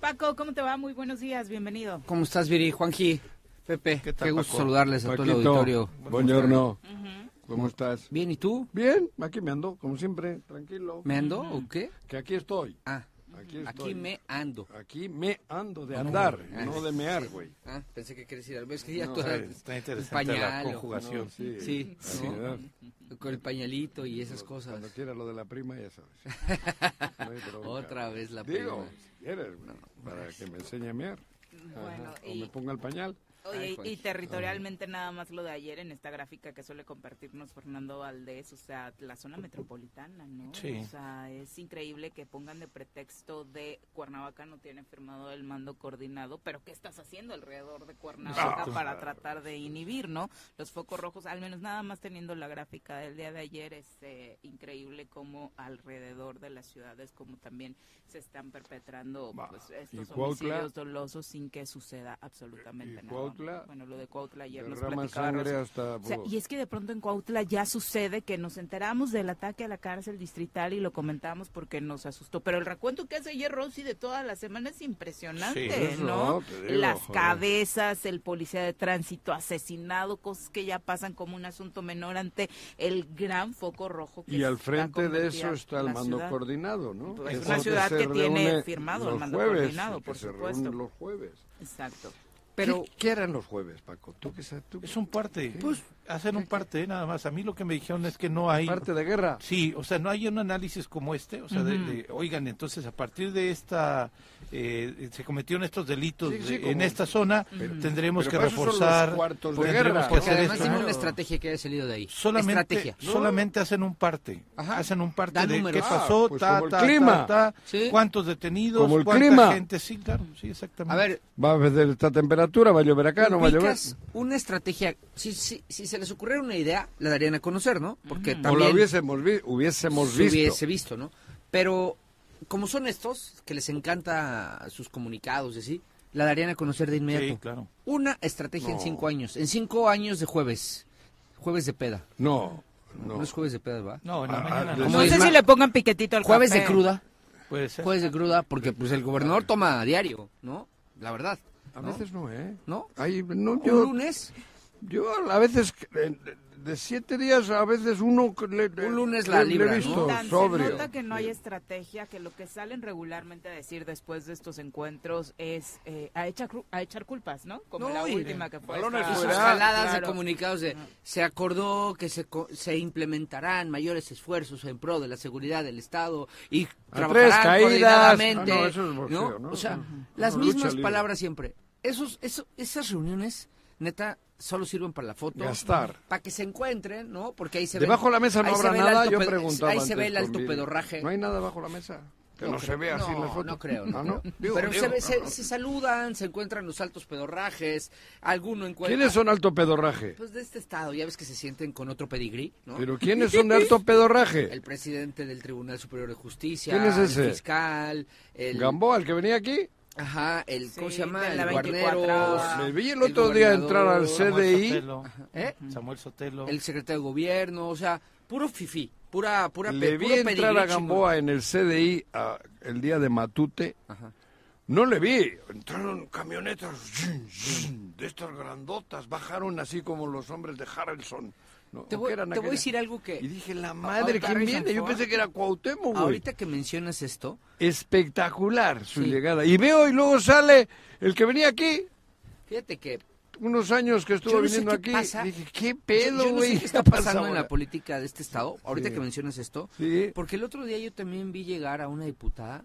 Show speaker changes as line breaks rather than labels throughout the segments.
Paco, ¿cómo te va? Muy buenos días, bienvenido.
¿Cómo estás, Viri? Juanji, Pepe, qué, tal, gusto Paco? saludarles a todo el auditorio.
Buongiorno. Uh -huh. ¿Cómo estás?
Bien, ¿y tú?
Bien, aquí me ando, como siempre, tranquilo.
¿Me ando uh -huh. o qué?
Que aquí estoy.
Ah. Aquí, Aquí, me ando.
Aquí me ando de andar, ah, no de mear, güey. Sí.
Ah, pensé que quería decir algo. Es que ya no, tú está interesante pañal, la
conjugación. No, sí,
sí, sí ¿no? con el pañalito y esas
cuando,
cosas.
Cuando quieras lo de la prima, ya sabes.
Otra vez la
Digo,
prima.
si quieres, güey, para que me enseñe a mear. Bueno, Ajá, y... O me ponga el pañal.
Oye, y, y, territorialmente nada más lo de ayer en esta gráfica que suele compartirnos Fernando Valdés, o sea, la zona metropolitana, ¿no? Sí. O sea, es increíble que pongan de pretexto de Cuernavaca no tiene firmado el mando coordinado, pero ¿qué estás haciendo alrededor de Cuernavaca no. para tratar de inhibir, ¿no? Los focos rojos, al menos nada más teniendo la gráfica del día de ayer, es eh, increíble como alrededor de las ciudades como también se están perpetrando pues, estos homicidios dolosos sin que suceda absolutamente nada. Cuautla? bueno, lo de Cuautla ayer nos platicaba.
Hasta...
O sea, y es que de pronto en Cuautla ya sucede que nos enteramos del ataque a la cárcel distrital y lo comentamos porque nos asustó. Pero el recuento que hace ayer Rosy de todas las semanas es impresionante, sí, eso, ¿no? Digo, las joder. cabezas, el policía de tránsito asesinado, cosas que ya pasan como un asunto menor ante el gran foco rojo. Que
y al frente de eso está el mando ciudad. coordinado, ¿no?
Pues es una ciudad que, que tiene firmado el mando
jueves,
coordinado, por
se
supuesto.
los jueves.
Exacto.
Pero, ¿Qué, ¿Qué, eran los jueves, Paco? ¿Tú qué sabes? ¿Tú?
Es un parte, ¿Qué? pues hacer un parte nada más. A mí lo que me dijeron es que no hay...
¿Parte de guerra?
Sí, o sea, no hay un análisis como este. O sea, uh -huh. de, de, oigan, entonces a partir de esta... Eh, se cometieron estos delitos sí, sí, de, en esta zona, pero, tendremos pero que reforzar...
cuartos de guerra.
Porque además tiene una estrategia que haya salido de ahí.
Solamente,
estrategia.
solamente hacen un parte. Ajá. Hacen un parte
da
de
números.
qué pasó, ah, pues ta, como el ta, clima. Ta, ¿Sí? cuántos detenidos,
como el
cuánta
clima.
gente. Sí, claro, sí, exactamente.
A ver... Va a ver esta temperatura va a llover acá, no va a llover.
Una estrategia, si, si, si, se les ocurriera una idea, la darían a conocer, ¿no? Porque
o
también.
la hubiésemos, vi hubiésemos visto.
Hubiese visto, ¿no? Pero como son estos, que les encanta sus comunicados y así, la darían a conocer de inmediato.
Sí, claro.
Una estrategia no. en cinco años. En cinco años de jueves. Jueves de peda.
No.
No, no es jueves de peda, ¿va?
No, en la ah, mañana.
No, no sé si le pongan piquetito al
Jueves
café.
de cruda.
Puede ser.
Jueves de cruda, porque pues el gobernador toma a diario, ¿no? La verdad.
A veces no, ¿eh?
¿No?
Ay, no
yo, ¿Un lunes?
Yo a veces, de siete días, a veces uno... Le,
un lunes la libra,
le visto,
¿no?
sobrio.
Se nota que no hay estrategia, que lo que salen regularmente a decir después de estos encuentros es eh, a, echar, a echar culpas, ¿no? Como
no,
la última que fue.
Esta... Y sus jaladas claro. de comunicados de, se acordó que se, se implementarán mayores esfuerzos en pro de la seguridad del Estado y
a
trabajarán
caídas.
coordinadamente.
Ah, no, eso es boxeo,
¿no? O sea, las mismas palabras siempre esos, eso, esas reuniones, neta, solo sirven para la foto.
Gastar.
Para que se encuentren, ¿no? Porque ahí se
Debajo
ve.
de la mesa no
ahí
habrá
se
nada,
alto,
yo preguntaba.
Ahí se
antes
ve el alto
con
pedorraje.
No hay nada bajo la mesa. Que no, no se vea así en la foto. Ah,
No creo, no. no, creo. Digo, Pero digo, se, ve, se, se, saludan, se encuentran los altos pedorrajes, alguno encuentra...
¿Quiénes son alto pedorraje?
Pues de este estado, ya ves que se sienten con otro pedigrí, ¿no?
¿Pero quiénes son de alto pedorraje?
El presidente del Tribunal Superior de Justicia,
¿Quién es ese?
el fiscal, el...
Gamboa, el que venía aquí.
Ajá, el, ¿cómo
Sí,
se llama?
de
El
la
guarneros,
24.
Me vi el otro día entrar al
gobernador,
CDI,
¿eh?
Samuel Sotelo.
el secretario de gobierno, o sea, puro fifí, pura, pura, pe-
le vi
puro
entrar
pedigrí
a
chingón.
Gamboa en el CDI a- el día de Matute.
Ajá.
No le vi, entraron camionetas zin, zin, de estas grandotas, bajaron así como los hombres de Harrelson. ¿no?
Te
¿O
voy,
qué eran
te voy a
aquellas?
decir algo
Y
que
dije, la madre,
Ahorita
¿quién
Harrison
viene? Yo
Ford.
pensé que era Cuauhtémoc, eh, güey.
ahorita que mencionas esto,
Espectacular su
Sí.
llegada. Y veo, y luego sale el que venía aquí,
fíjate que
unos años que estuvo
Yo no sé
viniendo
qué
aquí.
pasa.
Dije, ¿qué
yo,
pedo,
yo no
güey?
sé qué está
pasa
pasando en la
ahora?
política de este estado, ahorita
Sí.
que mencionas esto,
Sí.
porque el otro día yo también vi llegar a una diputada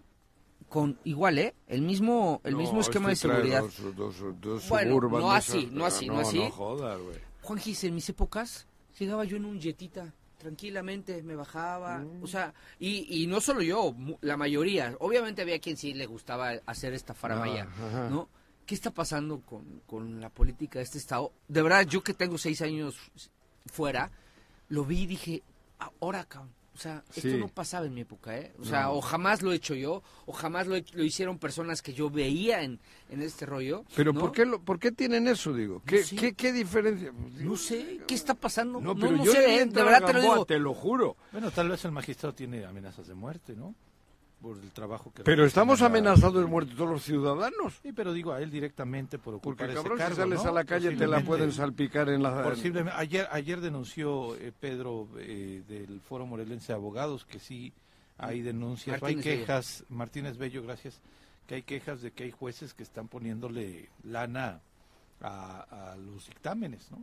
con igual, ¿eh? El mismo el
No,
mismo esquema de
este trae
seguridad.
dos- dos- dos
Bueno,
Suburban,
no
dos-
así, no así, no así.
No jodas, güey.
Juan Gis, en mis épocas llegaba yo en un jetita, tranquilamente me bajaba, o sea, y, y no solo yo, mu- la mayoría, obviamente había quien sí le gustaba hacer esta faramaya,
Ah, ajá.
¿no? ¿Qué está pasando con, con la política de este estado? De verdad, yo que tengo seis años fuera, lo vi y dije, ahora, cabrón. O sea, esto
Sí.
no pasaba en mi época, ¿eh? O sea, o jamás lo he hecho yo, o jamás lo, he- lo hicieron personas que yo veía en, en este rollo.
Pero
¿no?
¿por, qué lo, ¿por qué tienen eso, digo? ¿Qué,
sé.
qué, qué diferencia? Pues, digo,
No sé, ¿qué está pasando?
No, pero
no
yo
sé,
le vi
¿eh? de
entrar a
verdad te lo
Gamboa,
digo.
te lo juro.
Bueno, tal vez el magistrado tiene amenazas de muerte, ¿no? por el trabajo que
Pero estamos amenazados de muerte todos los ciudadanos.
Sí, pero digo a él directamente por ocupar
Porque
ese
cabrón,
cargo,
si sales
¿no?
a la calle te la
Posiblemente-
pueden salpicar en la...
posiblemente- Ayer, ayer denunció eh, Pedro eh, del Foro Morelense de Abogados que sí hay denuncias, o
Martínez
hay
Bello.
quejas, Martínez Bello, gracias, que hay quejas de que hay jueces que están poniéndole lana a, a los dictámenes, ¿no?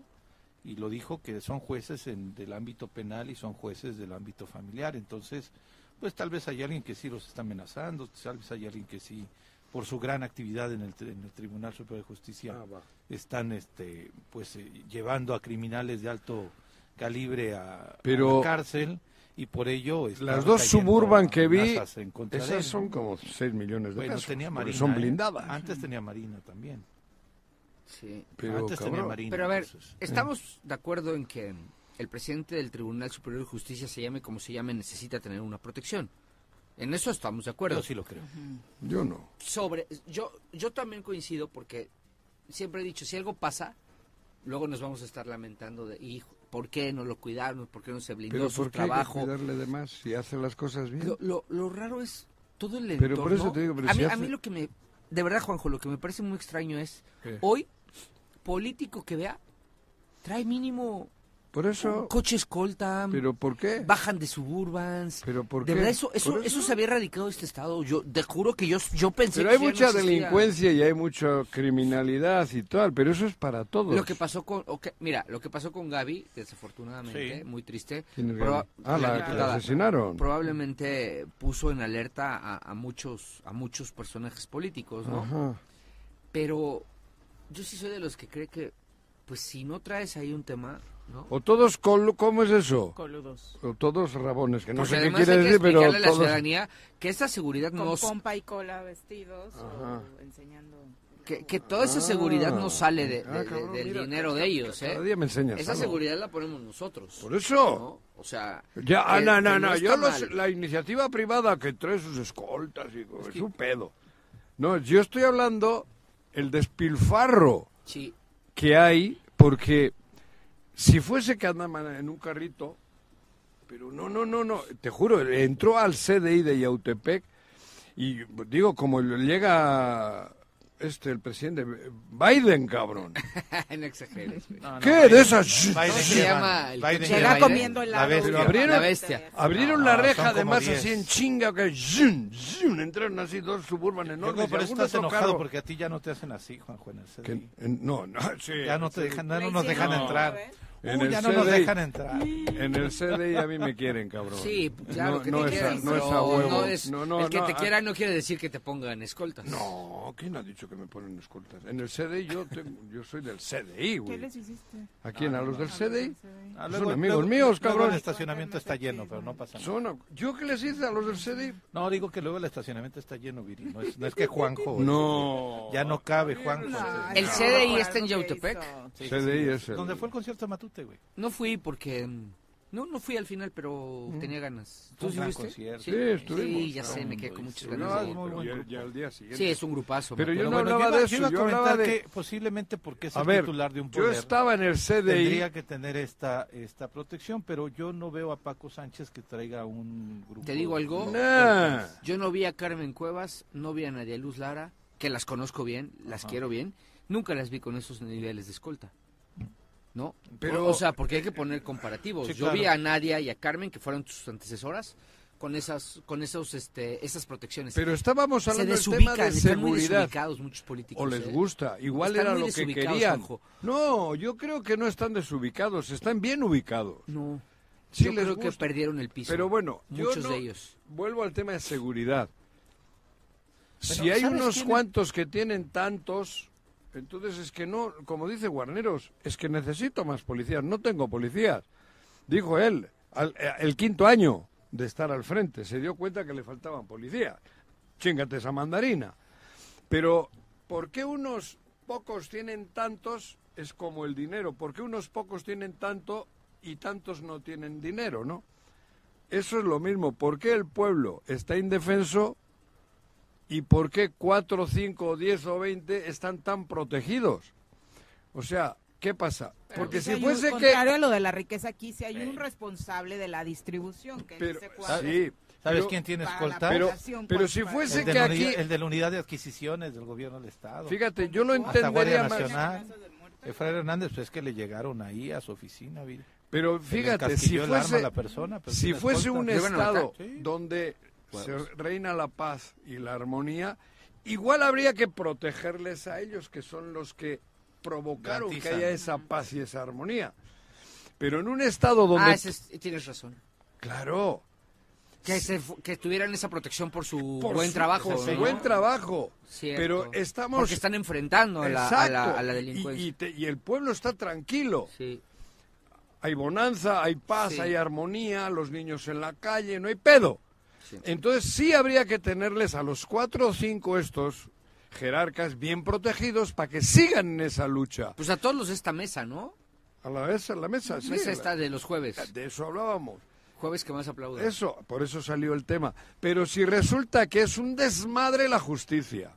Y lo dijo que son jueces en- del ámbito penal y son jueces del ámbito familiar. Entonces, pues tal vez hay alguien que sí los está amenazando, tal vez hay alguien que sí, por su gran actividad en el, tri- en el Tribunal Superior de Justicia,
Ah, va.
están este pues eh, llevando a criminales de alto calibre a,
Pero-
a la cárcel y por ello están
Las dos
cayendo
Suburban que vi,
amenazas en contra de él,
Esas
¿no?
son como 6 millones de
Bueno,
pesos.
tenía
porque
Marina,
son
¿eh?
blindadas.
Antes tenía Marina también.
Sí.
Pero,
Antes tenía
cabrón,
Marina.
Pero a ver,
entonces.
estamos de acuerdo en que el presidente del Tribunal Superior de Justicia se llame como se llame, necesita tener una protección. En eso estamos de acuerdo.
Yo sí lo creo.
Yo no.
Sobre, yo, yo también coincido porque siempre he dicho, si algo pasa, luego nos vamos a estar lamentando de, hijo, ¿por qué no lo cuidaron? ¿Por qué no se blindó
Pero
su
¿por qué hay que
trabajo?
cuidarle de más si hace las cosas bien?
Lo, lo- lo raro es todo el entorno.
Pero por eso te digo, pero
a,
si
mí, a
hace-
mí lo que me... De verdad, Juanjo, lo que me parece muy extraño es...
¿Qué?
Hoy, político que vea, trae mínimo
Por eso...
coche escolta,
¿Pero por qué?
bajan de suburbans.
¿Pero por
de
qué?
verdad, eso, eso,
¿Por
eso se había erradicado de este estado. Yo te juro que yo, yo pensé
Pero
que
hay
eso ya no
mucha
existía.
delincuencia y hay mucha criminalidad y tal, pero eso es para todos.
Lo que pasó con, ok, mira, lo que pasó con Gaby, desafortunadamente,
Sí.
muy triste.
¿Quién es
proba-
Gaby? Ah, la, que
diputada,
la asesinaron.
probablemente puso en alerta a, a muchos, a muchos personajes políticos, ¿no?
Ajá.
Pero yo sí soy de los que cree que, pues si no traes ahí un tema, ¿no?
O todos, col- ¿cómo es eso?
Coludos.
O todos rabones, que no
Porque
sé qué
además
quiere
hay que
decir, pero
explicarle a la
todos...
ciudadanía que esta seguridad
Con
no,
pompa y cola vestidos
Ajá.
o enseñando.
que, que toda esa seguridad no sale de-
Ah,
de- de-
cabrón,
del
mira,
dinero de ellos, ¿eh?
Cada día me enseñas
Esa
algo.
seguridad la ponemos nosotros.
Por eso.
¿no? O sea.
Ya, ah,
que-
no,
que
no, no,
está
yo los-
mal.
la iniciativa privada que trae sus escoltas y es, un pedo. No, yo estoy hablando el despilfarro
Sí,
que hay porque si fuese que andaban en un carrito, pero no, no, no, no, te juro, entró al CDI de Yautepec y digo, como llega este, el presidente Biden, cabrón.
no exageres. güey.
No, no,
¿Qué?
Biden-
de esas...
Biden
se
lleva-
llama el
Biden
coche
lleva-
Llega
Biden?
comiendo
La
helado.
bestia.
abrieron-
La bestia.
Abrieron
No,
la
no,
reja
son
de
como
más
10.
así en chinga que zun, zun, entraron así dos suburban
Yo
enormes.
creo
y
por eso
algunos
estás enojado
tocaron-
porque a ti ya no te hacen así, Juanjo, en el CDI.
que- en- no, no, sí,
Ya no te dejan, ya no nos
Le hicieron
dejan
una
entrar.
¿eh?
vez.
En
Uy,
el
ya no nos
CDI.
dejan entrar.
En el CDI a mí me quieren, cabrón.
Sí, claro
no,
que
no
te
es a-
quieran,
no es a
pero
huevo.
no es-
No, ah. no,
el que
no,
te
a-
quiera no quiere decir que te pongan escoltas.
No, ¿quién ha dicho que me ponen escoltas? En el CDI yo tengo- yo soy del CDI,
¿Qué
güey.
les hiciste?
¿A quién? ¿A los del CDI?
Ah,
Son amigos míos,
luego
cabrón.
el estacionamiento está lleno, pero no pasa nada.
Son, ¿Yo qué les hice a los del CDI?
No, digo que luego el estacionamiento está lleno, Viri. No es, no es que Juanjo.
No.
Ya no cabe Juanjo.
El
no,
CDI
por
está en
algo que
Yautepec.
hizo.
Sí, sí,
CDI
sí.
es el-
Donde fue el concierto de Matute, güey.
No fui porque... mm, No, no fui al final, pero
Mm.
tenía ganas.
Fue
¿Tú
un
sí
gran
fuiste?
concierto.
Sí,
Sí, estuvimos.
Sí, ya sé, me quedé con muchas ganas.
No,
de
es
ir.
muy buen
ya,
grupo.
ya al día siguiente.
Sí, es un grupazo. me
Pero yo
acuerdo.
no
Bueno,
hablaba
iba-
de
yo
eso,
iba a
yo
comentar
hablaba de-
que posiblemente porque es
A
el
ver,
titular de un
yo
poder.
estaba en el CDI.
Tendría que tener esta, esta protección, pero yo no veo a Paco Sánchez que traiga un grupo.
Te digo algo.
Nah.
Yo no vi a Carmen Cuevas, no vi a Nadia Luz Lara, que las conozco bien, las
Ajá.
quiero bien. Nunca las vi con esos niveles de escolta. ¿No?
Pero-
Pero, o sea, porque hay que poner comparativos.
Sí,
Yo
claro.
vi a Nadia y a Carmen, que fueron sus antecesoras, con esas con esos este esas protecciones.
Pero estábamos
Se
hablando del tema
desubican,
de
están muy
seguridad.
desubicados muchos políticos.
O les
¿eh?
gusta, igual
Están
era
muy
lo que
desubicados,
querían.
Juanjo.
No, yo creo que no están desubicados, están bien ubicados.
No.
Sí
Yo
les
creo que
gusta.
perdieron el piso.
Pero bueno, yo
muchos
no-
de ellos.
Vuelvo al tema de seguridad. si
Pero,
hay
¿sabes
unos
quién es?
cuantos que tienen tantos, entonces es que no, como dice Guarneros, es que necesito más policías, no tengo policías. Dijo él, al- eh, el quinto año de estar al frente, se dio cuenta que le faltaban policías. Chingate esa mandarina. Pero, ¿por qué unos pocos tienen tantos? Es como el dinero. ¿Por qué unos pocos tienen tanto y tantos no tienen dinero, no? Eso es lo mismo. ¿Por qué el pueblo está indefenso y por qué 4, 5, 10 o 20 están tan protegidos? O sea, ¿qué pasa?
Pero
Porque
aquí
si
pues hay
fuese
un,
que...
Contrario a lo de la riqueza, aquí si hay un responsable de la distribución que
Pero,
dice cuál.
sí,
¿Sabes
Pero-
quién tiene
Para la
escolta?
Pero,
Educación,
pero
pues,
si
para-
fuese
el, de
que
la unidad-
aquí,
el de la unidad de adquisiciones del gobierno del Estado.
Este,
fíjate, yo lo
Hasta Guardia
entendería más.
Nacional.
Amenazas de muerte.
Efraín Hernández, pues es que le llegaron ahí a su oficina. Viri.
Pero
Se le
fíjate, si
encasquilló el arma a
fuese,
la persona, pero
si
tiene
fuese
escolta.
un
Le van a matar.
estado
Sí. pues.
donde se reina la paz y la armonía, igual habría que protegerles a ellos, que son los que provocaron que
Garantizan.
haya esa paz y esa armonía. Pero en un estado donde...
Ah, ese es- tienes razón.
Claro,
Que, se fu- que tuvieran esa protección por su
por
buen
su-
trabajo.
por su
¿no?
buen trabajo.
Cierto.
Pero estamos...
Porque están enfrentando a la, a la-
Exacto.
a la
Y-
delincuencia.
Y, te- y el pueblo está tranquilo.
Sí.
Hay bonanza, hay paz,
Sí.
hay armonía, los niños en la calle, no hay pedo.
Sí.
Entonces sí habría que tenerles a los cuatro o cinco estos jerarcas bien protegidos para que sigan en esa lucha.
Pues a todos los de esta mesa, ¿no?
A la mesa, la mesa,
Pues
sí,
mesa
la- Eh,
esta de los jueves.
de eso hablábamos.
Jueves que más aplaudan.
Eso, por eso salió el tema. Pero si resulta que es un desmadre la justicia,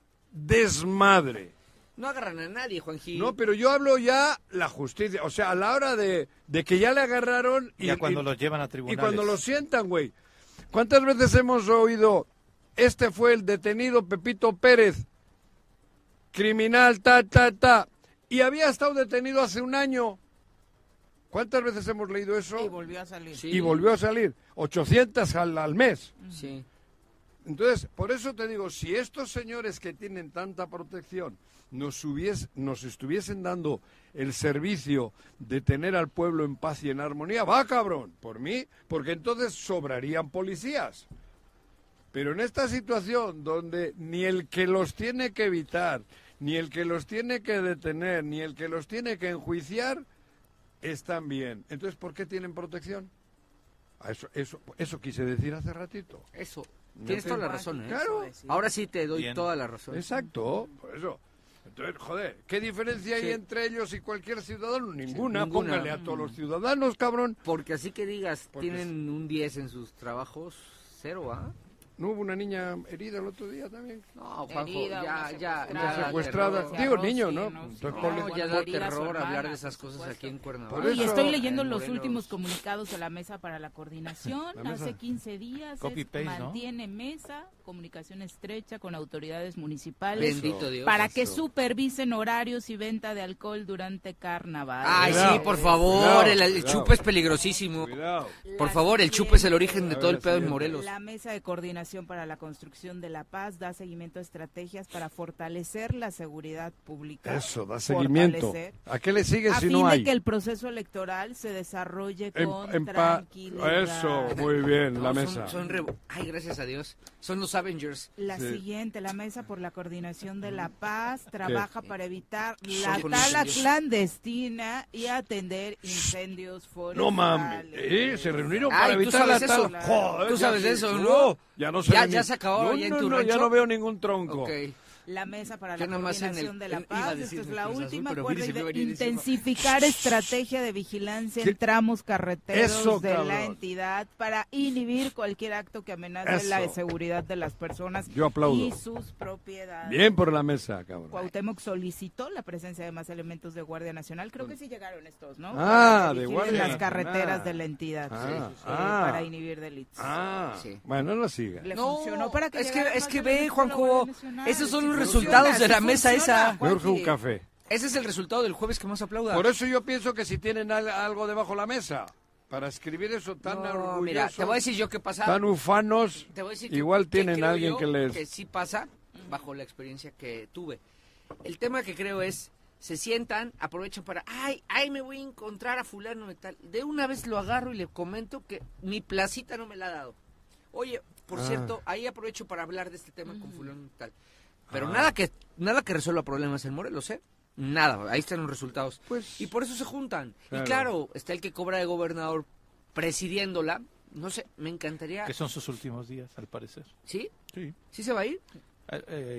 desmadre.
No agarran a nadie, Juanji.
No, pero yo hablo ya la justicia, o sea, a la hora de, de que ya le agarraron y,
Ya cuando
y-
los llevan a
y
tribunales.
cuando lo sientan, güey. ¿Cuántas veces hemos oído, este fue el detenido Pepito Pérez, criminal, ta, ta, ta, y había estado detenido hace un año? ¿Cuántas veces hemos leído eso?
Y volvió a salir.
Sí.
Y volvió a salir, 800 al, al mes.
Mm. Sí.
Entonces, por eso te digo, si estos señores que tienen tanta protección nos, hubies- nos estuviesen dando el servicio de tener al pueblo en paz y en armonía, va cabrón, por mí, porque entonces sobrarían policías. Pero en esta situación donde ni el que los tiene que evitar, ni el que los tiene que detener, ni el que los tiene que enjuiciar, están bien. Entonces, ¿por qué tienen protección? A Eso, eso, eso quise decir hace ratito.
Eso. Tienes
te-
toda la razón, ¿eh?
Claro.
Eso es, sí.
Ahora sí te doy
Bien.
toda la razón.
Exacto, por eso. Entonces, joder, ¿qué diferencia hay
Sí.
entre ellos y cualquier ciudadano? Ninguna,
ninguna. Mm.
póngale a todos los ciudadanos, cabrón.
Porque así que digas,
Porque
tienen un 10 en sus trabajos, cero, ¿ah?
No hubo una niña herida el otro día también.
No, Juanjo,
Herida,
ya,
una
ya,
secuestrada,
ya da
secuestrada.
terror.
Digo, niño, ¿no? Entonces,
Sí,
ponle-
No, ya
cuando herida
da
a su
terror
hermana,
hablar de
por
esas cosas
supuesto.
aquí en Cuernavaca.
Por
Oye,
eso-
estoy leyendo
En
los
Morelos.
últimos comunicados de la mesa para la coordinación.
La mesa.
Hace 15 días es,
Copy paste, ¿no?
mantiene mesa, comunicación estrecha con autoridades municipales
Bendito Dios.
para que supervisen horarios y venta de alcohol durante carnaval.
Ay, sí,
Cuidado,
por favor,
cuidado,
el, el
cuidado.
chupe es peligrosísimo.
Cuidado.
Por favor, el chupe es el origen de
A
todo
ver,
el pedo en
siguiente.
Morelos.
La Mesa de Coordinación para la Construcción de la Paz da seguimiento a estrategias para fortalecer la seguridad pública.
Eso, da seguimiento.
Fortalecer.
¿A qué le sigue
a
si
fin
no
de
hay?
que el proceso electoral se desarrolle
En-
con
en pa-
tranquilidad.
Eso, muy bien, la
No, son-
mesa.
son re- Ay, gracias a Dios. Son los Avengers.
La
Sí.
siguiente, la Mesa por la Coordinación de la Paz, trabaja para evitar la
Son
tala
incendios.
clandestina y atender incendios forestales.
No mames, eh, se reunieron
Ay,
para
¿tú
evitar
sabes
la tal.
eso?
Joder,
¿Tú
ya
sabes
sí.
eso, no?
Ya no se
Ya-
ve
ya
ni-
se acabó,
No,
ya en
no,
tu
no, ya
rancho.
no veo ningún tronco.
Ok.
La mesa para
Yo
la
nada más en el-
coordinación de la
en- iba a
paz. Esta
decir
es
en
la
Cruz Azul,
última.
pero Viri se
Acuérdense,
iba a venir encima.
intensificar estrategia de vigilancia
¿Qué?
en tramos carreteros
Eso,
de la
cabrón.
entidad para inhibir cualquier acto que amenace
Eso.
la seguridad de las personas
Yo aplaudo.
y sus propiedades.
Bien por la mesa, cabrón.
Cuauhtémoc solicitó la presencia de más elementos de Guardia Nacional. Creo que sí llegaron estos, ¿no?
Ah,
Para que
de
vigilen
Guardia
las
Nacional.
carreteras de la entidad
Ah,
sí, sí,
ah.
para inhibir delitos.
Ah,
Sí.
bueno, no la siga.
Le
No,
funcionó para que
es que,
llegara
es
más
que ve,
elementos de la
Juanjo,
Guardia Nacional.
esos son los
Sí
resultados
funciona,
de la
sí
mesa
funciona,
esa.
Mejor que un
Juanji.
café.
Ese es el resultado del jueves que más aplauda.
Por eso yo pienso que si tienen al- algo debajo la mesa, para escribir eso tan
No,
orgulloso,
mira, te voy a decir yo qué pasa.
tan ufanos,
Te voy a decir que-
igual
que
tienen
creo
a alguien
yo
que les...
Que sí pasa, bajo la experiencia que tuve. El tema que creo es, se sientan, aprovechan para, ay, ay, me voy a encontrar a fulano de tal. De una vez lo agarro y le comento que mi placita no me la ha dado. Oye, por
Ah.
cierto, ahí aprovecho para hablar de este tema con fulano de tal. Pero
Ah.
nada que nada que resuelva problemas en Morelos, ¿eh? Nada, ahí están los resultados.
Pues-
y por eso se juntan.
Claro.
Y claro, está el que cobra de gobernador presidiéndola. No sé, me encantaría...
Que son sus últimos días, al parecer.
¿Sí?
Sí. eh,
¿Sí se va a ir?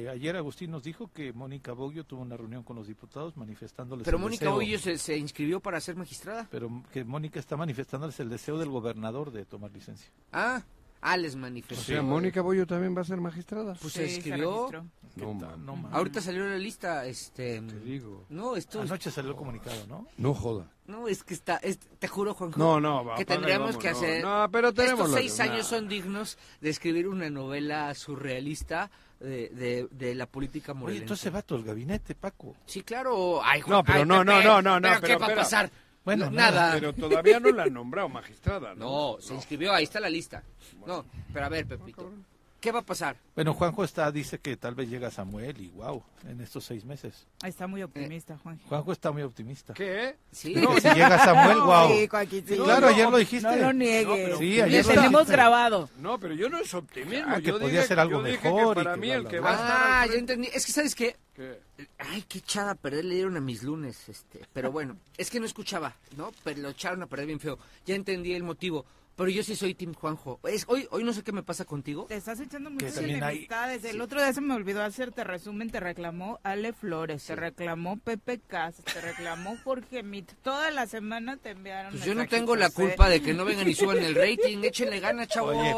ayer Agustín nos dijo que Mónica Boggio tuvo una reunión con los diputados manifestándoles
Pero
el
Mónica
deseo-
Boillo se, se inscribió para ser magistrada.
Pero que Mónica está manifestándoles el deseo del gobernador de tomar licencia.
Ah, Ah, les manifestó.
O sea, Mónica Boyo también va a ser magistrada.
Pues
Sí,
se escribió.
registró.
No,
¿Qué tal?
man,
No, man.
Ahorita salió la lista, este...
te digo.
No, esto...
Anoche salió el comunicado, ¿no?
No joda.
No, es que está... es- te juro, Juanjo.
No, no, va,
Que
apaga y
tendríamos
vámonos.
que hacer...
No, pero tenemos
Estos
lo
seis
que-
años
nah.
son dignos de escribir una novela surrealista de, de- de la política
Oye,
morelense.
entonces se va todo el gabinete, Paco.
Sí, claro. Ay, Juan-
No, pero
ay,
no, no,
Pepe,
no, no, no,
¿Pero, qué
pero
va a
espera.
pasar?
Bueno,
No, nada.
Pero todavía no la han nombrado magistrada. No,
No, se inscribió, ahí está la lista. No, pero a ver, Pepito. ¿Qué va a pasar?
Bueno, Juanjo está, dice que tal vez llega Samuel y wow, en estos seis meses.
Está muy optimista, Juan.
Juanjo está muy optimista.
¿Qué?
Sí.
No, si llega Samuel, wow.
Sí, Joaquín, sí.
Claro, ayer lo dijiste.
No lo niegues.
No, pero-
Sí,
Lo
ayer lo
tenemos
dijiste.
grabado.
No, pero yo no es optimismo.
Ah, que
yo
podía
dije-
ser algo
yo dije
mejor
que
y
para
que
mí
bla,
el
bla,
que
bla.
va a estar.
Ah,
al
yo
frente-
entendí. Es que, ¿sabes qué?
¿Qué?
Ay, qué echada a perder le dieron a mis lunes, este. Pero bueno, es que no escuchaba, ¿no? Pero lo echaron a perder bien feo. Ya entendí el motivo. Pero yo sí soy Tim Juanjo. Es, hoy, hoy no sé qué me pasa contigo.
Te estás echando muchas
también hay-
enemistades. El otro día se me olvidó hacerte resumen. Te reclamó Ale Flores, te reclamó Pepe Casas, te reclamó Jorge Mit. Toda la semana te enviaron.
Pues yo no
mensajitos,
tengo la
¿eh?
culpa de que no vengan y suban el rating. Échenle ganas, chavos.
Oye.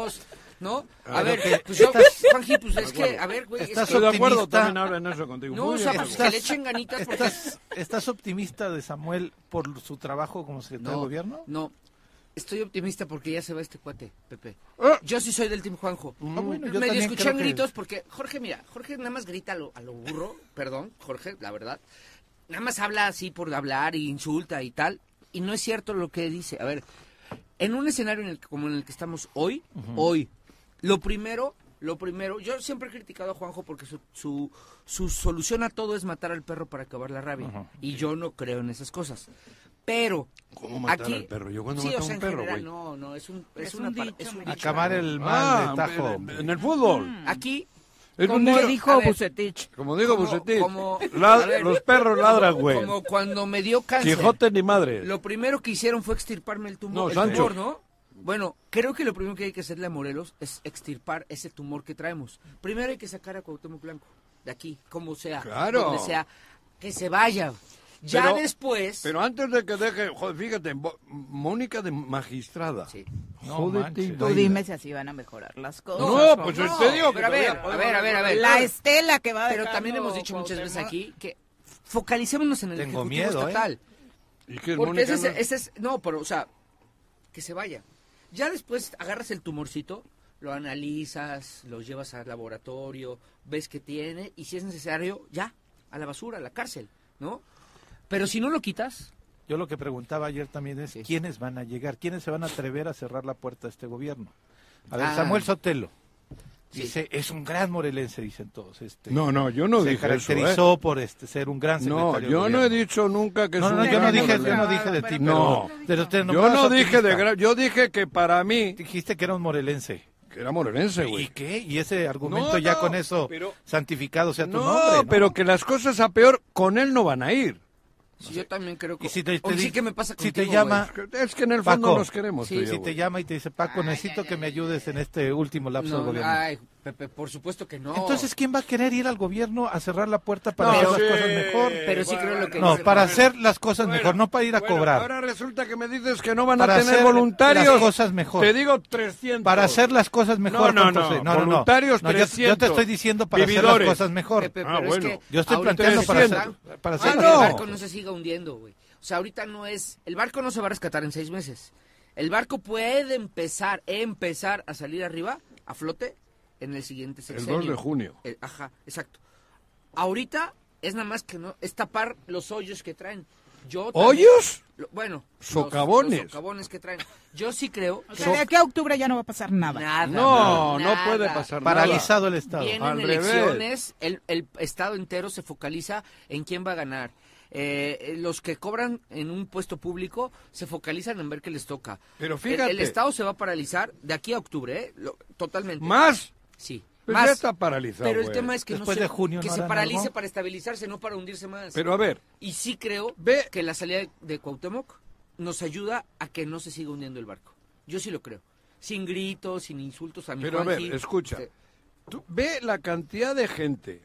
¿No? A
Pero
ver,
que
pues yo,
estás- Ah,
Juanji, pues es que, a ver, güey. es
Estás
que-
Estoy de acuerdo
optimista.
también ahora en eso contigo.
No,
Muy
o
bien,
sea,
Paco.
pues que le echen ganitas porque
¿Estás, ¿Estás optimista de Samuel por su trabajo como secretario de gobierno?
No. Estoy optimista porque ya se va este cuate, Pepe.
Ah.
Yo sí soy del Team Juanjo.
Ah, bueno,
Medio
yo también
escuchan
creo que-
gritos porque Jorge, mira, Jorge nada más grita a lo, a lo burro, perdón, Jorge, la verdad. Nada más habla así por hablar y insulta y tal. Y no es cierto lo que dice. A ver, en un escenario en el que- como en el que estamos hoy, hoy, lo primero, lo primero, yo siempre he criticado a Juanjo porque su, su, su solución a todo es matar al perro para acabar la rabia.
Ujú.
Y yo no creo en esas cosas. Pero
¿Cómo matar
aquí,
al perro? Yo cuando
sí,
mato
o
a
sea,
un
en
perro,
general,
güey.
No, no, es un, es
Es
un
un
par-
dicho
es un
americano.
dicho,
Acabar
¿no?
el mal
Ah,
de tajo.
en, en el fútbol.
Aquí
Es un
Como
dicho-
dijo
a ver,
Bucetich.
Como digo,
Como-
Bucetich,
como-
lad-
a ver.
los perros ladran, güey.
Como cuando me dio cáncer.
Quijote ni madre.
Lo primero que hicieron fue extirparme el tumor.
No,
el
Sancho.
tumor, ¿no? Bueno, creo que lo primero que hay que hacerle a Morelos es extirpar ese tumor que traemos. Primero hay que sacar a Cuauhtémoc Blanco de aquí, como sea,
Claro.
donde sea, que se vaya. Ya
Pero-
después.
Pero antes de que deje, joder, fíjate, Bo- Mónica de magistrada.
Sí.
No
Jódete y
manches.
Tú
baila.
dime si así van a mejorar las cosas.
No, pues
Juanjo.
yo te digo que
pero a ver,
todavía
a ver, a ver, a ver.
La estela que va a
Pero
dejar
también hemos
lo
dicho muchas veces
Cuauhtémoc.
aquí que focalicémonos en el
Tengo
Ejecutivo
miedo, ¿eh?
estatal.
¿Y qué es
Porque
Mónica?
ese es,
no?
ese es- no, pero, o sea, que se vaya. Ya después agarras el tumorcito, lo analizas, lo llevas al laboratorio, ves qué tiene y si es necesario, ya, a la basura, a la cárcel, ¿no? Pero si no lo quitas,
Yo lo que preguntaba ayer también es
Sí.
quiénes van a llegar, quiénes se van a atrever a cerrar la puerta a este gobierno. A ver,
Ah.
Samuel Sotelo.
Sí.
Dice, es un gran morelense, dicen todos. Este,
No, no, yo no
se
dije eso, ¿eh?
caracterizó por este, ser un gran secretario.
No,
de
yo no
gobierno.
he dicho nunca que
No,
es
no,
un
no, yo no
gran
dije, yo
gobernante.
no dije de ti.
No.
pero- de los
Yo
tres
no
nombrados
dije de
optimista.
gran- yo dije que para mí
Dijiste que era un morelense.
que era morenense,
¿Y
güey.
qué? ¿Y ese argumento
No,
ya
no,
con eso
pero-
santificado sea tu
No,
nombre? ¿no?
pero que las cosas a peor con él no van a ir.
si yo también creo que...
Y si te-
o
te
sí
di-
que me pasa
si te
contigo,
llama-
güey.
Es que en el fondo
Paco,
nos queremos.
sí,
tú y yo,
Si te
güey.
llama y te dice, Paco,
Ay,
necesito
ay,
que
ay,
me ayudes en este último lapso
No,
del gobierno.
ay, Pepe, por supuesto que no.
Entonces, ¿quién va a querer ir al gobierno a cerrar la puerta para
No,
hacer
sí.
las cosas mejor?
Pero sí creo lo que
No,
dice
para
Manuel.
hacer las cosas
Bueno,
mejor, no para ir a
bueno,
cobrar.
Ahora resulta que me dices que no van
Para
a tener
hacer
voluntarios.
las cosas mejor.
Te digo 300.
Para hacer las cosas
No,
mejor.
no,
Juan
no,
José.
voluntarios
No, yo- yo,
300.
te estoy diciendo para hacer
Vividores.
las cosas mejor.
Pepe,
Ah,
pero
bueno.
es que
Yo estoy
ahorita
planteando
es
para
el
hacer,
siento.
barco-
para
Ah,
hacer
no,
las
el
cosas.
barco no se siga hundiendo, güey. O sea, ahorita no es... El barco no se va a rescatar en seis meses. El barco puede empezar, empezar a salir arriba, a flote, en el siguiente
el
sexenio.
2 de junio.
Eh, ajá, exacto. Ahorita es nada más que no... Es tapar los hoyos que traen. Yo también-
¿Hoyos?
lo- bueno. los-
Socavones.
los socavones que traen. Yo sí creo...
O
que-
sea, de aquí a octubre ya no va a pasar nada.
Nada,
No, no
nada.
puede pasar nada.
Paralizado el Estado.
Vienen
Al revés.
elecciones, el, el Estado entero se focaliza en quién va a ganar. Eh, eh, los que cobran en un puesto público se focalizan en ver qué les toca.
Pero
El-
fíjate.
El, Estado se va a paralizar de aquí a octubre, ¿eh? Lo- totalmente.
Más.
Sí.
Pues
más.
ya está paralizado.
Pero el
güey.
tema es que no
Después
se,
de junio
que
no
se
harán
paralice
algo.
para estabilizarse, no para hundirse más.
Pero a ver,
y sí creo
Ve-
que la salida de, de Cuauhtémoc nos ayuda a que no se siga hundiendo el barco. Yo sí lo creo. Sin gritos, sin insultos a mi
Pero a ver,
Juanji.
escucha.
Este,
Tú ve la cantidad de gente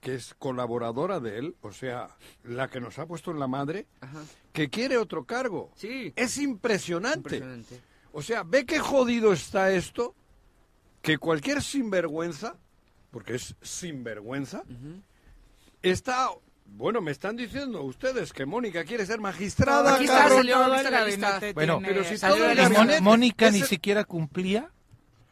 que es colaboradora de él, o sea, la que nos ha puesto en la madre,
Ajá.
que quiere otro cargo.
Sí.
Es impresionante.
Impresionante.
O sea, ve qué jodido está esto que cualquier sinvergüenza, porque es sinvergüenza, está... Bueno, me están diciendo ustedes que Mónica quiere ser magistrada.
Aquí está,
cabrón.
salió
Cabrón,
el
la
gabinete,
lista.
Bueno,
tiene-
pero si
salió
todo
el
el
Y
gabinete.
Moni-
gabinete-
Mónica ni
ese-
siquitos cumplía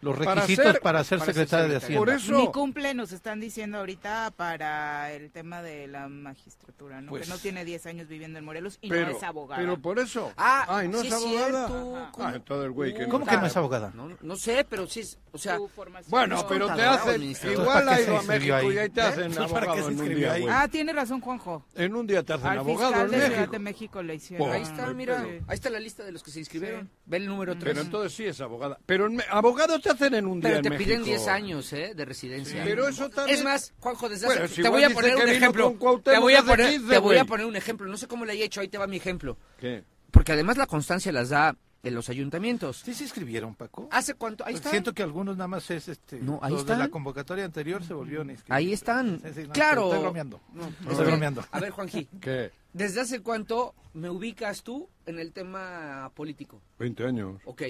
los
Para
requisitos
ser-
para ser
para ser
secretaria de
secretaria.
Hacienda.
Por eso...
Ni cumple, nos están diciendo ahorita para el tema de la magistratura, ¿no?
Pues-
que no tiene 10 años viviendo en Morelos y
pero,
no es abogada.
pero por eso.
Ah,
Ay, no
sí
es
es
abogada.
cierto.
Ajá.
¿Cómo?
Ah, todo el güey que
¿Cómo que no es abogada?
No, no sé, pero sí, es- o sea,
Su formación-
Bueno,
Es
pero te
contadora o
hacen.
administradora.
Igual
¿Para
ha
qué
ido
se
a
inscribió
México
ahí?
y ahí te hacen
¿Para qué
abogado
se
en un
inscribió
día,
ahí?
güey.
Ah, tiene razón Juanjo.
En un día te hacen
Al
Pues, abogado
fiscal
en
de Ciudad de
México.
México le hicieron.
Por-
ahí está, mira,
Sí.
ahí está la lista de los que se inscribieron. Ve el número 3.
Pero entonces sí es abogada. Pero en Me- abogado te hacen en un día
Pero
en
te piden
México.
10 años, ¿eh? De residencia.
Pero eso también...
Es más, Juanjo, desde
Bueno,
hace- te
si igual
voy a
dice
poner
que
un
vino con
ejemplo.
Cuauhtémoc
Te voy a
hace
poner,
15,
te voy a
güey.
poner un ejemplo. No sé cómo le haya hecho. Ahí te va mi ejemplo.
¿Qué?
Porque además la constancia las da de los ayuntamientos.
¿Sí se inscribieron, Paco?
¿Hace cuánto? Ahí
Pues
Porque
está.
Siento que algunos nada más es este.
No, ahí
los de la
están.
convocatoria anterior se volvieron a inscribir.
Ahí están.
Sí, sí, no,
claro.
Estoy bromeando.
No,
Estoy
ok.
bromeando.
A ver, Juanji,
¿Qué?
¿desde hace cuánto me ubicas tú en el tema político?
20 años.
Ok.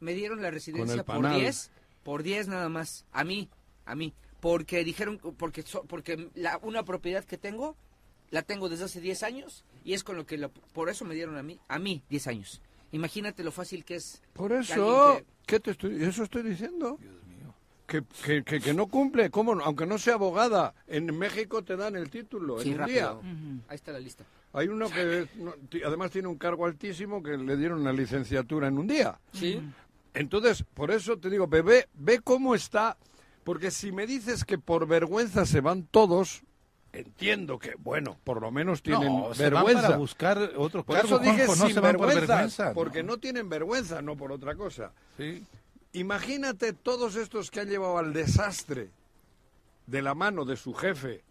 Me dieron la
Con
residencia
el
por
panal.
10, por 10 nada más. A mí, a mí. Porque dijeron, porque, so- porque la, una propiedad que tengo, la tengo desde hace 10 años y es con lo que, la- por eso me dieron a mí, a mí 10 años. Imagínate lo fácil que es.
Por
que
eso...
alguien
¿Qué te estoy...? ¿Eso estoy diciendo?
Dios mío.
Que, que, que, que no cumple. ¿Cómo? no? Aunque no sea abogada, en México te dan el título
que-
en
Sí,
un
rápido.
día.
Ahí está la lista.
Hay uno que no, ti- además tiene un cargo altísimo que le dieron una licenciatura en un día.
Sí.
Entonces, por eso te digo, bebé, ve cómo está, porque si me dices que por vergüenza se van todos, entiendo que, bueno, por lo menos tienen
No, se van
vergüenza.
para buscar otro
por
cargo,
eso dije
Juanjo, no
sin
se van por
vergüenza,
vergüenza.
porque no tienen vergüenza, no por otra cosa.
Sí.
Imagínate todos estos que han llevado al desastre de la mano de su jefe,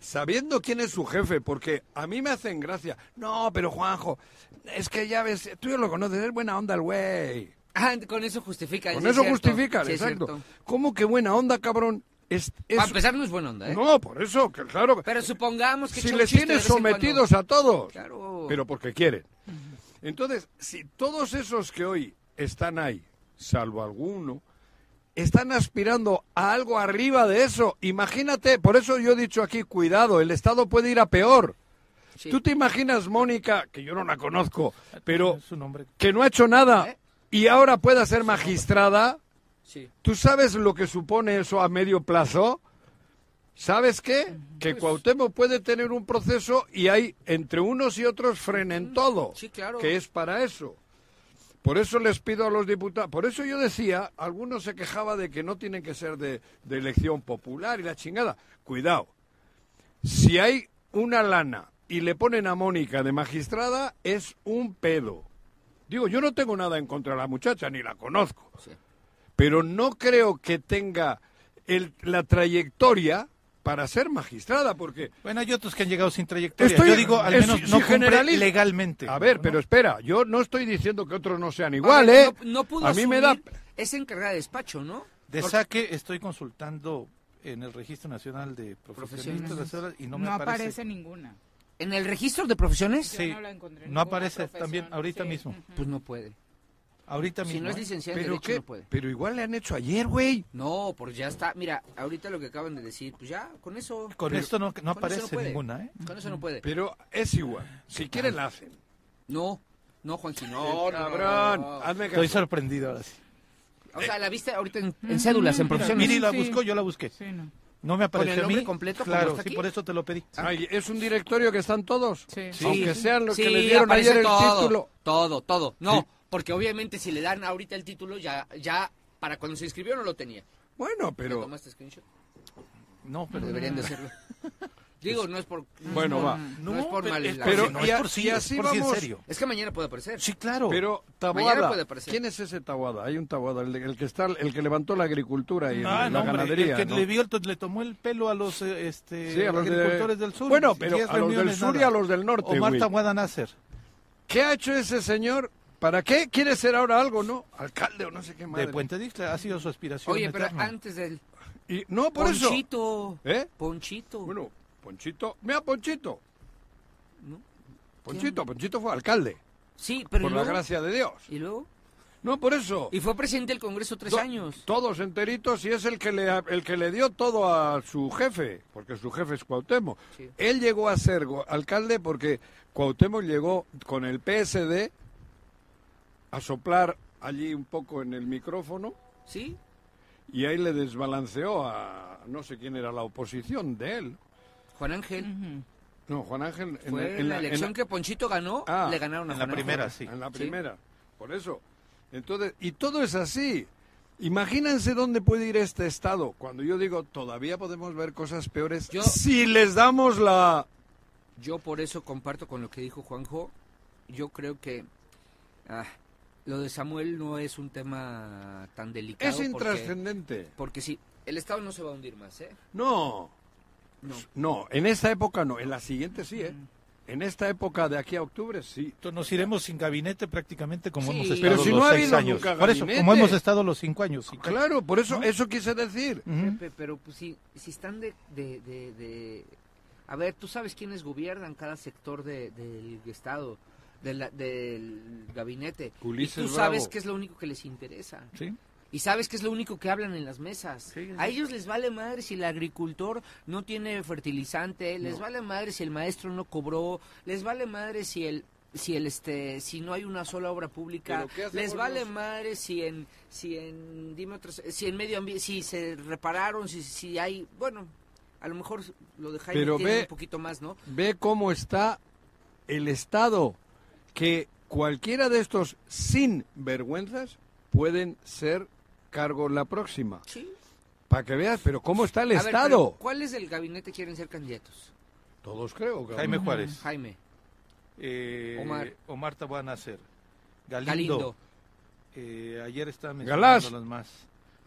sabiendo quién es su jefe, porque a mí me hacen gracia. No, pero Juanjo, es que ya ves, tú ya lo conoces, es buena onda el güey.
Ah, con eso justifica.
Con
sí es
eso
cierto.
justifican,
Sí es
exacto.
cierto.
¿Cómo que buena onda, cabrón? Es, es-
Para empezar, no es buena onda, ¿eh?
No, por eso, que claro.
Pero supongamos que
si
echa un
les
chiste de
tienes
vez en cuando.
sometidos a todos,
Claro.
pero porque quieren. Entonces, si todos esos que hoy están ahí, salvo alguno, están aspirando a algo arriba de eso, imagínate, por eso yo he dicho aquí, cuidado, el Estado puede ir a peor.
Sí.
¿Tú te imaginas, Mónica, que yo no la conozco, pero
Es su nombre.
que no ha hecho nada
¿Eh?
y ahora pueda ser magistrada?
Sí.
¿Tú sabes lo que supone eso a medio plazo? ¿Sabes qué? Que
Pues-
Cuauhtémoc puede tener un proceso y hay entre unos y otros frenen todo.
Sí, claro.
Que es para eso. Por eso les pido a los diputados, por eso yo decía, algunos se quejaba de que no tienen que ser de, de elección popular y la chingada. Cuidado, si hay una lana y le ponen a Mónica de magistrada, es un pedo. Digo, yo no tengo nada en contra de la muchacha, ni la conozco
Sí.
pero no creo que tenga el- la trayectoria para ser magistrada, porque...
Bueno, hay otros que han llegado sin trayectoria.
Estoy-
Yo digo, al
es-
menos
si
no cumple
generaliz-
legalmente.
A ver,
¿no?
pero espera, yo no estoy diciendo que otros no sean
A
igual,
ver,
¿eh?
No, no pudo
a mí me da...
asumir- Es encargada de despacho, ¿no?
De
Porque-
saque estoy consultando en el Registro Nacional de Profesionistas
Profesionistas.
Asesores, y no
No,
me
aparece.
aparece.
ninguna.
¿En el registro de profesiones?
Yo
Sí,
no la encontré.
no
ninguna
aparece
profesión.
también ahorita
Sí.
mismo.
Ujú.
Pues no puede.
Ahorita
Si
mismo.
no es
¿eh?
licenciada en
Pero,
Derecho,
qué-
no puede.
pero igual le han hecho ayer, güey.
No, pues ya está. Mira, ahorita lo que acaban de decir, pues ya, con eso...
Con esto no, no
con eso
aparece
puede.
ninguna, ¿eh?
Con eso no puede.
Pero es igual. Si quieren, la hacen.
No, no, Juanji, no, no,
Cabrón,
no.
hazme
Estoy
caso.
sorprendido ahora sí.
O sea, la viste ahorita en, en cédulas, en
Mira,
profesiones.
Miri la
Sí.
buscó, yo la busqué.
Sí, no.
No me apareció
el
a
nombre
mí.
completo, como
claro,
está
sí,
aquí?
por eso te lo pedí.
Ay, ¿Es un directorio que están todos?
Sí.
Sí.
Aunque sean los que
Sí,
le dieron
aparece
ayer el
todo,
título.
Todo, todo. No,
Sí.
porque obviamente si le dan ahorita el título, ya, ya para cuando se inscribió no lo tenía.
Bueno,
¿Le
pero...
tomaste screenshot?
No, pero
Pero deberían de serlo. Ah. Pues, Digo, no es por...
Bueno, va.
No, es por
pero-
mal.
es-
Pero-
si no
y
es
a-
por sí,
y
es
así
por sí en
vamos-
serio.
Es que mañana puede aparecer.
Sí, claro.
Pero
Mañana
Taboada,
puede aparecer.
¿quién es ese Taboada? Hay un Taboada, el, de- el que está, el que levantó la agricultura y
Ah,
la
no, hombre,
ganadería.
el que
¿no?
le, vio, el- le tomó el pelo a los, eh, este,
Sí, a los de-
agricultores del sur.
Bueno,
Ni
pero
siquiera
a los
reuniones,
del sur y
nada.
a los del norte,
O Marta
güey.
Guadanácer.
¿Qué ha hecho ese señor? ¿Para qué quiere ser ahora algo, no? Alcalde o no sé qué madre.
De Puente Dixla, ha sido su aspiración.
Oye, pero
eterna.
antes del...
Y, no, por eso.
Ponchito.
¿Eh?
Ponchito.
Bueno, Ponchito. Mira, Ponchito.
¿No?
Ponchito, Ponchito fue alcalde,
Sí, pero
por
¿y
la
luego?
gracia de Dios.
¿Y luego?
No, por eso.
Y fue presidente del Congreso tres
Do-
años.
Todos enteritos y es el que, le, el que le dio todo a su jefe, porque su jefe es Cuauhtémoc.
Sí.
Él llegó a ser go- alcalde porque Cuauhtémoc llegó con el PSD a soplar allí un poco en el micrófono
¿Sí?
y ahí le desbalanceó a no sé quién era la oposición de él.
Juan Ángel.
No, Juan Ángel en,
Fue
el-
en,
en
la, elección
en
que Ponchito ganó,
Ah,
le ganaron a
en la
Juan Ángel.
primera, sí.
en la
Sí.
primera. Por eso. Entonces, y todo es así. Imagínense dónde puede ir este estado. Cuando yo digo, todavía podemos ver cosas peores
Yo-
si les damos la
Yo por eso comparto con lo que dijo Juanjo. Yo creo que ah, lo de Samuel no es un tema tan delicado. porque,
es intrascendente.
porque sí, el Estado no se va a hundir más, ¿eh?
No.
No.
No, en esta época no, en la siguiente sí, ¿eh? En esta época de aquí a octubre sí.
Entonces nos iremos sin gabinete prácticamente como
Sí.
hemos estado
Pero
si
los
no ha
seis
habido
años.
nunca
Por eso,
gabinete.
como hemos estado los cinco años. cinco años.
Claro, por eso eso quise decir.
Ujú.
Pepe, pero pues, si, si están de, de, de- de- A ver, tú sabes quiénes gobiernan cada sector de- del Estado, de la- del gabinete.
Ulises
y tú
Bravo.
sabes que es lo único que les interesa.
Sí.
Y sabes que es lo único que hablan en las mesas.
Sí, sí.
A ellos les vale madre si el agricultor no tiene fertilizante, les vale madre si el maestro no cobró, les vale madre si el si el este si no hay una sola obra pública,
Pero, ¿qué hacemos
les vale
los-
madre si en si en dime otros, si en medio ambiente, si se repararon, si si hay, bueno, a lo mejor lo de Jaime
Pero
tiene
ve-
un poquito más, ¿no?
ve cómo está el Estado, que cualquiera de estos sin vergüenzas pueden ser cargo la próxima.
Sí.
Para que veas, pero cómo está el
A ver,
Estado.
pero, ¿Cuáles del gabinete quieren ser candidatos?
Todos creo, cabrón.
Jaime Juárez.
Jaime,
Eh,
Omar.
Omar Tabuanacer.
Galindo.
Galindo. Eh, ayer estaba
Galás.
mencionando los más.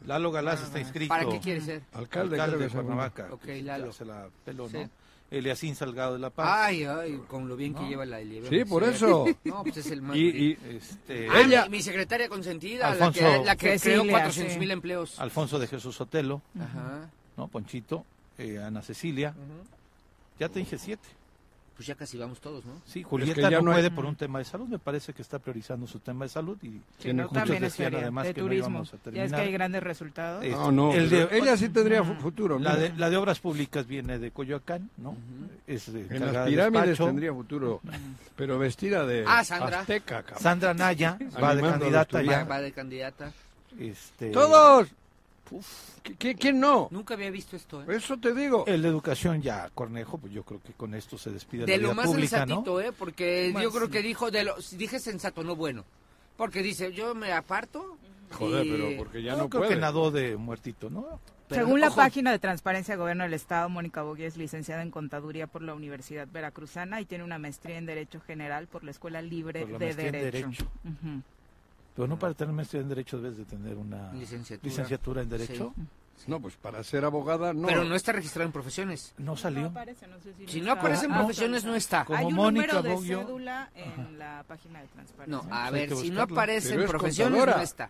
Lalo Galás está inscrito.
Ah, ¿Para qué quiere ser?
Alcalde, creo que
de
es alguno.
Cuernavaca.
Ok,
que
Lalo.
Se la peló,
Sí.
¿no? Eliasín Salgado de La Paz.
Ay, ay, con lo bien que lleva la Eliebe.
Sí, por eso.
No, pues es el más.
Y, y-
Este,
Ah,
Ella-
mi, mi secretaria consentida, la que,
Alfonso-
la que
Cecilia,
creó 400 mil
sí.
empleos.
Alfonso de Jesús Sotelo,
Ajá.
¿no? Ponchito, eh, Ana Cecilia.
Ujú.
Ya te dije siete.
Pues ya casi vamos todos, ¿no?
Sí, Julieta
ya
no,
no hay-
puede por un tema de salud. Me parece que está priorizando su tema de salud y
Tiene
muchos
También es
decían
feria
además
de
que no
turismo.
íbamos
ya
a
es que hay
terminar.
grandes resultados.
Eh,
No, no,
El de-
pero ella sí tendría fu- futuro.
La
mira.
de, la de obras públicas viene de Coyoacán, ¿no? Es eh,
en
encargada
las
de
pirámides
despacho.
tendría futuro, pero vestida de
Ah, Sandra.
azteca, cabrón.
Sandra Naya va de
Animando a los
candidata
turistas.
Va,
ya.
va de candidata.
Este,
¡Todos! ¿Qui- qui- ¿Quién no?
Nunca había visto esto, ¿eh?
Eso te digo.
El de educación ya, Cornejo, pues yo creo que con esto se despide
De
la
lo
vida
más
pública, ¿no?
sensatito, ¿eh? Porque
Más,
yo creo
sí.
que dijo, de lo, dije sensato, no bueno. Porque dice, yo me aparto.
Joder,
y-
pero porque ya
Yo
no
creo
puede.
que nadó de muertito, ¿no?
pero,
Según la
ojo,
página de Transparencia Gobierno del Estado, Mónica Boguía es licenciada en Contaduría por la Universidad Veracruzana y tiene una maestría en Derecho General por la Escuela Libre
Por la
de
maestría en
Derecho.
Derecho.
Ujú.
Pero no para tener maestría en Derecho debes de tener una
Licenciatura.
licenciatura en Derecho.
No, pues para ser abogada no.
Pero no está registrado en profesiones.
No salió.
aparece, no sé
Si
no
no
está
aparece en
Ah,
profesiones, no está.
Como
Hay un
Mónica
número de
Boggio.
cédula en la página de Transparencia.
No, ah,
pues
a
hay
ver,
que
si no
buscarlo.
aparece
Pero
en
es
profesiones,
contadora.
no está.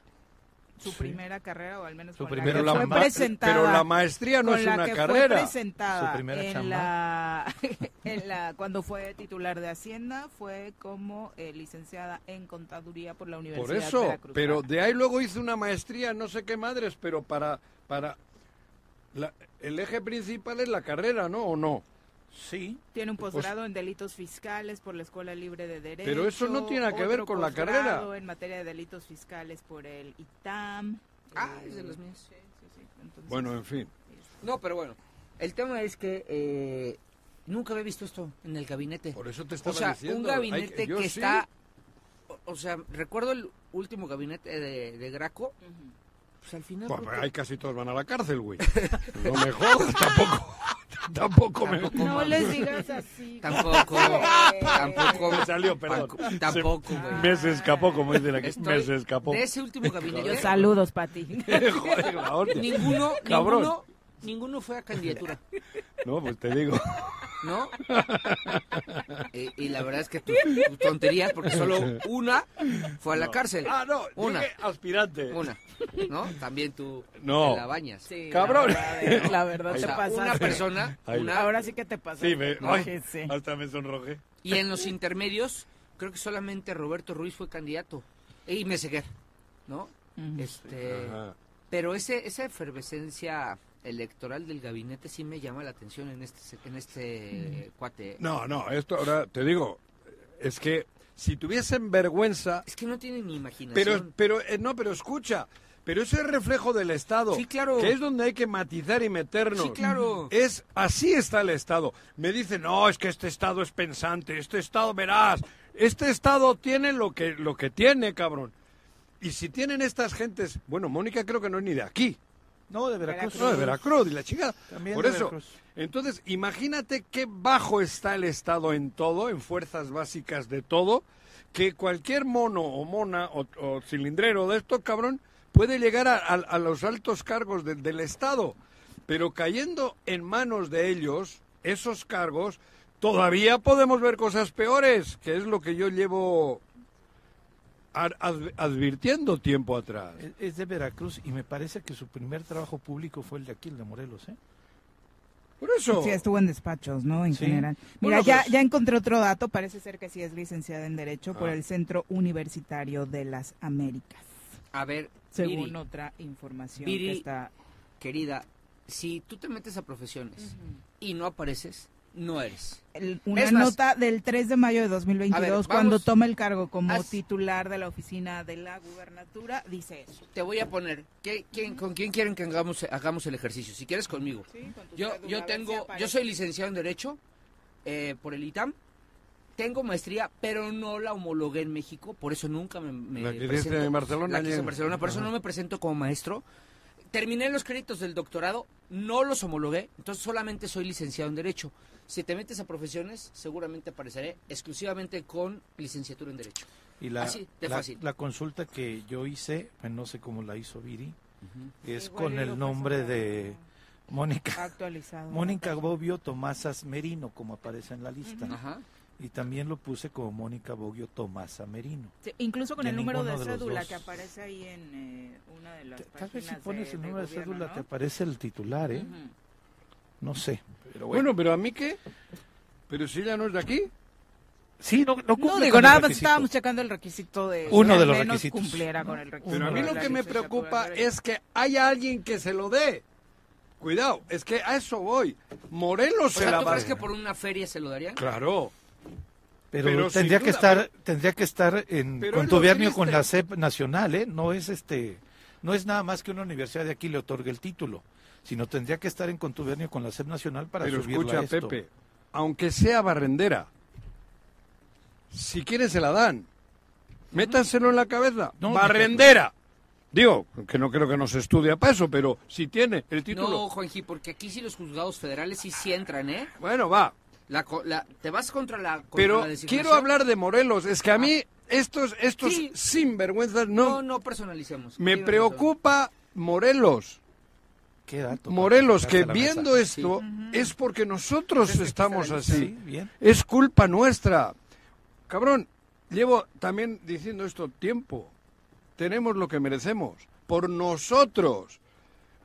Su primera carrera, o al menos
Su
con la
primera
que
la
fue
ma-
presentada.
pero la maestría no
con
es
la
una
que fue
carrera.
presentada
Su primera
en
chamba.
la, en la cuando fue titular de Hacienda fue como eh, licenciada en contaduría por la Universidad
Por eso,
Veracruzana.
pero de ahí luego hice una maestría, no sé qué madres, pero para para la- el eje principal es la carrera, ¿no? ¿O no?
Sí.
tiene un
pues-
posgrado en delitos fiscales por la Escuela Libre de Derecho.
Pero eso no tiene que
otro
ver con la
posgrado
carrera.
en materia de delitos fiscales por el ITAM.
Ah,
eh,
es de las mías.
sí, sí, sí, entonces-
Bueno, eh. en fin.
No, pero bueno, el tema es que eh, nunca había visto esto en el gabinete.
Por eso te
O
estaba
sea,
diciendo.
un
hay-
gabinete
yo
que
sí,
está... o- O sea, recuerdo el último gabinete de, de Graco,
Ujú.
pues al final...
Pues,
creo que
ahí casi todos van a la cárcel, güey. No me jodas, tampoco. Tampoco me.
Tampoco.
No les digas así.
Tampoco, tampoco...
Me salió, perdón.
Paco- Tampoco, güey.
Me se escapó, como dicen aquí.
Estoy-
Me se escapó.
De ese último gabinete,
Saludos, Pati.
Joder, la hostia.
ninguno,
Cabrón.
ninguno, ninguno fue a candidatura,
No, pues te digo.
¿no? Eh, y la verdad es que tus tus tonterías, porque solo una fue a la cárcel.
Ah, no,
Una.
dije aspirante.
Una, ¿no? También tú
No.
te la bañas.
Sí,
Cabrón.
La verdad, la verdad
O
te
sea,
pasaste.
una persona,
Ahí
una-
Ahora sí que te pasaste.
Sí, me,
No,
ay,
que sí.
hasta me sonrojé.
y en los intermedios, creo que solamente Roberto Ruiz fue candidato. Y Meseguer. ¿no? Este,
Eh,
pero ese, esa efervescencia electoral del gabinete sí me llama la atención en este, en este
Mm.
eh, cuate.
No, no, esto ahora te digo, es que si tuviesen vergüenza,
Es que no tiene ni
pero,
imaginación.
pero, eh, no, pero escucha, pero eso es reflejo del Estado,
Sí, claro.
que es donde hay que matizar y meternos.
Sí, claro.
Es, así está el Estado. Me dicen, no, es que este Estado es pensante, este Estado, verás, este Estado tiene lo que, lo que tiene, cabrón. Y si tienen estas gentes, bueno, Mónica creo que no es ni de aquí.
No, de Veracruz.
No, de Veracruz, y la chica.
También
Por
de
eso.
Veracruz.
Entonces, imagínate qué bajo está el Estado en todo, en fuerzas básicas de todo, que cualquier mono o mona o, o cilindrero de estos, cabrón, puede llegar a, a- a los altos cargos del- del Estado. Pero cayendo en manos de ellos, esos cargos, todavía podemos ver cosas peores, que es lo que yo llevo ad- adv- advirtiendo tiempo atrás.
Es- Es de Veracruz y me parece que su primer trabajo público fue el de aquí, el de Morelos, ¿eh?
Por eso...
Sí, estuvo en despachos, ¿no? En
Sí.
general. Mira,
Bueno,
ya,
pues-
ya encontré otro dato. Parece ser que sí es licenciada en Derecho por
Ah.
el Centro Universitario de las Américas.
A ver,
Según
Viri,
otra información
Viri-
que está.
querida, si tú te metes a profesiones y no apareces, no eres.
El- una
Es más-
nota del 3 de mayo de 2022,
A ver, vamos-
cuando toma el cargo como
Haz-
titular de la oficina de la gubernatura, dice eso.
Te voy a poner, ¿qué- quién- ¿con quién quieren que hagamos, hagamos el ejercicio? Si quieres conmigo.
Pues
Yo, yo tengo, yo soy licenciado en Derecho eh, por el ITAM. Tengo maestría, pero no la homologué en México, por eso nunca me, me
La que hiciste
presento.
en Barcelona,
La que hice en
Jen.
Barcelona, por eso
Ajá.
no me presento como maestro. Terminé los créditos del doctorado, no los homologué, entonces solamente soy licenciado en Derecho. Si te metes a profesiones, seguramente apareceré exclusivamente con licenciatura en Derecho.
Y la,
Así, Ah, de
la-
fácil.
la consulta que yo hice, pues, no sé cómo la hizo Viri,
Igual
es
y
con
lo
el
pasó
nombre
para-
de Mónica.
Actualizado.
Mónica Bobbio Tomasas Merino, como aparece en la lista.
Ajá.
Y también lo puse como Mónica Bobbio Tomasa Merino.
Sí, incluso con
De
el número de
ninguno de los
cédula
dos.
que aparece ahí en eh, una de las
Ta- Tal vez si
páginas
pones
de-
el
de
número de
gobierno,
cédula
¿no?
te aparece el titular, ¿eh?
Ujú.
No sé. Pero bueno.
Bueno, pero a mí qué? Pero si ella no es de aquí.
Sí, no, no cumple
No,
con
digo,
el
nada más
requisito.
estábamos checando el requisito de...
Uno
que
de
al
los
menos
requisitos.
cumpliera con el requisito.
Pero a mí
de
lo
la
que me
licenciatura
preocupa
en Derecho.
es que haya alguien que se lo dé. Cuidado, es que a eso voy. Morelos
O
se
sea,
la
¿tú
va
crees que por una feria se lo darían?
Claro.
Pero,
Pero sin
tendría que
duda,
estar, tendría que estar en
Pero es lo
contubernio con
triste.
la SEP nacional, ¿eh? No es este, no es nada más que una universidad de aquí le otorgue el título, sino tendría que estar en contubernio con la SEP nacional para
Pero
subirlo
escucha,
a esto.
Pepe, aunque sea barrendera, si quieren se la dan. Métanselo en la cabeza.
No,
barrendera. Digo, que no creo que nos estudia para eso, pero si tiene el título.
No, Juanji, porque aquí sí los juzgados federales sí sí entran, ¿eh?
Bueno, va.
La, co- la- te vas contra la. contra
Pero
la designación. Ah,
quiero hablar de Morelos. Es que a mí estos, estos
Sí.
sinvergüenzas
No, no personalicemos.
Me
Tienes
preocupa Morelos.
Qué dato,
Morelos,
para
que
sacarse a la
viendo
mesa.
esto es porque nosotros estamos así.
Sí, bien.
Es culpa nuestra. Cabrón, llevo también diciendo esto tiempo. Tenemos lo que merecemos. Por nosotros.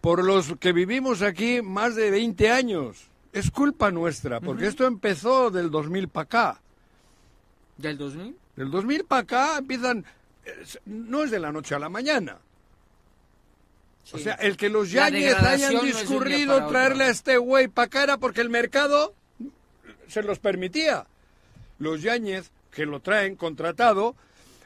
Por los que vivimos aquí más de 20 años. Es culpa nuestra, porque esto empezó del 2000 para acá.
razón. ¿Del 2000?
Del 2000 para acá empiezan... es- No es de la noche a la mañana. O sea, el que los
La
Yañez
degradación
hayan
no es de un día
discurrido
para otro.
traerle a este güey para acá era porque el mercado se los permitía. Los Yañez, que lo traen contratado,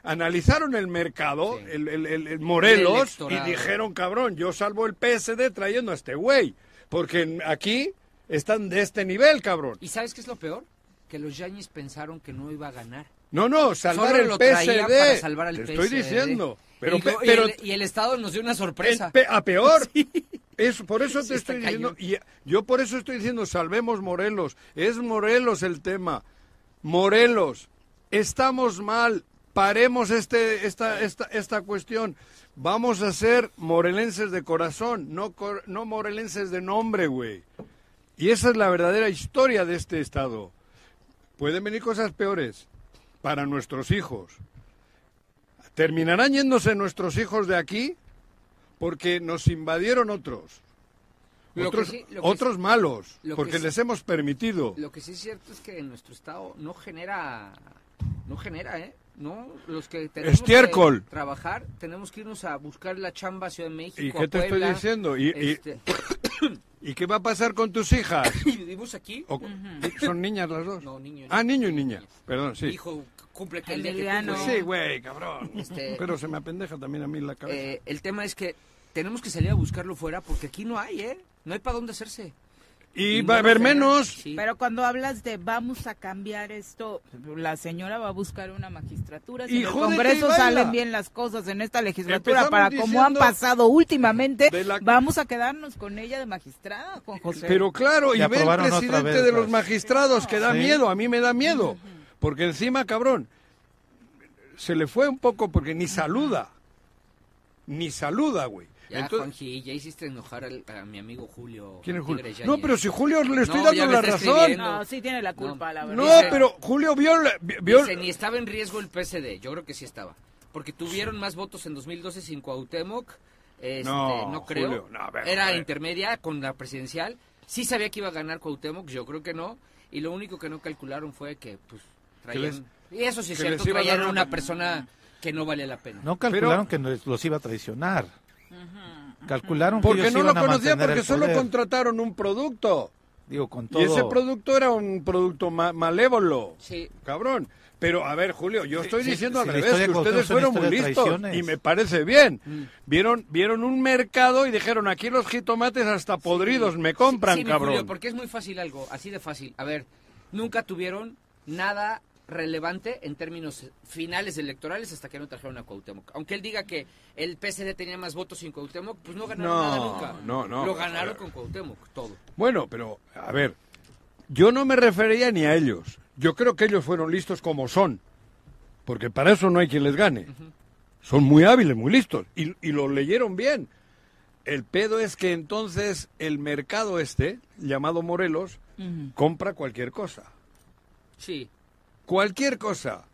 analizaron el mercado,
Sí.
el, el- el- el Morelos,
El
y
electorado.
dijeron, cabrón, yo salvo el PSD trayendo a este güey. Porque en- aquí están de este nivel, cabrón.
¿Y sabes qué es lo peor? Que los Yañez pensaron que no iba a ganar.
No, no, salvar
Solo
el
lo traía
PSD.
para salvar al
Te
PSD.
estoy diciendo. Pero,
y,
pe-
lo- y
pero
el, y el Estado nos dio una sorpresa.
En pe- a peor. Eso, por eso
Sí,
te
está
estoy diciendo, y yo por eso estoy diciendo, salvemos Morelos. Es Morelos el tema. Morelos, estamos mal. Paremos este, esta, esta, esta cuestión. Vamos a ser morelenses de corazón, no, cor- no morelenses de nombre, güey. Y esa es la verdadera historia de este Estado. Pueden venir cosas peores para nuestros hijos. ¿Terminarán yéndose nuestros hijos de aquí? Porque nos invadieron otros.
Lo que
otros
sí- lo que
otros malos.
lo que
Porque
sí-
les hemos permitido.
Lo que sí es cierto es que nuestro Estado no genera. No genera, ¿eh? ¿no? Los que tenemos
Estiércol.
que trabajar, tenemos que irnos a buscar la chamba a Ciudad de México.
¿Y
a
qué te estoy
Puebla,
diciendo? ¿Y, y-
este,
¿y qué va a pasar con tus hijas?
y vivimos aquí.
O- ¿Son niñas las dos?
No, niño.
Ah, niño y niña. Perdón, sí. Pues
Hijo, cumple que el día que
Emiliano.
tú,
no.
güey.
Sí, güey, cabrón.
Este-
Pero se me apendeja también a mí la cabeza.
Eh, el tema es que tenemos que salir a buscarlo fuera porque aquí no hay, ¿eh? No hay para dónde hacerse.
y
no
va a
lo
haber
tenemos.
menos.
Sí.
Pero cuando hablas de vamos a cambiar esto, la señora va a buscar una magistratura. Si
Y
en el
jódete y
Congreso
baila.
salen bien las cosas en esta legislatura,
Empezamos
para como han
diciendo
pasado últimamente,
de la-
vamos a quedarnos con ella de magistrada, Juan José.
Pero claro, y
Ya
ve el
aprobaron otra
presidente
vez
de los
las-
magistrados que da
Sí.
miedo, a mí me da miedo. Porque encima, cabrón, se le fue un poco porque ni saluda. Ni saluda, güey.
Ya,
Entonces-
Juanji, ya hiciste enojar al- a mi amigo Julio.
¿Quién
Tigre
es Julio?
Yáñez.
No, pero si Julio le estoy
No, ya
dando
me
la
está
razón.
escribiendo.
No, sí tiene la culpa,
No.
la verdad.
No,
Dice-
pero Julio vio... la- vi- vio-
Dice, ni estaba en riesgo el PSD. Yo creo que sí estaba. Porque tuvieron más votos en 2012 sin Cuauhtémoc. Este,
No,
no, creo.
Julio, no, a ver,
Era
a ver.
intermedia con la presidencial. Sí sabía que iba a ganar Cuauhtémoc, yo creo que no. Y lo único que no calcularon fue que, pues, traían... y eso sí es
que
cierto,
les iba a
traían
dar
a
una-
una persona que no vale la pena.
No calcularon que nos- los iba a traicionar. Calcularon que
Porque
ellos
no lo
iban a
conocía,
mantener
porque
el
solo
poder.
contrataron un producto.
Digo, con
Y ese
todo-
producto era un producto ma- malévolo.
Sí.
Cabrón. Pero a ver, Julio, yo estoy
sí,
diciendo
sí,
al
la
revés
historia
que
de Cuauhtémoc
ustedes
es una
fueron muy
historia de
listos
traiciones. Mm.
y me parece bien. Vieron vieron un mercado y dijeron, "Aquí los jitomates hasta podridos me compran,
Sí, mi
cabrón."
Julio, porque es muy fácil algo, así de fácil. A ver, nunca tuvieron nada relevante en términos finales electorales hasta que no trajeron a Cuauhtémoc. Aunque él diga que el PSD tenía más votos sin Cuauhtémoc, pues no ganaron
No,
nada nunca.
no, no. Eh,
Lo ganaron con Cuauhtémoc, todo.
Bueno, pero a ver, yo no me refería ni a ellos. Yo creo que ellos fueron listos como son. Porque para eso no hay quien les gane. Son muy hábiles, muy listos. Y, y lo leyeron bien. El pedo es que entonces el mercado este, llamado Morelos, compra cualquier cosa.
Sí.
Cualquier cosa.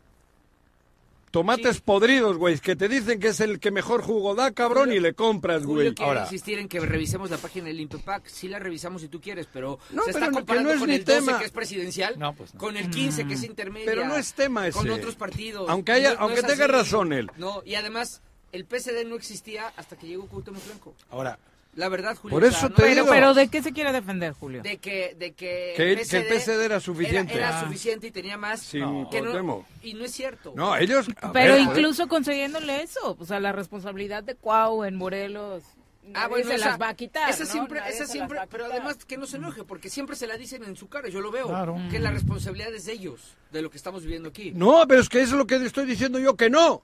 Tomates podridos, güey, que te dicen que es el que mejor jugo da, cabrón, y le compras,
Julio
güey.
quiere insistir en que revisemos la página del Impepac. Sí la revisamos si tú quieres, pero
No,
se
pero
está
no- que
comparando
no es
con
mi
el 12
tema. Mm.
que es presidencial,
No, pues no.
con el 15 que es intermedia.
Pero no es tema ese.
Con otros partidos.
Aunque haya-
No- no
aunque
es
tenga
así.
razón él.
No, y además el PSD no existía hasta que llegó Cuauhtémoc Blanco.
Ahora,
La verdad, Julio.
Por
o sea,
eso
no
te
era-
Pero,
digo.
pero ¿de qué se quiere defender, Julio?
de que de que,
Que el- que el PSD era suficiente.
Era,
Ah.
suficiente y tenía más.
Sin
que no-
Cuauhtémoc.
y no es cierto.
No, ellos. a
Pero
ver,
incluso concediéndole eso, o sea, la responsabilidad de Cuau en Morelos. nadie se
Ah, esa-
las va a quitar.
Esa
¿no?
siempre,
Nadie
esa
se
siempre,
las va a
pero
quitar.
además que no se enoje, porque siempre se la dicen en su cara, yo lo veo.
Claro.
Que la responsabilidad es de ellos, de lo que estamos viviendo aquí.
Mm. No, pero es que eso es lo que estoy diciendo yo que no.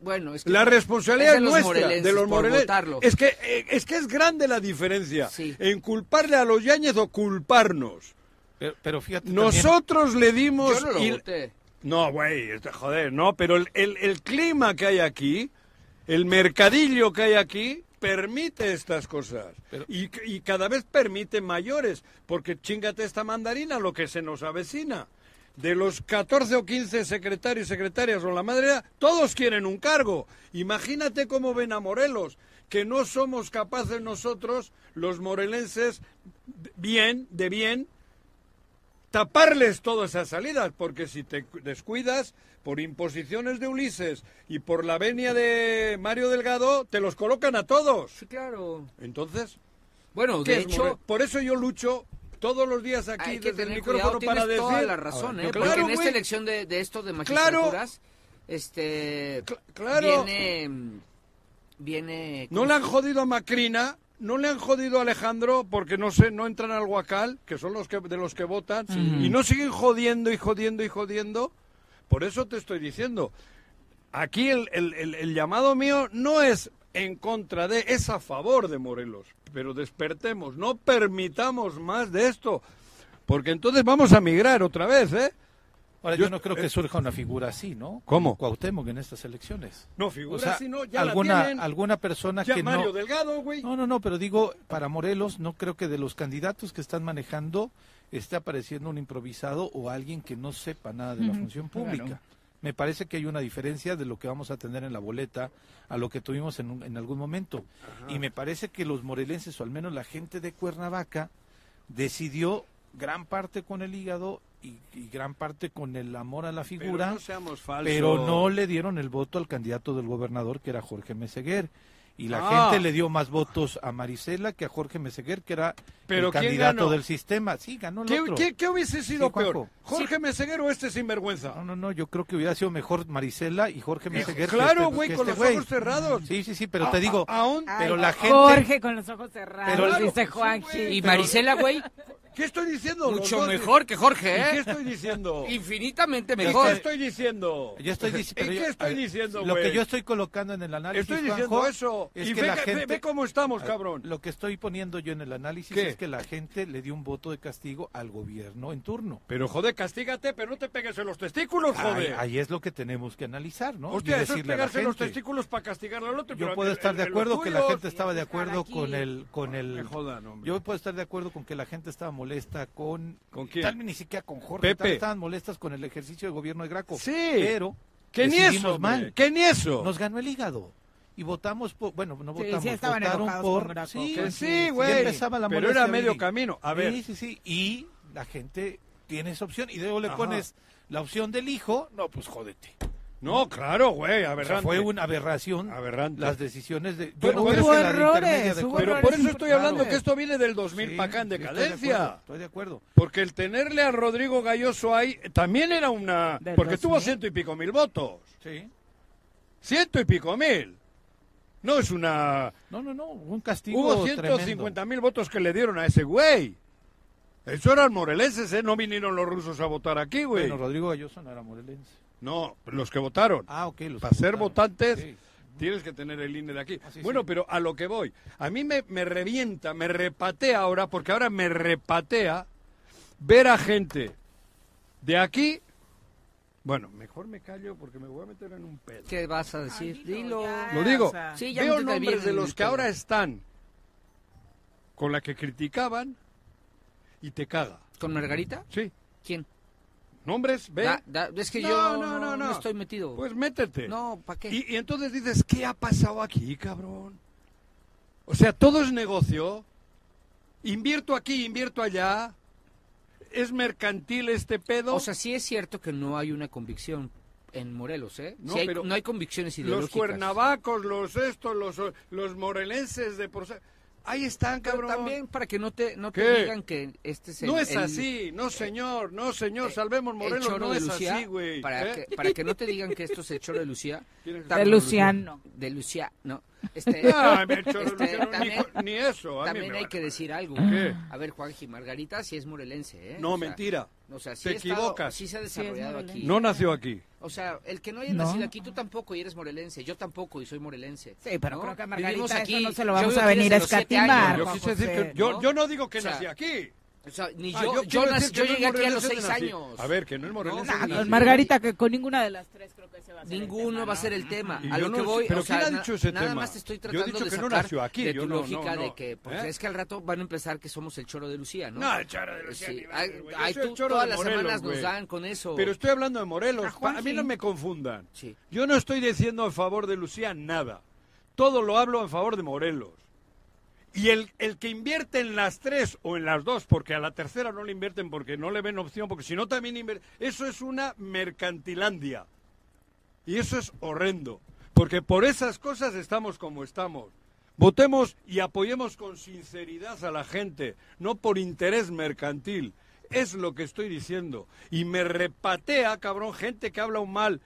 Bueno, es que
La responsabilidad
es
es
de los
nuestra, de
morelenses
los
por
morelenses.
votarlo.
Es que, eh, es que es grande la diferencia
Sí.
en culparle a los Yáñez o culparnos.
pero, pero fíjate también-
Nosotros le dimos...
yo no lo
y-
voté.
No, güey, este, joder, no, pero el, el- el clima que hay aquí, el mercadillo que hay aquí, permite estas cosas.
Pero-
Y, c- y cada vez permite mayores, porque chingate esta mandarina, lo que se nos avecina. De los 14 o 15 secretarios y secretarias o la madre, todos quieren un cargo. Imagínate cómo ven a Morelos, que no somos capaces nosotros, los morelenses, de- bien, de bien, taparles todas esas salidas, porque si te cu- descuidas por imposiciones de Ulises y por la venia de Mario Delgado, te los colocan a todos.
Sí, claro.
Entonces,
Bueno,
¿qué
de
es Morel-
hecho,
por eso yo lucho todos los días aquí
hay que
desde el
tener
micrófono
cuidado,
para
tienes
decir
toda la razón,
Ahora,
¿eh?
claro,
Porque en
güey.
esta elección de, de esto de
Claro.
magistraturas, este,
Cl- claro.
viene, viene,
No le han jodido a Macrina, no le han jodido a Alejandro porque no sé, no entran al Huacal, que son los que de los que votan y no siguen jodiendo y jodiendo y jodiendo. Por eso te estoy diciendo, aquí el, el- el- el llamado mío no es en contra de, es a favor de Morelos. Pero despertemos, no permitamos más de esto, porque entonces vamos a migrar otra vez, ¿eh?
Ahora,
Yo-
yo, no creo que surja una figura así, ¿no?
¿Cómo?
Como Cuauhtémoc en estas elecciones.
No, figura así no, ya la
alguna,
tienen.
alguna persona
Ya
que
Mario
no...
Delgado, güey.
No, no, no, pero digo, para Morelos no creo que de los candidatos que están manejando esté apareciendo un improvisado o alguien que no sepa nada de la función pública. Me parece que hay una diferencia de lo que vamos a tener en la boleta a lo que tuvimos en, un- en algún momento. Y me parece que los morelenses, o al menos la gente de Cuernavaca, decidió gran parte con el hígado y, y gran parte con el amor a la figura,
no seamos falsos.
pero no le dieron el voto al candidato del gobernador, que era Jorge Meseguer. Y la
Ah.
gente le dio más votos a Marisela que a Jorge Meseguer, que era
Pero
el
¿quién
candidato
ganó?
del sistema. Sí, ganó el
¿Qué,
otro.
qué- qué hubiese sido
Sí, Juanjo.
peor? ¿Jorge Meseguer o este sinvergüenza?
No, no, no, yo creo que hubiera sido mejor Marisela y Jorge Meseguer. que
claro,
este-
güey,
que
con los
este güey.
ojos cerrados. Ah,
Sí, sí, sí, pero te digo,
A- aún-
pero la gente...
Jorge con los ojos cerrados,
Pero-
dice Juanji.
Sí,
Y
pero-
Marisela, güey,
¿Qué estoy diciendo? Los
mucho
dos di-
mejor que
¿Y
Jorge,
qué
¿eh?
estoy diciendo?
Infinitamente
¿Y
mejor.
qué estoy diciendo?
Yo estoy dic- pero
¿Y
yo-
ah. qué estoy
a ver,
diciendo,
Lo que
güey?
yo estoy colocando en el análisis,
Estoy diciendo
Juanjo,
eso.
es
y
que
ve,
la
ve-
gente...
ve cómo estamos,
a-
cabrón.
Lo que estoy poniendo yo en el análisis
¿Qué?
es que la gente le dio un voto de castigo al gobierno en turno.
Pero joder, castígate, pero no te pegues en los testículos, joder.
Ahí, ahí es lo que tenemos que analizar, ¿no?
Hostia, eso
Y
es
decirle a la
pegarse en los
gente.
testículos para castigar al otro.
Yo
pero
puedo
el-
estar de
el- el-
acuerdo
los
que la
tuyos-
gente estaba de
buscar
acuerdo
aquí.
con el con
Me
el
jodan, hombre.
Yo puedo estar de acuerdo con que la gente estaba molesta con
¿Con quién?
tal vez ni siquiera con Jorge,
Pepe.
tal vez estaban molestas con el ejercicio de gobierno de Graco.
Sí.
Pero
Que ni
decidimos
eso, hombre,
mal.
que ni eso.
Nos ganó el hígado. Y votamos por, bueno, no
Sí,
votamos,
sí estaban
votaron
enojados
por
con Graco.
Sí,
Que
sí,
Pues sí,
sí,
güey,
ya empezaba la
pero
molestia,
era medio
Viri.
camino. A ver.
Sí, sí, sí, y la gente tiene esa opción y luego le
Ajá.
pones la opción del hijo, no pues jódete.
No, claro, güey,
O sea,
aberrante.
fue una aberración
Aberrante.
las decisiones de...
Pero
creo
hubo
que la de
errores,
intermedia de
hubo
Jorge-
Pero
errores
por eso estoy hablando
Claro.
que esto viene del 2000
Sí,
para acá en
sí, estoy
decadencia.
de acuerdo, Estoy de acuerdo.
Porque el tenerle a Rodrigo Galloso ahí eh, también era una...
Del
Porque tuvo
2000.
ciento y pico mil votos.
Sí.
Ciento y pico mil. No es una...
No, no, no, hubo un castigo
Hubo
tremendo.
150 mil votos que le dieron a ese güey. Eso eran moreleses, ¿eh? No vinieron los rusos a votar aquí, güey.
Bueno, Rodrigo Galloso no era morelense.
No, los que votaron.
Ah, ok. los
Para
que
ser
votaron.
votantes
Sí.
tienes que tener el INE de aquí.
Ah, sí,
bueno,
sí.
pero a lo que voy. A mí me, me revienta, me repatea ahora, porque ahora me repatea ver a gente de aquí. Bueno, mejor me callo porque me voy a meter en un pedo.
¿Qué vas a decir?
Ay, dilo,
Dilo.
ya.
Lo digo,
O sea,
Sí, ya no
veo
te
nombres
conviene
de
en
los
el
que
pedo.
ahora están con la que criticaban y te caga.
¿Con Margarita?
Sí,
¿Quién?
nombres, ve.
Da- da- es que
No,
yo
no,
no,
no, no.
no estoy metido.
Pues métete.
no, ¿para qué?
Y, y entonces dices, ¿qué ha pasado aquí, cabrón? O sea, todo es negocio. Invierto aquí, invierto allá. Es mercantil este pedo.
O sea, sí es cierto que no hay una convicción en Morelos, ¿eh?
No,
Sí hay-
pero
no hay convicciones
los
ideológicas.
cuernavacos, los estos, los, los morelenses de por... Ahí están,
Pero
cabrón.
también para que no te, no te
¿Qué?
digan que este es el,
no es
el-
así, no señor, no señor,
eh,
salvemos
el
Morelos,
choro
no
de
es
Lucía,
así, güey.
Para,
¿eh?
que, para que no te digan que esto es el choro de Lucía.
¿Quién es
De
el
también-
Luciano.
De Lucía, no. Este,
Ah, el choro de
este,
Lucía, no, ni
también-
co- ni, eso. a mí
También
me
hay
vale
que
madre.
decir ¿eh? algo.
¿Qué?
A ver, Juanji, Margarita sí es morelense, ¿eh?
No,
O sea,
mentira.
O sea, sí
Te
ha estado-
equivocas.
sí se ha
Sí es
desarrollado aquí.
morelense.
No nació aquí.
O sea, el que no haya
No.
nacido aquí, tú tampoco y eres morelense. Yo tampoco y soy morelense.
Sí, pero
¿no?
creo que a
Vivimos
Margarita
aquí.
eso no se lo
Yo
vamos
vivo
a
aquí
venir a
desde los siete
escatimar.
años.
Yo
Juan
quise decir
José.
que yo,
¿no?
yo no digo que
O sea,
nací aquí.
O sea, ni
Ah,
yo, yo,
quiero
nací-
decir que
yo
no es
llegué aquí a los
morelense de
seis
nací.
años.
A ver, que no es morelense
No,
Nah,
de nací.
Ah, con Margarita, que con ninguna de las tres creo que se va a hacer el
Ninguno
tema,
va a
¿no?
ser el tema.
Y
A
yo
lo
no
que
sé-
voy,
pero
o sea,
¿quién ha
na-
dicho ese
nada
tema?
más te estoy
Yo he
tratando
dicho
de
que no
sacar
nació aquí,
de
yo
tu
no, no,
lógica
no.
de que pues,
¿Eh?
es que al rato van a empezar que somos el choro de Lucía, ¿no?
No, el choro de Lucía,
Sí.
ni
Ay,
madre, güey.
ay,
Yo soy el
tú
choro
todas
de
las
Morelos,
semanas
güey.
nos dan con eso.
Pero estoy hablando de Morelos.
A
Pa-
Juan
a mí
sí.
no me confundan.
Sí.
Yo no estoy diciendo a favor de Lucía nada. Todo lo hablo en favor de Morelos. Y el, el que invierte en las tres o en las dos, porque a la tercera no le invierten porque no le ven opción, porque si no también invierten. Eso es una mercantilandia. Y eso es horrendo. Porque por esas cosas estamos como estamos. Votemos y apoyemos con sinceridad a la gente, no por interés mercantil. Es lo que estoy diciendo. Y me repatea, cabrón, gente que habla un mal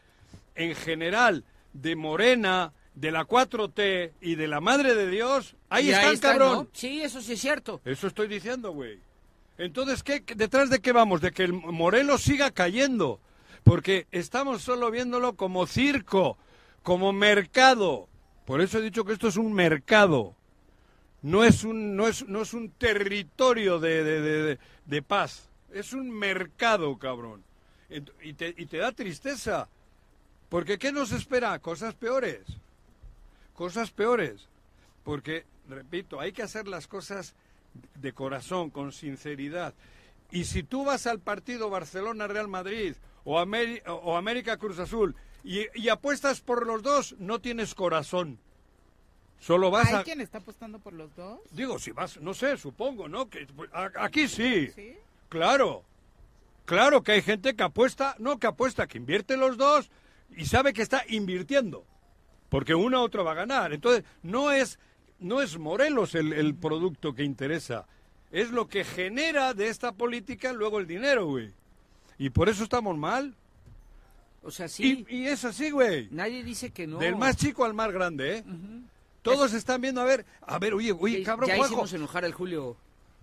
en general de Morena, de la 4T y de la Madre de Dios. Ahí
Y
están, cabrón.
¿no? Sí, eso sí es cierto.
Eso estoy diciendo, güey. Entonces, ¿qué, qué- ¿detrás de qué vamos? De que el Morelos siga cayendo. Porque estamos solo viéndolo como circo, como mercado. Por eso he dicho que esto es un mercado. No es un, no es, no es un territorio de, de- de- de- de paz. Es un mercado, cabrón. Ent- Y te, y te da tristeza. Porque ¿qué nos espera? Cosas peores. Cosas peores. Porque, repito, hay que hacer las cosas de corazón, con sinceridad. Y si tú vas al partido Barcelona-Real Madrid o, Ameri- o América-Cruz Azul y, y apuestas por los dos, no tienes corazón. Solo vas
¿Hay
a...
quien está apostando por los dos?
Digo, si vas, no sé, supongo, ¿no? Que, a- aquí pues, sí,
¿Sí?
claro. Claro que hay gente que apuesta, no que apuesta, que invierte los dos y sabe que está invirtiendo, porque uno a otro va a ganar. Entonces, no es, no es Morelos el, el producto que interesa, es lo que genera de esta política luego el dinero, güey. Y por eso estamos mal.
O sea, sí.
Y, y es así, güey.
Nadie dice que no.
Del más chico al más grande, ¿eh?
Ujú.
Todos están viendo, a ver, a ver, oye, oye,
Ya-
cabrón,
ya
Juanjo.
hicimos enojar al Julio.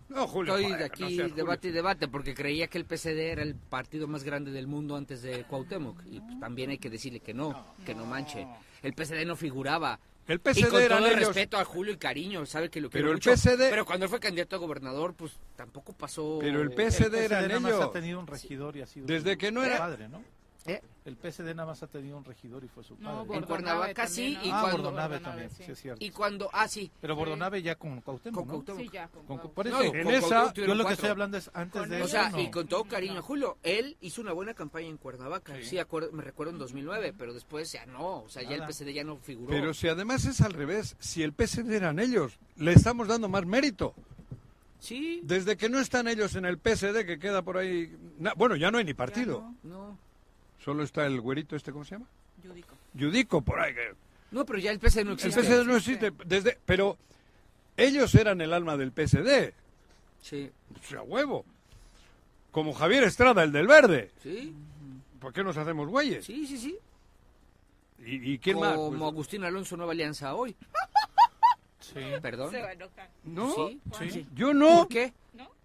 No, Julio,
Estoy
joder,
de
no
aquí
seas Julio.
debate y debate porque creía que el PCD era el partido más grande del mundo antes de Cuauhtémoc y pues, también hay que decirle que no, que no manche. El PCD no figuraba.
El
y con
PSD eran
todo el
ellos.
respeto a Julio y cariño, sabe que lo
Pero
quiero
el
mucho,
PSD
pero cuando fue candidato a gobernador, pues tampoco pasó.
Pero el
El
PSD
PSD
eran
nada más
ellos.
ha tenido un regidor y ha sido
Desde
su-
que no
su
era-
padre, ¿no?
¿Eh?
El PSD nada más ha tenido un regidor y fue su
No,
padre.
Bor-
En
Bordenave
Cuernavaca sí,
también,
y
¿no?
ah,
cuando,
Bordenave
Bordenave,
también,
sí.
sí es cierto.
y cuando, ah sí,
Pero Bordenave ya con Cuauhtémoc,
con
¿no?
Cuauhtémoc.
Sí, ya. con
Con-
Cuauhtémoc.
por eso,
No,
en
con
esa-
Cuauhtémoc
yo
tuvieron
lo que estoy
cuatro.
hablando es antes
Con
de
ellos
O
eso,
sea,
no.
y con todo cariño a Julio, él hizo una buena campaña en Cuernavaca, sí, acuerdo- me recuerdo en 2009, pero después ya no, o sea, ya el
Nada.
PCD ya no figuró.
Pero si además es al revés, si el PSD eran ellos, le estamos dando más mérito.
Sí,
Desde que no están ellos en el PSD, que queda por ahí... na- bueno, ya no hay ni partido.
no.
no.
Solo está el güerito este, ¿cómo se llama?
Yudico.
Yudico, por ahí. que-
No, pero ya el PCD no
El
existe.
PSD no existe. Desde, pero ellos eran el alma del PSD.
Sí,
O sea, huevo. Como Javier Estrada, el del verde.
sí,
¿Por qué nos hacemos güeyes?
sí, sí, sí.
¿Y, y quién más?
Como
Pues-
Agustín Alonso Nueva Alianza hoy,
Sí.
perdón.
Se va a enojar.
No,
Sí.
Sí.
yo no.
¿Por qué?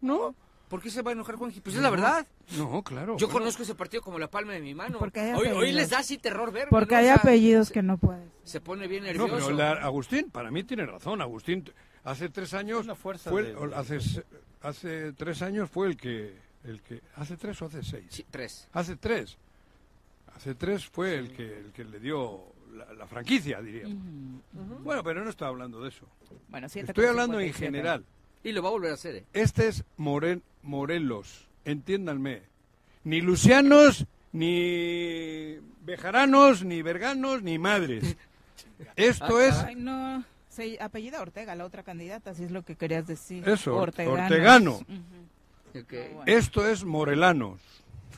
No.
¿Por qué se va a enojar Juanji? Pues es la verdad.
No, claro. pues,
Yo conozco ese partido como la palma de mi mano.
Porque hay
hoy, hoy
apellidos.
les da así terror ver.
Porque hay apellidos que no puedes.
Se pone bien
No,
nervioso.
pero la- Agustín, para mí tiene razón. Agustín, t- hace tres años.
Es la fuerza
fue-
de-
o- hace, se- hace tres años fue el que, el que. ¿Hace tres o hace seis?
Sí, tres.
Hace tres. Hace tres fue el, que, el que le dio la, la franquicia, diríamos. Bueno, pero no estoy hablando de eso.
Bueno, siete
Estoy
con
hablando en
57.
general.
Y lo va a volver a hacer. ¿eh?
Este es Moren, Morelos, entiéndanme. Ni lucianos, ni bejaranos, ni verganos, ni madres.
Ah,
Esto es
Ay, no. Se apellida Ortega, la otra candidata, si es lo que querías decir.
Eso, Or-
Orteganos.
Ortegano.
Ujú. Ah,
Ok.
bueno.
esto es morelanos.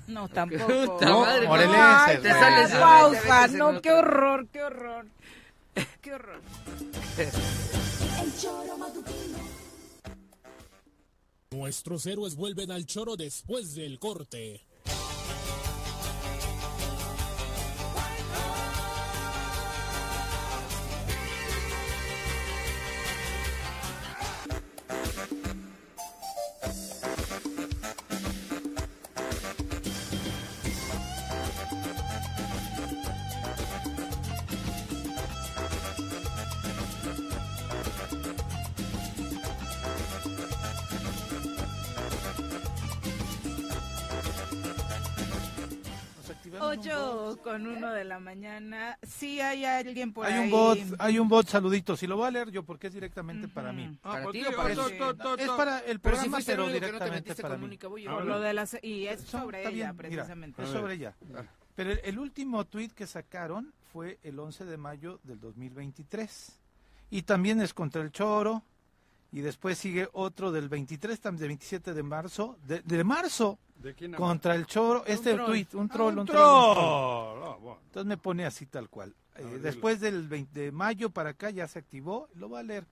No, tampoco.
Puta madre,
No, morelenses,
Ay,
güey.
te
Te
sales
sales
pausa,
veces en
no,
otro.
qué horror, qué horror. Qué horror.
Nuestros héroes vuelven al choro después del corte.
Nos activaron un
Ocho con uno de la mañana. Sí hay alguien por
Hay
ahí.
un bot, hay un bot, saludito. Si lo voy a leer yo, porque es directamente para mí.
Ah,
Ah,
¿Para
pues
ti o para
to-
mí?
to- to-
Es
to-
para el
Pero si
programa,
fuiste el
pero,
único que no te
directamente
metiste
para
con
mí.
Mónica Boyer.
Por lo de las y es
Son-
sobre
está
ella
bien, mira,
precisamente.
es sobre ella. Pero el, el último tuit que sacaron fue el 11 de mayo del 2023. Y también es contra el choro. Y después sigue otro del 23, tam- del 27 de marzo. De, de marzo,
¿De quién habla?
contra el choro. Este
troll.
tuit, un
Ah,
troll,
un
un troll, un troll.
troll. Ah,
Pues
bueno.
Entonces me pone así tal cual. Eh,
ver,
después del 20 de mayo para acá ya se activó, lo voy a leer.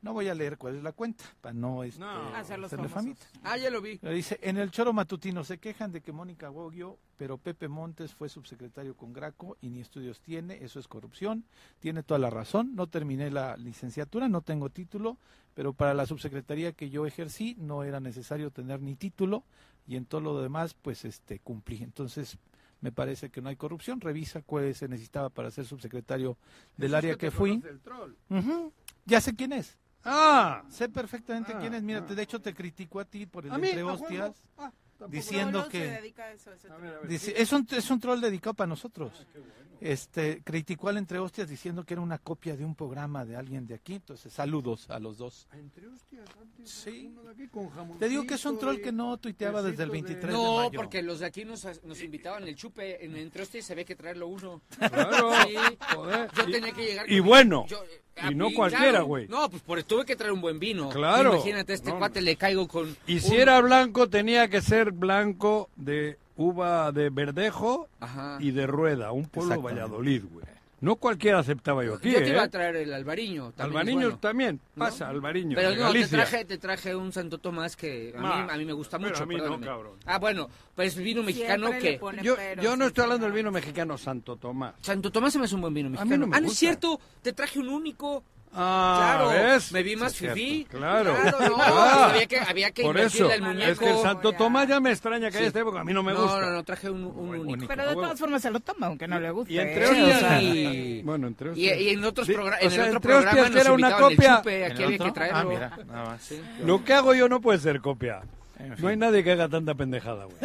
No voy a leer cuál es la cuenta, para no, este,
No.
Hacer los
hacerle
famosos.
famita.
Ah, ya lo vi.
Pero Dice, en el choro matutino se quejan de que Mónica Goggio, pero Pepe Montes fue subsecretario con Graco y ni estudios tiene, eso es corrupción, tiene toda la razón, no terminé la licenciatura, no tengo título, pero para la subsecretaría que yo ejercí no era necesario tener ni título y en todo lo demás pues este cumplí. Entonces me parece que no hay corrupción, revisa cuál se necesitaba para ser subsecretario del
Eso es
área
te
que fui.
conoce el troll.
Ujú, Ya sé quién es,
Ah,
sé perfectamente
Ah,
quién es, mira,
ah.
te- de hecho te critico a ti por el
a mí.
entre
a Juanjo.
hostias.
Ah, tampoco-
diciendo-
Solo
que-
se dedica a eso, a ese
A
tema.
ver, a ver.
Dice, es un, es un troll dedicado para nosotros.
Ah,
Este, criticó al Entre Hostias diciendo que era una copia de un programa de alguien de aquí. Entonces, saludos a los dos.
Entre hostias, antes
Sí.
uno de aquí con
Te digo que es un
jamoncito
troll
y-
que no tuiteaba desde el 23 de
No,
mayo.
porque los de aquí nos, nos invitaban el chupe. En, entre ustedes se ve que traerlo uno.
Claro,
Sí.
joder.
Yo
Y-
tenía que llegar.
y
con-
bueno.
yo, eh,
Y no
Ah,
cualquiera,
claro.
güey.
No, pues por eso tuve que traer un buen vino.
Claro.
Imagínate, a este
No,
cuate le caigo con.
Y
un-
si era blanco, tenía que ser blanco de uva de verdejo
Ajá.
y de rueda, un pueblo de
Exactamente.
Valladolid, güey. No cualquiera aceptaba yo aquí,
Yo te iba
¿eh?
a traer el albariño. También es
Albariños
bueno.
también, pasa, Albariños,
Pero
de
no, te
Galicia.
traje, te traje un Santo Tomás que a mí,
Ma,
a mí me gusta
pero
mucho.
a mí no,
perdóname.
cabrón.
Ah, bueno, pues vino mexicano
Siempre le
que.
pone
Yo,
peros,
yo no estoy
señor.
hablando del vino mexicano Santo Tomás.
Santo Tomás se me hace un buen vino
mí no
mexicano.
me
ah, no es
gusta.
cierto, te traje un único.
Ah,
claro,
¿ves?
me vi más
Sí, es
fifí.
cierto. Claro.
no,
Ah,
había que, había que
Por eso,
invertirle al muñeco.
es que el Santo
Ya.
Tomás ya me extraña que
Sí.
haya este, porque a mí no me
no,
gusta.
no, no, traje un, un
Muy
único.
Pero de todas formas se lo toma, aunque no le guste.
Y entre
¿eh?
Sí.
hostias.
O sea,
Sí.
Bueno, entre
Y,
hostias.
y en otros
Sí,
programas,
o
en el
sea,
otro
entre hostias,
programa
que
nos
era una
invitaban el
copia.
chupe, aquí
¿El
había que
otro?
traerlo.
Ah, mira, nada más.
Lo que hago yo no puede ser copia.
En
No
fin.
hay nadie que haga tanta pendejada, güey.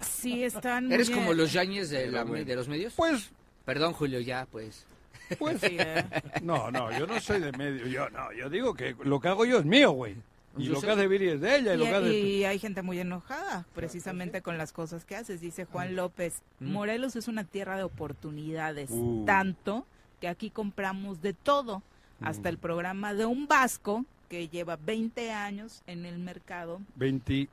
sí, están muy
Eres
bien.
como los yañes de, la-
bueno.
de los medios.
Pues,
Perdón, Julio, ya, pues.
pues.
Sí, ¿eh?
No, no, yo no soy de medio. Yo no, yo digo que lo que hago yo es mío, güey. Y
Yo
lo
sé.
que hace Viri es de ella y lo que
Y,
hace.
y hay gente muy enojada precisamente con las cosas que haces. Dice Juan López, Morelos es una tierra de oportunidades,
Mm. Uh.
tanto que aquí compramos de todo,
Mm.
hasta el programa de un vasco que lleva 20 años en el mercado.
20,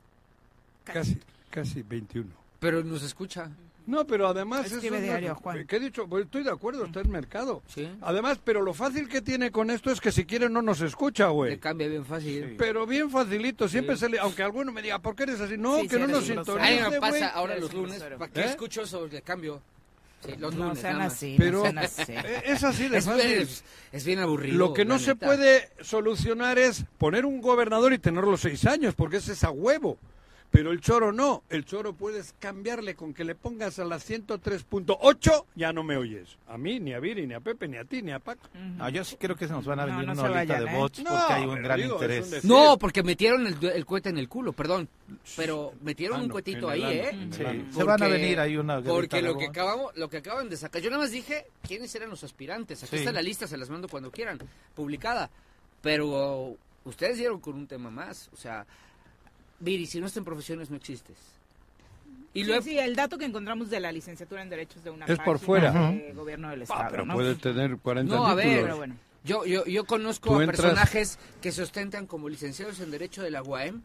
casi, casi 21.
Pero nos escucha.
No, pero además es
Escribe
una-
diario, Juan. Mm.
¿Qué he dicho? Pues estoy de acuerdo, está el mercado.
Sí.
Además, pero lo fácil que tiene con esto es que si quiere no nos escucha,
Le
güey.
cambia bien fácil.
Pero bien facilito, siempre
Sí.
se le... Aunque alguno me diga, ¿por qué eres así? No,
Sí, sí,
que no
eres
nos
un grosero.
Ahí
sintonice,
me
güey.
pasa ahora los
Eres un
lunes.
grosero.
¿Para qué
¿Eh?
escucho eso? Le cambio. Sí, los
No
lunes.
sean
nada más.
así,
Pero-
no sean así.
Eh, Es así de
Es, bien-
fácil.
es- es bien aburrido.
Lo que no
la
se
neta.
puede solucionar es poner un gobernador y tenerlo seis años, porque ese es a huevo. Pero el choro no. El choro puedes cambiarle con que le pongas a la 103.8, ya no me oyes. A mí, ni a Viri, ni a Pepe, ni a ti, ni a Paco.
No, yo sí creo que se nos van a
No,
venir
no se
una horita
vayan,
de
¿eh?
bots
No,
porque hay un
pero
gran
digo, es un
interés.
des-
No, porque metieron el, el cohete en el culo, perdón. Pero metieron
Ah,
un
no,
cuetito
en
ahí,
el
¿eh?
ano, en el
Sí,
ano.
se van a venir ahí una guerrita
Porque
de
lo que,
bots.
acabamos, lo que acaban de sacar. Yo nada más dije quiénes eran los aspirantes. Aquí
Sí.
está la lista, se las mando cuando quieran, publicada. Pero ustedes dieron con un tema más. O sea, Viri, si no estás en profesiones, no existes. Y
Sí,
luego.
sí, el dato que encontramos de la licenciatura en Derechos de una
Es por
página
fuera. Ah,
de gobierno del Estado. ¿no?
tener 40
No, a ver.
Pero bueno.
Yo, yo, yo conozco
Tú
a
entras-
personajes que se ostentan como licenciados en Derecho de la UAM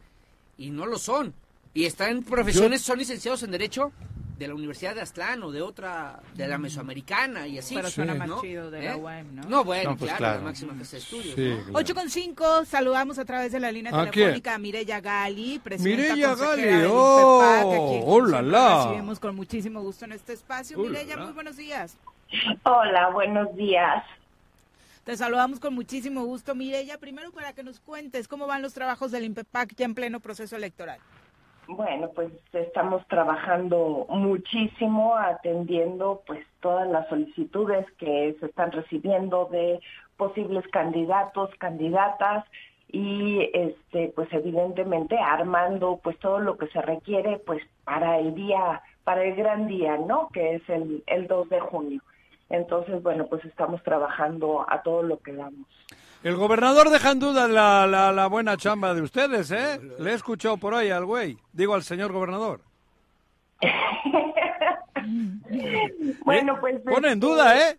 y no lo son. Y están en profesiones, son licenciados en Derecho de la Universidad de Aztlán o de otra, de la Mesoamericana y así.
Pero suena
Sí.
más
¿no?
chido de la
¿Eh?
UAM, ¿no?
bueno,
No, pues
claro,
claro.
la máxima que se estudia.
Sí,
¿no?
claro.
8 con 5, saludamos a través de la línea
¿A
telefónica a Mireya Gali, presidenta
Mireya
consejera
Gali,
del INPEPAC,
oh,
a quien como
hola,
siempre
la.
recibimos con muchísimo gusto en este espacio.
Hola,
Mireya,
la.
muy buenos días.
Hola, buenos días.
Te saludamos con muchísimo gusto, Mireya. Primero para que nos cuentes cómo van los trabajos del INPEPAC ya en pleno proceso electoral.
Bueno, pues estamos trabajando muchísimo atendiendo pues todas las solicitudes que se están recibiendo de posibles candidatos, candidatas y este pues evidentemente armando pues todo lo que se requiere pues para el día para el gran día, ¿no? que es el el 2 de junio. Entonces, bueno, pues estamos trabajando a todo lo que damos.
El gobernador deja en duda la, la- la buena chamba de ustedes, ¿eh? Le he escuchado por ahí al güey. Digo al señor gobernador.
Bueno,
Eh,
pues
Pone en
este,
duda, ¿eh?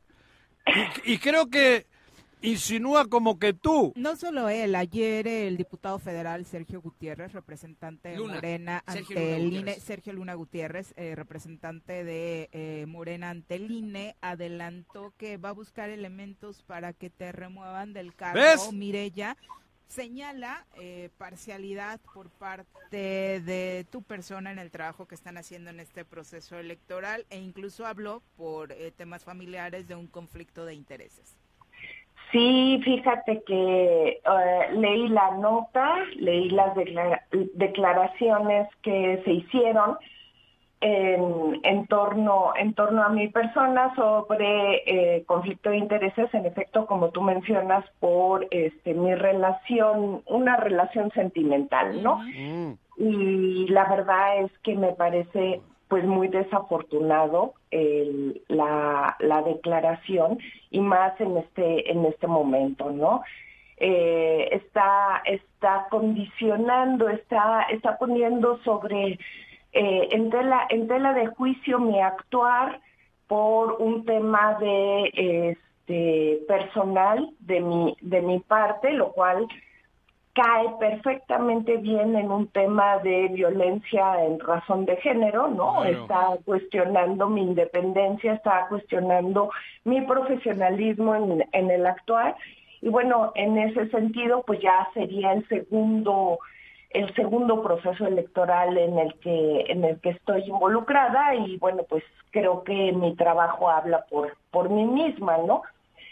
Y, y creo que insinúa como que tú.
No solo él, ayer el diputado federal Sergio Gutiérrez, representante de
Luna.
Morena ante
Sergio Luna
el INE,
Gutiérrez.
Sergio Luna Gutiérrez, eh, representante de eh, Morena ante el INE, adelantó que va a buscar elementos para que te remuevan del cargo.
¿Ves?
Mirella señala eh, parcialidad por parte de tu persona en el trabajo que están haciendo en este proceso electoral e incluso habló por eh, temas familiares de un conflicto de intereses.
Sí, fíjate que eh, leí la nota, leí las declara- declaraciones que se hicieron en, en torno, en torno a mi persona sobre eh, conflicto de intereses, en efecto, como tú mencionas, por este, mi relación, una relación sentimental, ¿no?
Mm.
y la verdad es que me parece pues muy desafortunado el- la, la declaración y más en este en este momento no Eh, está está condicionando está está poniendo sobre eh, en tela en tela de juicio mi actuar por un tema de este, personal de mi, de mi parte, lo cual cae perfectamente bien en un tema de violencia en razón de género, ¿no?
Claro.
Está cuestionando mi independencia, está cuestionando mi profesionalismo en, en el actuar. Y bueno, en ese sentido, pues ya sería el segundo el segundo proceso electoral en el que en el que estoy involucrada y bueno pues creo que mi trabajo habla por por mí misma no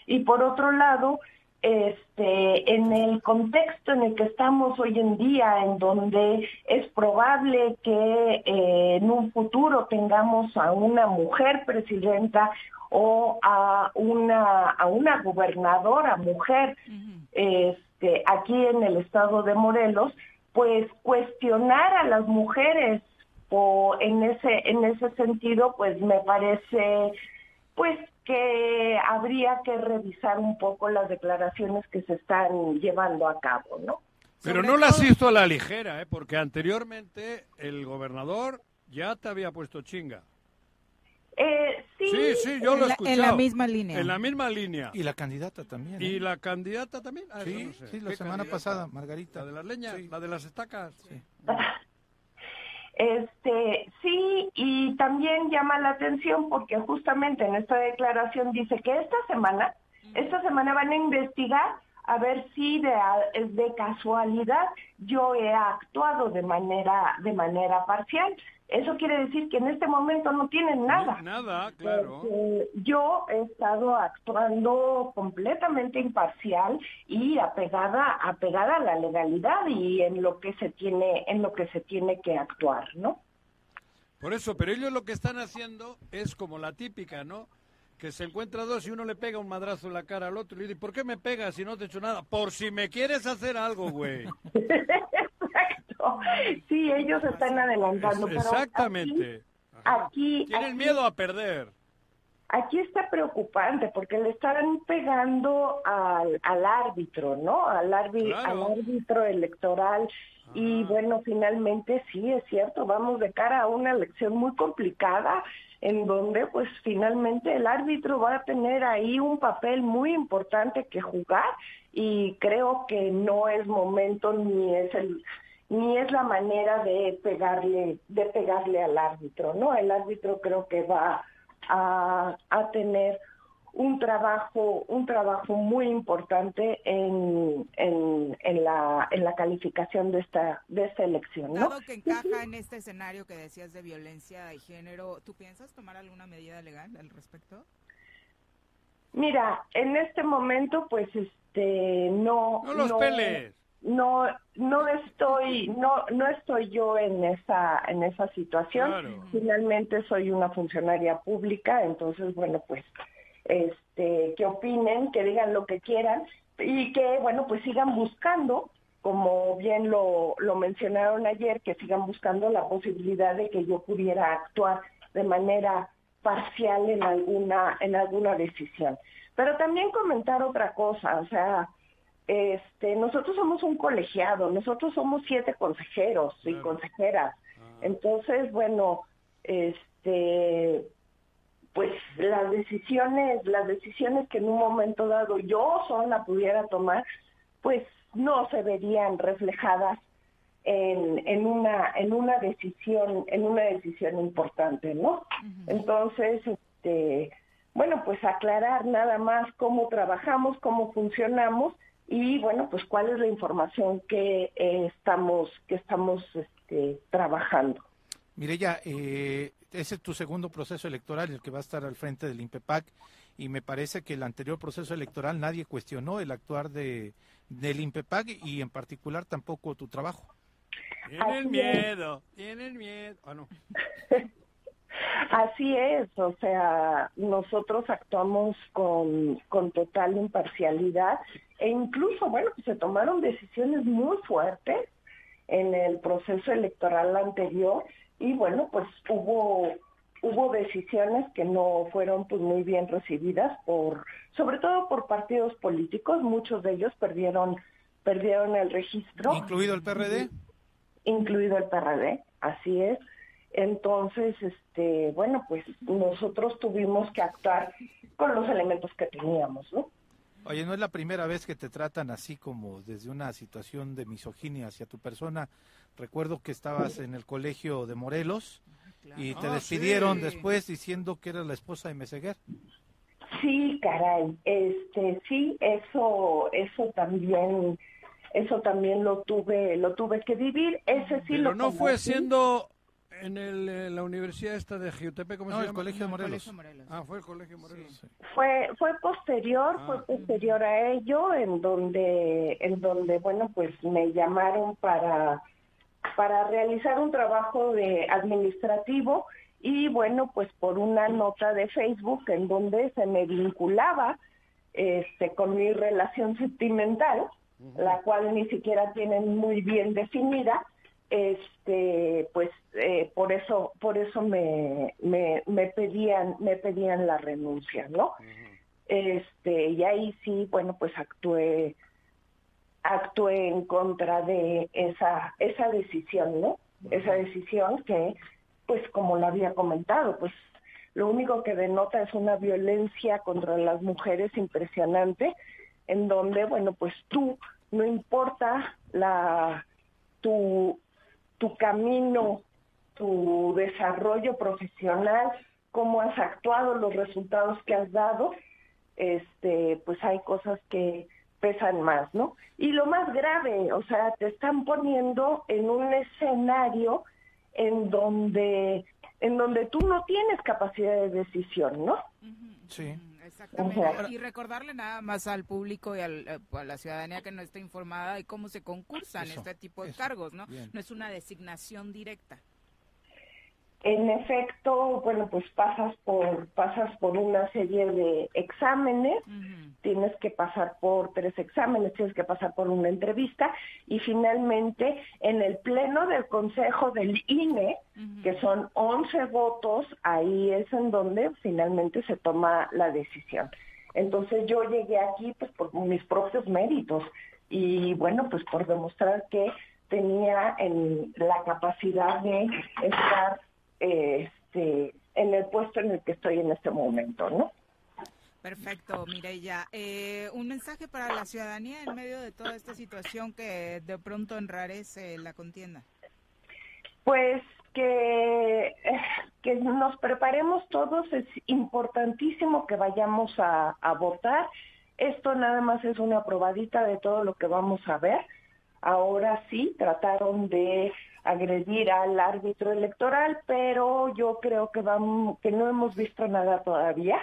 y por otro lado este en el contexto en el que estamos hoy en día en donde es probable que eh, en un futuro tengamos a una mujer presidenta o a una a una gobernadora mujer este, aquí en el estado de Morelos, pues cuestionar a las mujeres o en ese en ese sentido, pues me parece pues que habría que revisar un poco las declaraciones que se están llevando a cabo, ¿no?
Pero
Sobre
no la
todo-
asisto a la ligera, ¿eh? porque anteriormente el gobernador ya te había puesto chinga.
Eh, sí,
Sí, sí, yo
En
lo he
la-
escuchado.
en la misma línea.
En la misma línea.
Y la candidata también. ¿eh?
¿Y la candidata también? Ah, eso
sí,
no sé.
sí, la
¿Qué
semana
candidata?
pasada, Margarita.
La de las leñas,
Sí.
la de las estacas.
Este, sí, y también llama la atención porque justamente en esta declaración dice que esta semana, esta semana van a investigar a ver si de, a- de casualidad yo he actuado de manera de manera parcial. Eso quiere decir que en este momento no tienen nada.
Nada, claro.
Porque Este, yo he estado actuando completamente imparcial y apegada, apegada a la legalidad y en lo que se tiene, en lo que se tiene que actuar, ¿no?
Por eso, pero ellos lo que están haciendo es como la típica, ¿no? Que se encuentra dos y uno le pega un madrazo en la cara al otro y le dice, ¿por qué me pegas si no te he hecho nada? Por si me quieres hacer algo, güey.
Exacto. Sí, ellos están adelantando.
Es-
pero
exactamente. Ajá.
Aquí, aquí,
Tienen
aquí,
miedo a perder.
aquí está preocupante porque le están pegando al, al árbitro, ¿no? Al, árbi-
Claro.
al árbitro electoral. Y bueno, finalmente sí, es cierto, vamos de cara a una elección muy complicada en donde pues finalmente el árbitro va a tener ahí un papel muy importante que jugar y creo que no es momento ni es el ni es la manera de pegarle de pegarle al árbitro, ¿no? El árbitro creo que va a, a tener un trabajo un trabajo muy importante en, en, en la en la calificación de esta de esta elección no
Dado que encaja en este escenario que decías de violencia y género, ¿tú piensas tomar alguna medida legal al respecto?
mira en este momento pues este no
No los peles.
no no estoy no no estoy yo en esa en esa situación
Claro.
finalmente soy una funcionaria pública entonces bueno pues este que opinen que digan lo que quieran y que bueno pues sigan buscando como bien lo, lo mencionaron ayer que sigan buscando la posibilidad de que yo pudiera actuar de manera parcial en alguna en alguna decisión pero también comentar otra cosa o sea este, nosotros somos un colegiado, nosotros somos siete consejeros y consejeras. Entonces, bueno, este, pues las decisiones, las decisiones que en un momento dado yo sola pudiera tomar, pues no se verían reflejadas en, en una, en una decisión, en una decisión importante, ¿no? Entonces, este, bueno, pues aclarar nada más cómo trabajamos, cómo funcionamos y bueno, pues cuál es la información que eh, estamos, que estamos este, trabajando.
Mireya, eh, ese es tu segundo proceso electoral, el que va a estar al frente del INPEPAC, y me parece que el anterior proceso electoral nadie cuestionó el actuar de, del INPEPAC y en particular tampoco tu trabajo.
Tienen
Así
miedo. Tienen miedo. Ah, no.
Así es, o sea, nosotros actuamos con, con total imparcialidad e incluso, bueno, pues se tomaron decisiones muy fuertes en el proceso electoral anterior y bueno, pues hubo hubo decisiones que no fueron pues muy bien recibidas por sobre todo por partidos políticos, muchos de ellos perdieron perdieron el registro
Incluido el PRD.
incluido el PRD, así es. Entonces, este, bueno, pues nosotros tuvimos que actuar con los elementos que teníamos, ¿no?
Oye, no es la primera vez que te tratan así como desde una situación de misoginia hacia tu persona. Recuerdo que estabas en el colegio de Morelos y te
Ah,
despidieron
sí.
después diciendo que eras la esposa de Meseguer.
Sí, caray, este, sí, eso, eso también, eso también lo tuve, lo tuve que vivir. Ese sí
Pero
lo
no fue
conocí.
siendo en, el, eh, la universidad esta de Giutepe, ¿cómo
No,
se
el
llama?
colegio de Morelos.
Colegio Morelos.
Ah, fue el colegio Morelos.
Fue, fue posterior,
Ah.
fue posterior a ello, en donde, en donde, bueno, pues me llamaron para, para realizar un trabajo de administrativo y bueno, pues por una nota de Facebook en donde se me vinculaba este, con mi relación sentimental, la cual ni siquiera tienen muy bien definida, este, pues eh, por eso, por eso me, me, me pedían, me pedían la renuncia, ¿no? Este, y ahí sí, bueno, pues actué, actué en contra de esa, esa decisión, ¿no? Esa decisión que, pues como lo había comentado, pues lo único que denota es una violencia contra las mujeres impresionante, en donde, bueno, pues tú, no importa la, tu, tu camino, tu desarrollo profesional, cómo has actuado, los resultados que has dado, este, pues hay cosas que pesan más, ¿no? Y lo más grave, o sea, te están poniendo en un escenario en donde, en donde tú no tienes capacidad de decisión, ¿no?
Sí.
Mm, Exactamente.
Ujú.
Y recordarle nada más al público y al, eh, a la ciudadanía que no está informada de cómo se concursan
Eso,
este tipo de
eso.
cargos, ¿no?
Bien.
No es una designación directa.
En efecto, bueno, pues pasas por, pasas por una serie de exámenes
Ujú.
tienes que pasar por tres exámenes, tienes que pasar por una entrevista y finalmente en el pleno del Consejo del E, INE, que son 11 votos, ahí es en donde finalmente se toma la decisión. Entonces yo llegué aquí pues por mis propios méritos y bueno, pues por demostrar que tenía en la capacidad de estar eh, este, en el puesto en el que estoy en este momento, ¿no?
Perfecto, Mireya. Eh, un mensaje para la ciudadanía en medio de toda esta situación que de pronto enrarece la contienda.
Pues que, eh, que nos preparemos todos, es importantísimo que vayamos a, a votar. Esto nada más es una probadita de todo lo que vamos a ver. Ahora sí, trataron de agredir al árbitro electoral, pero yo creo que, vamos, que no hemos visto nada todavía.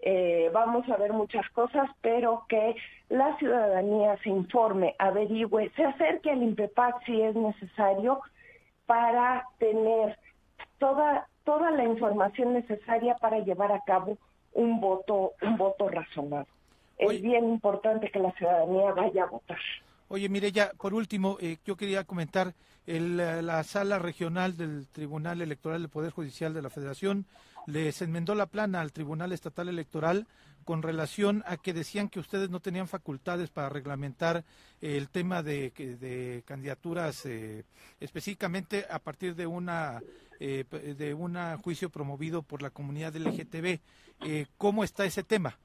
Eh, vamos a ver muchas cosas, pero que la ciudadanía se informe, averigüe, se acerque al INPEPAC si es necesario para tener toda toda la información necesaria para llevar a cabo un voto un voto razonado.
Oye.
Es bien importante que la ciudadanía vaya a votar.
Oye, mire, ya por último, eh, yo quería comentar el, eh, la sala regional del Tribunal Electoral del Poder Judicial de la Federación les enmendó la plana al Tribunal Estatal Electoral con relación a que decían que ustedes no tenían facultades para reglamentar el tema de, que- de candidaturas eh, específicamente a partir de una eh, p- de un juicio promovido por la comunidad LGTB. Eh, ¿Cómo está ese tema?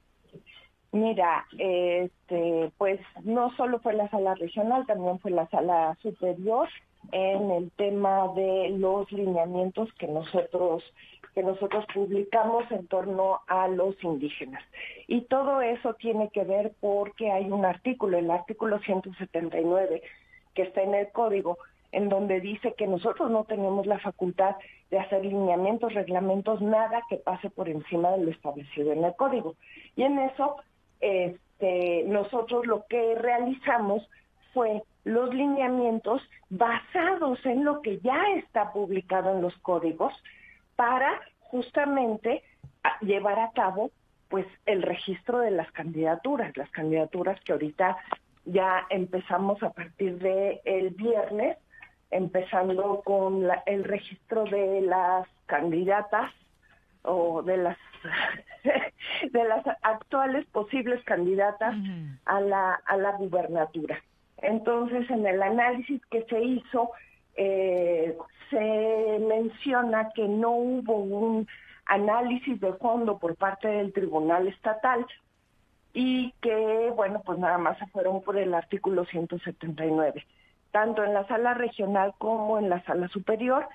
Mira, este, pues no solo fue la sala regional, también fue la sala superior en el tema de los lineamientos que nosotros que nosotros publicamos en torno a los indígenas. Y todo eso tiene que ver porque hay un artículo, el artículo 179, que está en el código, en donde dice que nosotros no tenemos la facultad de hacer lineamientos, reglamentos, nada que pase por encima de lo establecido en el código. Y en eso, este, nosotros lo que realizamos fue los lineamientos basados en lo que ya está publicado en los códigos para justamente a- llevar a cabo pues el registro de las candidaturas, las candidaturas que ahorita ya empezamos a partir de el viernes, empezando con la- el registro de las candidatas o de las de las actuales posibles candidatas a la a la gubernatura. Entonces, en el análisis que se hizo eh, se men- menciona que no hubo un análisis de fondo por parte del Tribunal Estatal y que, bueno, pues nada más se fueron por el artículo 179. Tanto en la sala regional como en la sala superior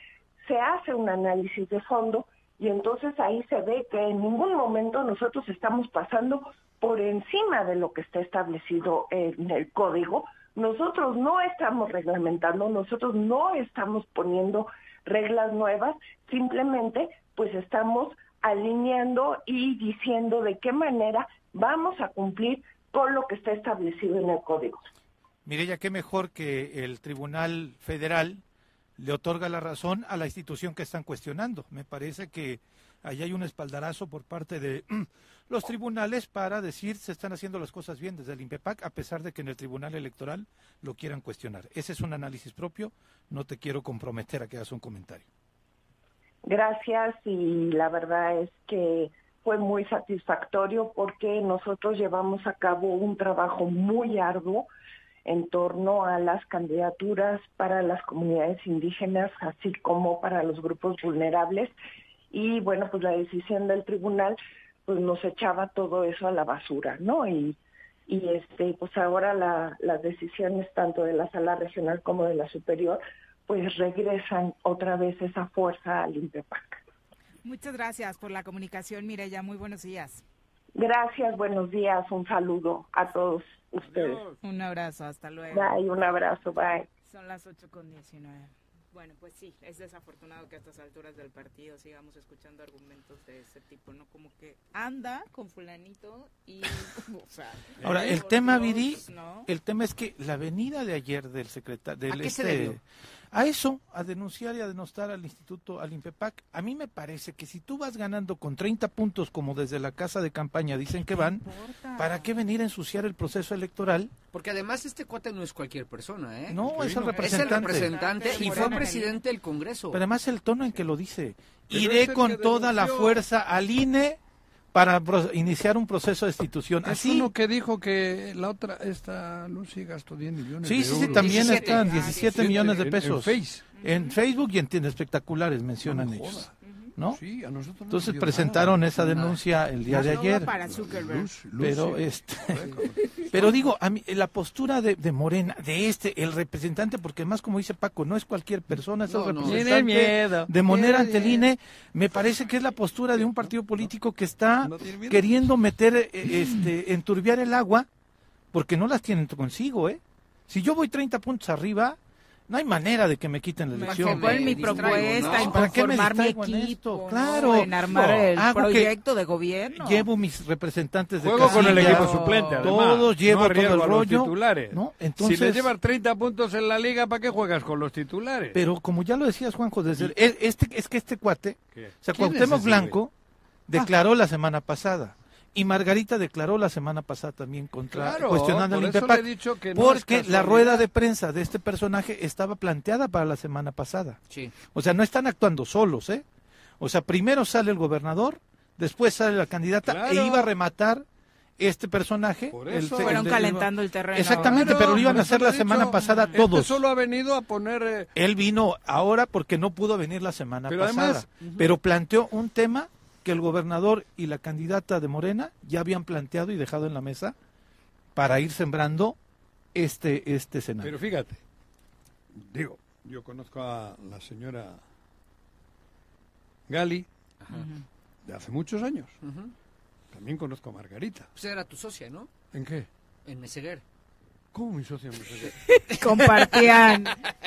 se hace un análisis de fondo y entonces ahí se ve que en ningún momento nosotros estamos pasando por encima de lo que está establecido en el código. Nosotros no estamos reglamentando, nosotros no estamos poniendo reglas nuevas, simplemente pues estamos alineando y diciendo de qué manera vamos a cumplir con lo que está establecido en el código.
Mireya, qué mejor que el Tribunal Federal le otorga la razón a la institución que están cuestionando. Me parece que ahí hay un espaldarazo por parte de los tribunales para decir se están haciendo las cosas bien desde el INPEPAC, a pesar de que en el Tribunal Electoral lo quieran cuestionar. Ese es un análisis propio, no te quiero comprometer a que hagas un comentario.
Gracias y la verdad es que fue muy satisfactorio porque nosotros llevamos a cabo un trabajo muy arduo en torno a las candidaturas para las comunidades indígenas, así como para los grupos vulnerables. Y bueno, pues la decisión del tribunal pues nos echaba todo eso a la basura, ¿no? Y, y este, pues ahora la, las decisiones tanto de la sala regional como de la superior, pues regresan otra vez esa fuerza al INPEPAC.
Muchas gracias por la comunicación, Mireya. Muy buenos días.
Gracias, buenos días. Un saludo a todos ustedes. Adiós.
Un abrazo, hasta luego.
Bye, un abrazo, bye.
Son las 8 con 19. Bueno, pues sí, es desafortunado que a estas alturas del partido sigamos escuchando argumentos de ese tipo, ¿no? Como que anda con fulanito y... o sea, ¿eh?
Ahora, el tema, Viri, ¿no? el tema es que la venida de ayer del secretario... Del
¿A qué
este,
se debió?
a eso, a denunciar y a denostar al instituto, al INPEPAC, a mí me parece que si tú vas ganando con 30 puntos, como desde la casa de campaña dicen que van,
importa?
¿para qué venir a ensuciar el proceso electoral?
Porque además este cuate no es cualquier persona, ¿eh?
No, es el
es el
representante.
representante y fue
Morena.
presidente del Congreso.
Pero además el tono en que lo dice.
Pero es
Iré
el que
con toda la
denunció.
fuerza al INE para pro- iniciar un proceso de institución.
Es
Así.
uno que dijo que la otra, esta Lucy gastó 10 millones
Sí,
de
sí,
euros.
sí, también
17.
están
Ah,
17
17
millones de
en-
pesos.
En, Face.
En Facebook y en tiendas espectaculares mencionan
No me
ellos.
jodas.
¿No?
Sí, a nosotros no
Entonces
nos dio
presentaron
nada.
esa denuncia el día de
Saludo
ayer.
para Zuckerberg.
Luz- Lucy.
Pero este, pero digo, a mí, la postura de, de Morena, de este, el representante, porque más como dice Paco, no es cualquier persona, es
No,
el
no.
representante
Tiene miedo.
de Monera
Tiene
ante el
miedo.
INE, me parece que es la postura de un partido político que está
No tiene miedo.
queriendo meter, eh, este, enturbiar el agua, porque no las tienen consigo, ¿eh? Si yo voy 30 puntos arriba, no hay manera de que me quiten la
Me
elección.
enfoco en mi
distraigo,
propuesta,
¿no?
en
¿Para qué me
conformar mi
distraigo en esto?
equipo,
Claro.
¿no? en armar
No,
el
hago que-
proyecto de gobierno.
Llevo mis representantes de
Juego con el
casilla,
equipo suplente. Además.
Todos llevo
no
todo el
arriesgo a los
rollo,
titulares.
¿no? Entonces-
si le llevas 30 puntos en la liga, ¿para qué juegas con los titulares?
Pero como ya lo decías, Juanjo, desde el- este, es que este cuate,
¿Qué?
o
¿Quién
sea,
es
Cuauhtémoc
ese Ah.
Blanco declaró la semana pasada. Y Margarita declaró la semana pasada también contra
Claro,
cuestionando al
por eso
INPEPAC,
le he dicho que no es
porque la
casualidad.
rueda de prensa de este personaje estaba planteada para la semana pasada.
Sí.
O sea, no están actuando solos, ¿eh? O sea, primero sale el gobernador, después sale la candidata
Claro.
e iba a rematar este personaje.
Por
el-
eso.
el-
Fueron
el-
calentando el terreno.
Exactamente,
Claro,
pero lo iban
por
a
eso
hacer
le
la
he
semana
dicho,
pasada
este
todos.
solo ha venido a poner eh,
Él vino ahora porque no pudo venir la semana
Pero
pasada.
además-
pero planteó un tema que el gobernador y la candidata de Morena ya habían planteado y dejado en la mesa para ir sembrando este este escenario.
Pero fíjate, digo, yo conozco a la señora Gali de hace muchos años.
Ujú.
También conozco a Margarita.
Pues era tu socia, ¿no?
¿En qué?
En Meseguer.
¿Cómo mi socia me saqué?
Compartían.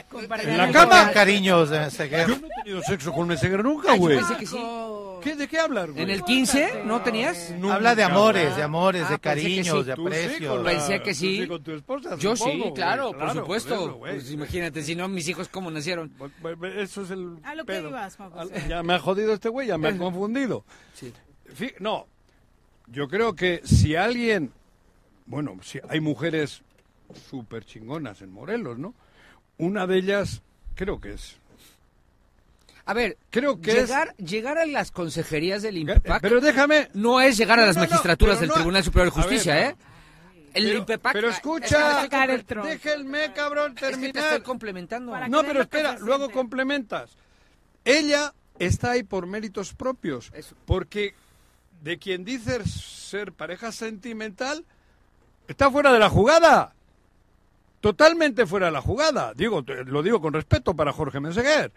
compartían
En la
el
cama,
poder.
cariños de Seguer.
Yo no he tenido sexo con Meseguer nunca, güey.
pensé que sí.
¿Qué, ¿De qué hablas,
Pues
güey?
¿En el 15? ¿No tenías?
Nunca,
Habla de amores, de
güey.
amores,
Ah,
de
pensé que
cariños,
sí.
de
Tú sí
aprecio.
con la-
Pensé que
tú
sí.
con tu esposa,
Yo
supongo,
sí,
güey.
claro, por
Claro,
supuesto.
eso, güey.
Pues imagínate, si no, mis hijos cómo nacieron.
Eso es el.
A lo que
pedo.
ibas, Juan
Al-
José.
Ya me ha jodido este güey, ya me ha confundido.
Sí.
Fí- No, yo creo que si alguien, bueno, si hay mujeres súper chingonas en Morelos, ¿no? Una de ellas creo que es.
A ver,
Creo que
llegar, llegar a las consejerías del
es.
INPEPAC
Eh, Pero déjame.
no es llegar a
No,
las
no, no,
magistraturas
pero
del
no-
Tribunal Superior de
a ver,
Justicia,
no.
¿eh? El
pero,
INPEPAC.
pero
para
escucha,
sacar el tronco.
déjenme,
Es
cabrón,
que te estoy
terminar.
complementando.
Para-
No,
que
pero
vean lo que
espera,
se
luego
siente.
complementas. Ella está ahí por méritos propios.
Eso.
Porque de quien dice ser pareja sentimental, está fuera de la jugada. Totalmente fuera de la jugada. Digo, te- lo digo con respeto para Jorge Menseguer.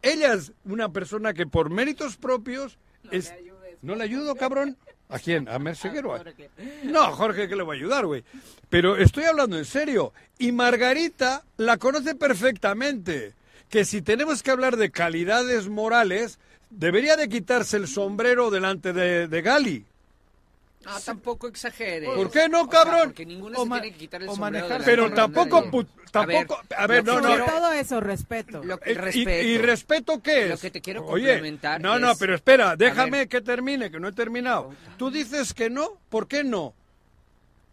Ella es una persona que por méritos propios...
No
es...
le ayudes. Ah,
¿No le ayudo, cabrón? ¿A quién? ¿A Menseguer o a-
Porque-
no, Jorge, que le voy a ayudar, güey. Pero estoy hablando en serio. Y Margarita la conoce perfectamente. Que si tenemos que hablar de calidades morales, debería de quitarse el sombrero delante de, de Gali.
No, tampoco exageres.
¿Por qué no,
O sea,
cabrón?
porque ninguna
O
se
ma-
tiene que quitar el
o
sombrero.
manejar-
de la
Pero
cara de
tampoco...
nadie.
pu- tampoco a ver,
lo
no,
que
no.
Sobre todo eso, respeto.
Lo-
Eh,
el
y-
respeto.
Y, respeto qué
Lo
es?
que te quiero
Oye,
complementar
No, no,
es-
pero espera, déjame
ver.
que termine, que no he terminado. Tú dices que no, ¿por qué no?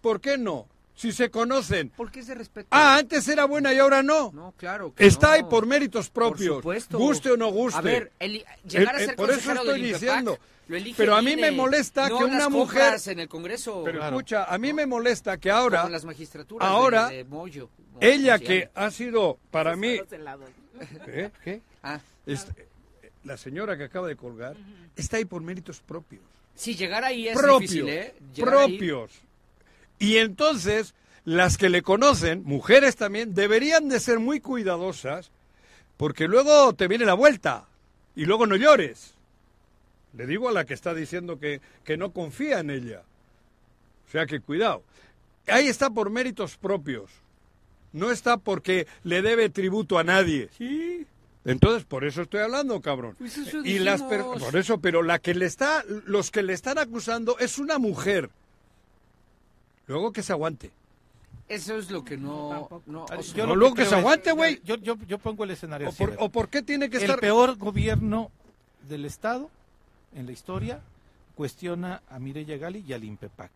¿Por qué no? Si se conocen.
¿Por qué ese respeto?
Ah, antes era buena y ahora no.
no, claro. que
Está
no.
ahí por méritos propios.
supuesto.
Guste o no guste.
A ver, el- llegar a
Eh, eh,
ser
por eso
consejero
estoy
del INPEPAC,
diciendo.
lo elige
Pero a
el
mí me
INE,
molesta
no
que
en las
una mujer-
compras en el Congreso.
Pero
Claro.
escucha, a mí me molesta que ahora
Como las magistraturas
ahora,
de, de Moyo. como
ella
se
que
llama.
ha sido para mí
Los helados.
¿Eh? ¿Qué?
Ah,
Es- la señora que acaba de colgar está ahí por méritos propios.
sí, llegar ahí es
propios,
difícil, ¿eh? Llegar ahí-
propios. Y entonces, las que le conocen, mujeres también, deberían de ser muy cuidadosas, porque luego te viene la vuelta y luego no llores. Le digo a la que está diciendo que, que no confía en ella. O sea que cuidado. Ahí está por méritos propios. No está porque le debe tributo a nadie. Entonces, por eso estoy hablando, cabrón.
Pues eso
y las per-
dijimos.
por eso, pero la que le está los que le están acusando es una mujer. Luego que se aguante.
Eso es lo que no. no, o sea,
yo-
lo
No, luego que
creo
se
es-
aguante, güey.
Yo, yo, yo pongo el escenario
¿O
así,
por,
mira.
o por qué tiene que
el
estar
peor gobierno del estado en la historia cuestiona a Mireya Gali y al Impepac.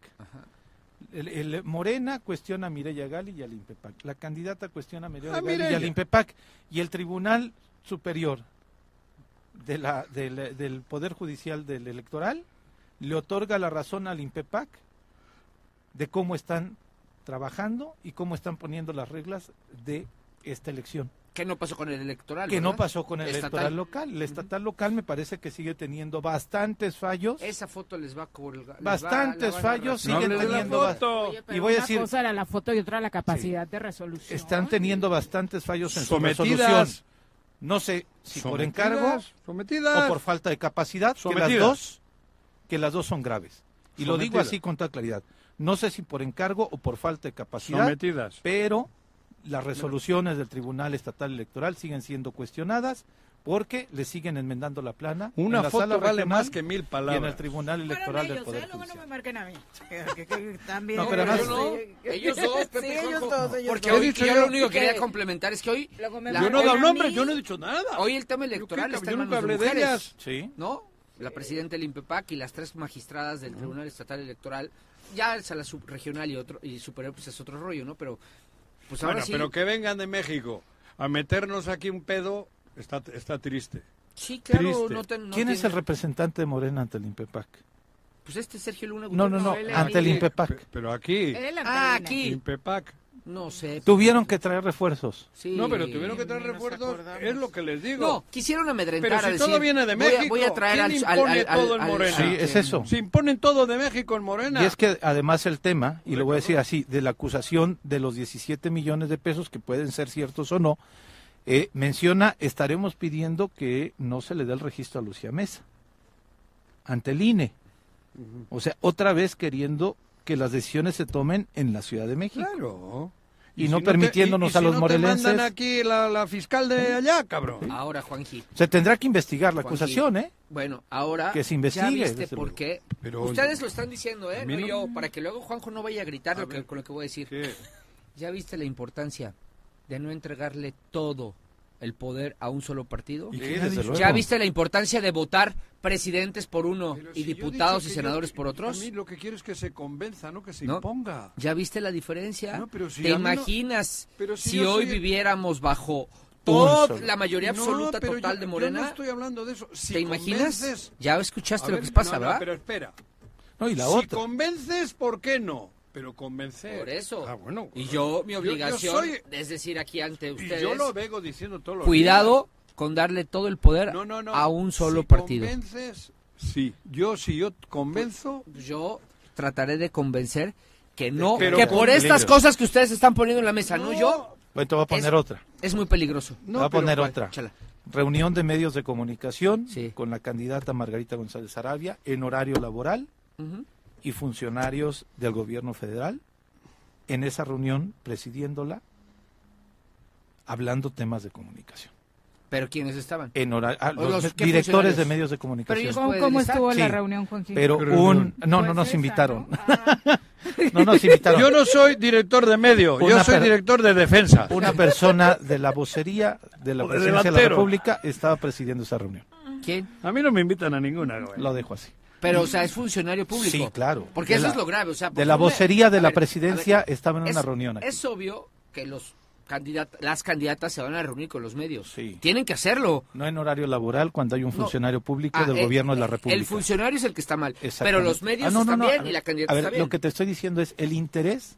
El, el Morena cuestiona a Mireya Gali y al Impepac. La candidata cuestiona a Mireya
Ah,
Gali y
Mireya.
al Impepac. Y el Tribunal Superior de la- del, del Poder Judicial del Electoral le otorga la razón al Impepac de cómo están trabajando y cómo están poniendo las reglas de esta elección
que no pasó con el electoral.
que no
¿verdad?
pasó con el
Estatal.
electoral local. El estatal local me parece que sigue teniendo bastantes fallos.
Esa foto les va a colgar. les va-
Bastantes
la van a
fallos
arrastrar.
siguen
hables de la
teniendo
foto.
bas-
Oye, pero
Y voy a
una
decir,
cosa era la foto y otra la capacidad de resolución.
están teniendo bastantes fallos en su
Sometidas.
resolución. No sé si por
sometidas,
encargo
sometidas.
o por falta de capacidad, que las
Sometidas.
dos que las dos son graves. Y lo digo
Sometidas.
así con toda claridad. No sé si por encargo o por falta de capacidad,
sometidas.
pero las resoluciones del Tribunal Estatal Electoral siguen siendo cuestionadas porque le siguen enmendando la plana. en
Una
la
foto
sala
vale
regional
más que mil
y en el
palabras.
Tribunal
Fueron
Electoral del
ellos,
Poder
¿eh? Luego no me
Judicial.
marquen a mí. Que- que- que También.
No, pero además-
Ellos dos, Pepe
Sí, ellos
Juanjo.
dos, ellos
Porque
dos.
hoy,
He dicho
yo
yo-
lo único que
que-
quería complementar es que hoy,
Luego me
La-
Yo no he
marcan
dado
a
nombres,
mí.
yo no he dicho nada.
hoy el tema
Yo
electoral
qué-
está
yo
en
nunca
manos de
hablé de
mujeres.
ellas.
Sí.
¿no? La presidenta del INPEPAC y las tres magistradas del Tribunal Estatal Electoral, ya es a la subregional y otro y superior pues es otro rollo, ¿no? Pero pues ahora
Bueno,
sí,
pero que vengan de México a meternos aquí un pedo está, está triste.
sí, claro,
triste.
no ten- no
¿Quién es el
tiene-
representante de Morena ante el Impepac?
Pues este Sergio Luna
No, no,
Gutiérrez.
no,
él es
ante el
Pe-
Impepac.
Pe- Pero aquí,
Él, Antonina.
Ah, aquí.
Impepac.
No sé.
Tuvieron que traer refuerzos.
sí.
No, pero tuvieron que traer
Ni nos
refuerzos,
acordamos.
es lo que les digo.
No, quisieron amedrentar
Pero si
a decir,
todo viene de
voy a-
México,
voy a, traer al,
¿quién
al-
impone
al- al-
todo en
al-
Morena?
Sí, es eso.
Se imponen todo de México en Morena.
Y es que además el tema, y lo voy a decir así, de la acusación de los 17 millones de pesos, que pueden ser ciertos o no, eh, menciona, estaremos pidiendo que no se le dé el registro a Lucía Mesa ante el INE. O sea, otra vez queriendo que las decisiones se tomen en la Ciudad de México.
Claro.
Y no permitiéndonos
y- y
a
si
los
no
morelenses.
Te mandan aquí la, la fiscal de allá, cabrón.
Ahora, Juanji.
Se tendrá que investigar la
Juanji,
acusación, ¿eh?
Bueno, ahora
Que se investigue,
ya viste
desde
por
luego.
qué.
Pero-
Ustedes lo están diciendo, ¿eh?
A mí
No
no-
yo, para que luego Juanjo no vaya a gritar
A
lo que-
ver.
con lo que voy a decir.
¿Qué?
¿Ya viste la importancia de no entregarle todo el poder a un solo partido?
¿Y
Sí,
qué ha
desde
dicho?
luego.
¿Ya viste la importancia de votar presidentes por uno
Pero
y
si yo
diputados
dije
y
que
senadores
yo-
por
A
otros?
mí lo que quiero es que se convenza, no que se
No.
imponga.
¿Ya viste la diferencia?
No, pero si
¿Te
a mí no-
imaginas
pero si
si,
yo
hoy
soy-
viviéramos bajo toda
solo.
la mayoría
No,
absoluta
pero
total
yo-
de
Yo no
Morena?
estoy hablando de eso. Si
¿Te imaginas?
convences-
Ya
A
escuchaste lo
ver,
que pasa,
no, no,
¿verdad?
pero espera.
No, y la
si
otra.
convences, ¿por qué no? Pero convencer.
Por eso.
Ah, bueno.
pues,
y yo, mi
yo
obligación
soy-
es decir aquí ante
Y
ustedes,
yo lo vengo diciendo todos los días.
cuidado con darle todo el poder
No, no, no.
a un solo
Si
partido.
convences, sí. Yo, si yo convenzo,
Yo trataré de convencer que no,
Pero
que por
con-
estas
Libre.
cosas que ustedes están poniendo en la mesa, no, yo,
Bueno, te voy a poner
Es-
otra.
es muy peligroso.
te voy a
pero-
poner otra.
Chala.
Reunión de medios de comunicación
Sí.
con la candidata Margarita González Arabia en horario laboral
Ujú.
y funcionarios del gobierno federal en esa reunión presidiéndola hablando temas de comunicación.
Pero quienes estaban.
En hora- ah,
O
los,
los-
me-
¿qué
directores
funcionarios?
de medios de
ellos
comunicación.
¿Cómo,
pueden
cómo
estar.
estuvo la
Sí.
reunión, Juanji?
Pero,
Pero
un...
no.
No, no
Pues
nos
esa,
invitaron.
¿no?
Ah,
No nos invitaron.
Yo no soy director de medio, yo
Una
soy
per-
director de defensa.
Una persona de la vocería de la
O de
presidencia de la
delantero.
República estaba presidiendo esa reunión.
¿Quién?
A mí no me invitan a ninguna. güey.
Lo dejo así.
Pero, o sea, es funcionario público.
Sí, claro.
Porque
De
eso
la-
es lo grave. O sea,
de la
porque-
vocería de
a
la
ver,
presidencia
a ver,
estaba en una
es-
reunión aquí.
Es obvio que los candidat- las candidatas se van a reunir con los medios.
Sí.
Tienen que hacerlo.
No en horario laboral cuando hay un funcionario público
Ah,
del
eh,
gobierno de la
eh,
República.
El funcionario es el que está mal.
Exactamente.
Pero los medios
Ah, no, no,
están
no,
bien
a
y
ver,
la candidata
a ver,
está bien.
Lo que te estoy diciendo es el interés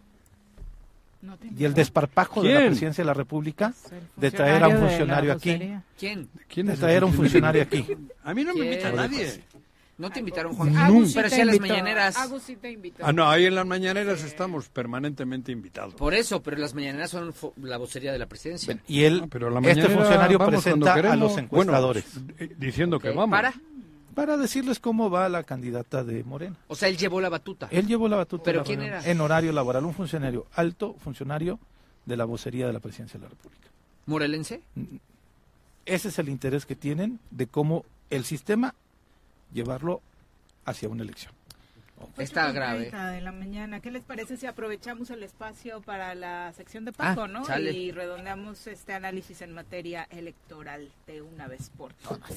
No te
Ah.
y el desparpajo de la
¿Quién?
presidencia de la República
invito.
de traer a un funcionario
de la
aquí.
vocería.
¿Quién?
¿Quién
De
es
traer a un
ese?
funcionario aquí.
A mí no me
¿Quién?
invita nadie.
No te invitaron, Juan.
Agus sí
Pero
te
sí a las
invitó.
mañaneras.
Agus sí te invitó.
Ah, no, ahí en las mañaneras estamos permanentemente invitados.
Por eso, pero las mañaneras son fo- la vocería de la presidencia.
Y él,
Ah, pero la
este
mañanera
funcionario
vamos
presenta
cuando
a los
queremos. Bueno,
encuestadores
eh, diciendo que
Ok,
vamos.
Para.
para decirles cómo va la candidata de Morena.
O sea, él llevó la batuta.
Él llevó la batuta.
¿Pero
de la
quién
reunión
era?
En horario laboral, un funcionario alto, funcionario de la vocería de la presidencia de la República.
¿Morelense?
Ese es el interés que tienen de cómo el sistema llevarlo hacia una elección.
Está grave.
8:30 de la mañana. ¿Qué les parece si aprovechamos el espacio para la sección de Paco,
Ah,
no?
sale.
Y redondeamos este análisis en materia electoral de una vez por todas.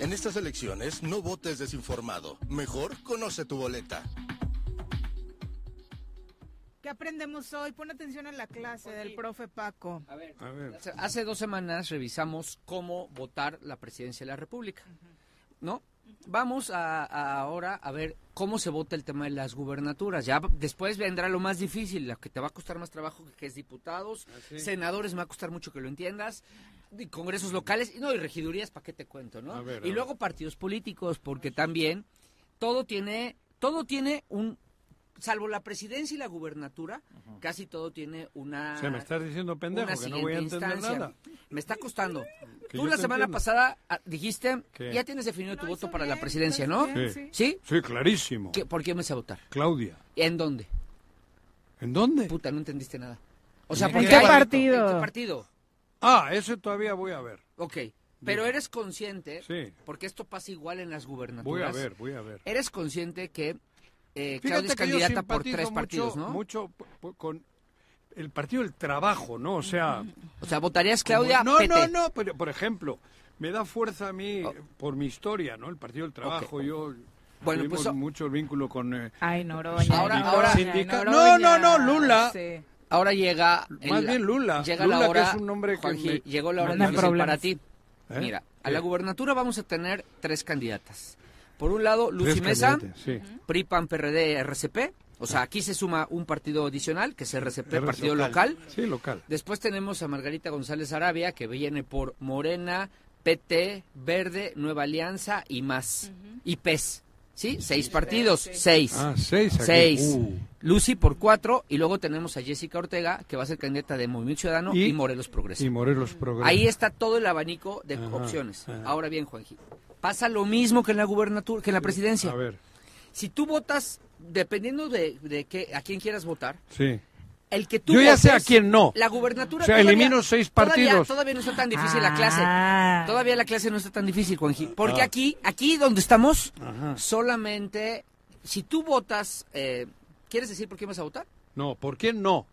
En estas elecciones no votes desinformado. Mejor conoce tu boleta.
¿Qué aprendemos hoy? Pon atención a la clase del profe Paco.
A ver,
A ver.
hace- hace dos semanas revisamos cómo votar la presidencia de la República, ¿no? Vamos a, a ahora a ver cómo se vota el tema de las gubernaturas. Ya después vendrá lo más difícil, lo que te va a costar más trabajo, que es diputados,
Ah,
senadores, me va a costar mucho que lo entiendas, y congresos locales, y no, y regidurías, ¿para qué te cuento, no?
A ver,
y
a
luego partidos políticos, porque también todo tiene, todo tiene un, salvo la presidencia y la gubernatura, casi todo tiene una...
Se me estás diciendo pendejo,
una
que no
siguiente
voy a entender
instancia.
nada.
Me está costando.
Que
Tú
yo
la
te
semana
entiendo.
pasada ah, dijiste,
¿Qué?
ya tienes definido tu
Lo
voto
hizo
para la
bien,
presidencia,
lo
¿no?
hizo
¿no?
bien, Sí.
¿Sí?
Sí, clarísimo.
¿Qué- ¿Por qué me vas a votar?
Claudia.
¿En dónde?
¿En dónde?
Puta, no entendiste nada. O sea,
¿En
¿por
qué
hay-
partido?
¿En qué partido?
Ah, ese todavía voy a ver.
Ok. Pero eres consciente,
Sí.
porque esto pasa igual en las gubernaturas.
Voy a ver, voy a ver.
Eres consciente que eh,
Fíjate
Claudia es
que yo
candidata por
simpatizo
tres
mucho-
partidos, ¿no?
Mucho p- p- con el partido del trabajo, ¿no? O sea,
O sea, votarías Claudia
como- no,
PT.
no, no, pero por ejemplo, me da fuerza a mí
Oh.
por mi historia, ¿no? El partido del trabajo, yo
Bueno,
tuvimos
pues, oh.
mucho vínculo con eh,
Ay, Noroña.
Ahora-
ay,
ahora-
Noroña, ay,
Sindica-
Noroña.
No, no, no, Lula.
Sí.
Ahora llega... el-
más bien Lula.
Llega
Lula
la hora,
que es un nombre que
Juanji,
me-
llegó la hora
me da
difícil
problemas.
para ti.
¿Eh?
Mira, a la gubernatura vamos a tener tres candidatas. Por un lado, Lucy
Tres
Mesa,
candidatos, sí.
PRI, PAN, PRD, RCP. O sea, aquí se suma un partido adicional, que es RCP,
RCP.
partido local.
Sí, local.
Después tenemos a Margarita González Arabia, que viene por Morena, PT, Verde, Nueva Alianza y más. Y PES. ¿Sí? Seis partidos. Seis.
Ah, seis. aquí.
Seis.
Uh.
Lucy por cuatro. Y luego tenemos a Jessica Ortega, que va a ser candidata de Movimiento Ciudadano y,
Y-
Morelos Progreso.
Y Morelos Progreso.
Ahí está todo el abanico de
Ajá,
opciones.
ajá.
Ahora bien, Juanji, pasa lo mismo que en la gubernatura, que en la presidencia.
A ver,
Si tú votas, dependiendo de, de qué, a quién quieras votar,
sí.
el que tú
Yo ya
votes,
sé a quién no.
La gubernatura.
O sea,
todavía-
elimino seis
todavía-
partidos.
Todavía, no está tan difícil la clase.
Ah.
Todavía la clase no está tan difícil, Juanji.
Ah.
Porque aquí, aquí donde estamos,
Ajá.
solamente si tú votas, eh, ¿quieres decir por quién vas a votar?
No, ¿por qué no?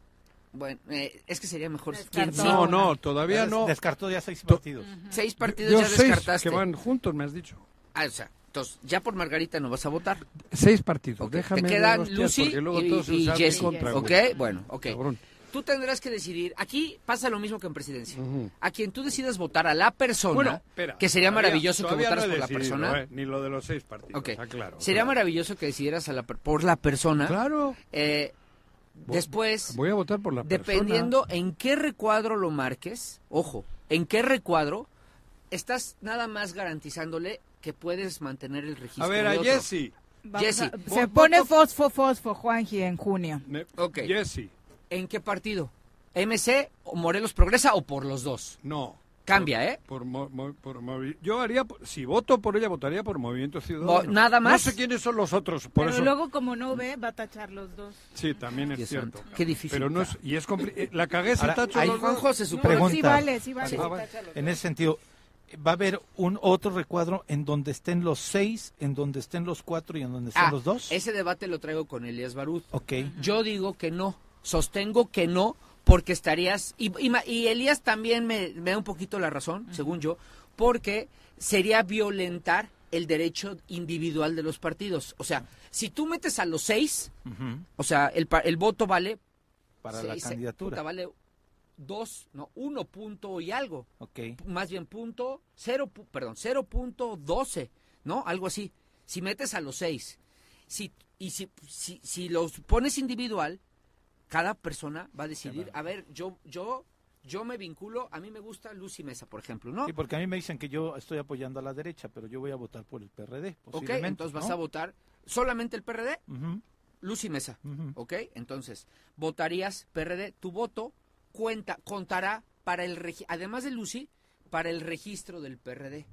Bueno, eh, es que sería mejor
Descartó.
quién sí.
No, no, todavía
Des-
no.
Descartó ya seis partidos.
Seis partidos
Yo
ya
seis
descartaste.
que van juntos, me has dicho.
Ah, o sea, entonces, ya por Margarita no vas a votar.
Seis partidos.
Ok,
Déjame
Te
ver,
quedan
hostias,
Lucy
porque luego
y,
todos se
y
usan en
Jessy.
contra,
ok,
güey.
bueno, ok.
Cabrón.
Tú tendrás que decidir. Aquí pasa lo mismo que en presidencia. A quien tú decidas votar a la persona,
Bueno, espera.
que sería
Todavía-
maravilloso que
todavía
votaras
no he
por la
decidido,
persona.
eh, ni lo de los seis partidos.
Ok.
ah, claro.
sería maravilloso que decidieras a la per- por la persona.
Claro.
eh, Después,
Voy a votar por la
dependiendo en qué recuadro lo marques, ojo, en qué recuadro, estás nada más garantizándole que puedes mantener el registro.
persona. A ver,
de
a
otro.
Jesse.
Vamos
Jessy,
a-
voto-
se pone fosfo, fosfo, Juanji, en junio.
Me-
Ok.
Jesse.
¿En qué partido? ¿MC o Morelos Progresa o por los dos?
No.
Cambia, ¿eh?
Por, mo- mo- por movi- yo haría, por- si voto por ella, votaría por Movimiento
Mo-
Ciudadano.
¿nada más?
No sé quiénes son los otros, por
Pero
eso.
luego, como no ve, va a tachar los dos.
Sí, también es
Dios
cierto.
santo, Qué difícil.
Pero no es, y es compli- eh, la cagué, se
Ahora,
tacho
ahí
los dos.
Juanjo se
No,
supone.
Pregunta.
sí vale, sí vale.
Sí.
Sí,
Ah, va- en ese sentido, va a haber un otro recuadro en donde estén los seis, en donde estén los cuatro y en donde estén
Ah,
los dos.
Ese debate lo traigo con Elías Baruz.
Ok.
Yo digo que no. Sostengo que no, porque estarías. Y, y ma- y Elías también me, me da un poquito la razón, según yo, porque sería violentar el derecho individual de los partidos. O sea, si tú metes a los seis,
Ujú.
o sea, el, pa- el voto vale.
Para
seis,
la
se-
candidatura.
puta, vale dos, no, uno punto y algo.
Ok.
más bien punto cero, pu- perdón, 0.12, ¿no? Algo así. Si metes a los seis, si, y si, si, si los pones individual, cada persona va a decidir, a ver, yo, yo, yo me vinculo, a mí me gusta Lucy Mesa, por ejemplo, ¿no?
Sí, porque a mí me dicen que yo estoy apoyando a la derecha, pero yo voy a votar por el PRD.
ok,
posiblemente,
entonces vas
¿no?
a votar solamente el PRD,
Ujú,
Lucy Mesa,
ujú.
¿ok? Entonces, votarías PRD, tu voto cuenta, contará para el, regi- además de Lucy, para el registro del PRD.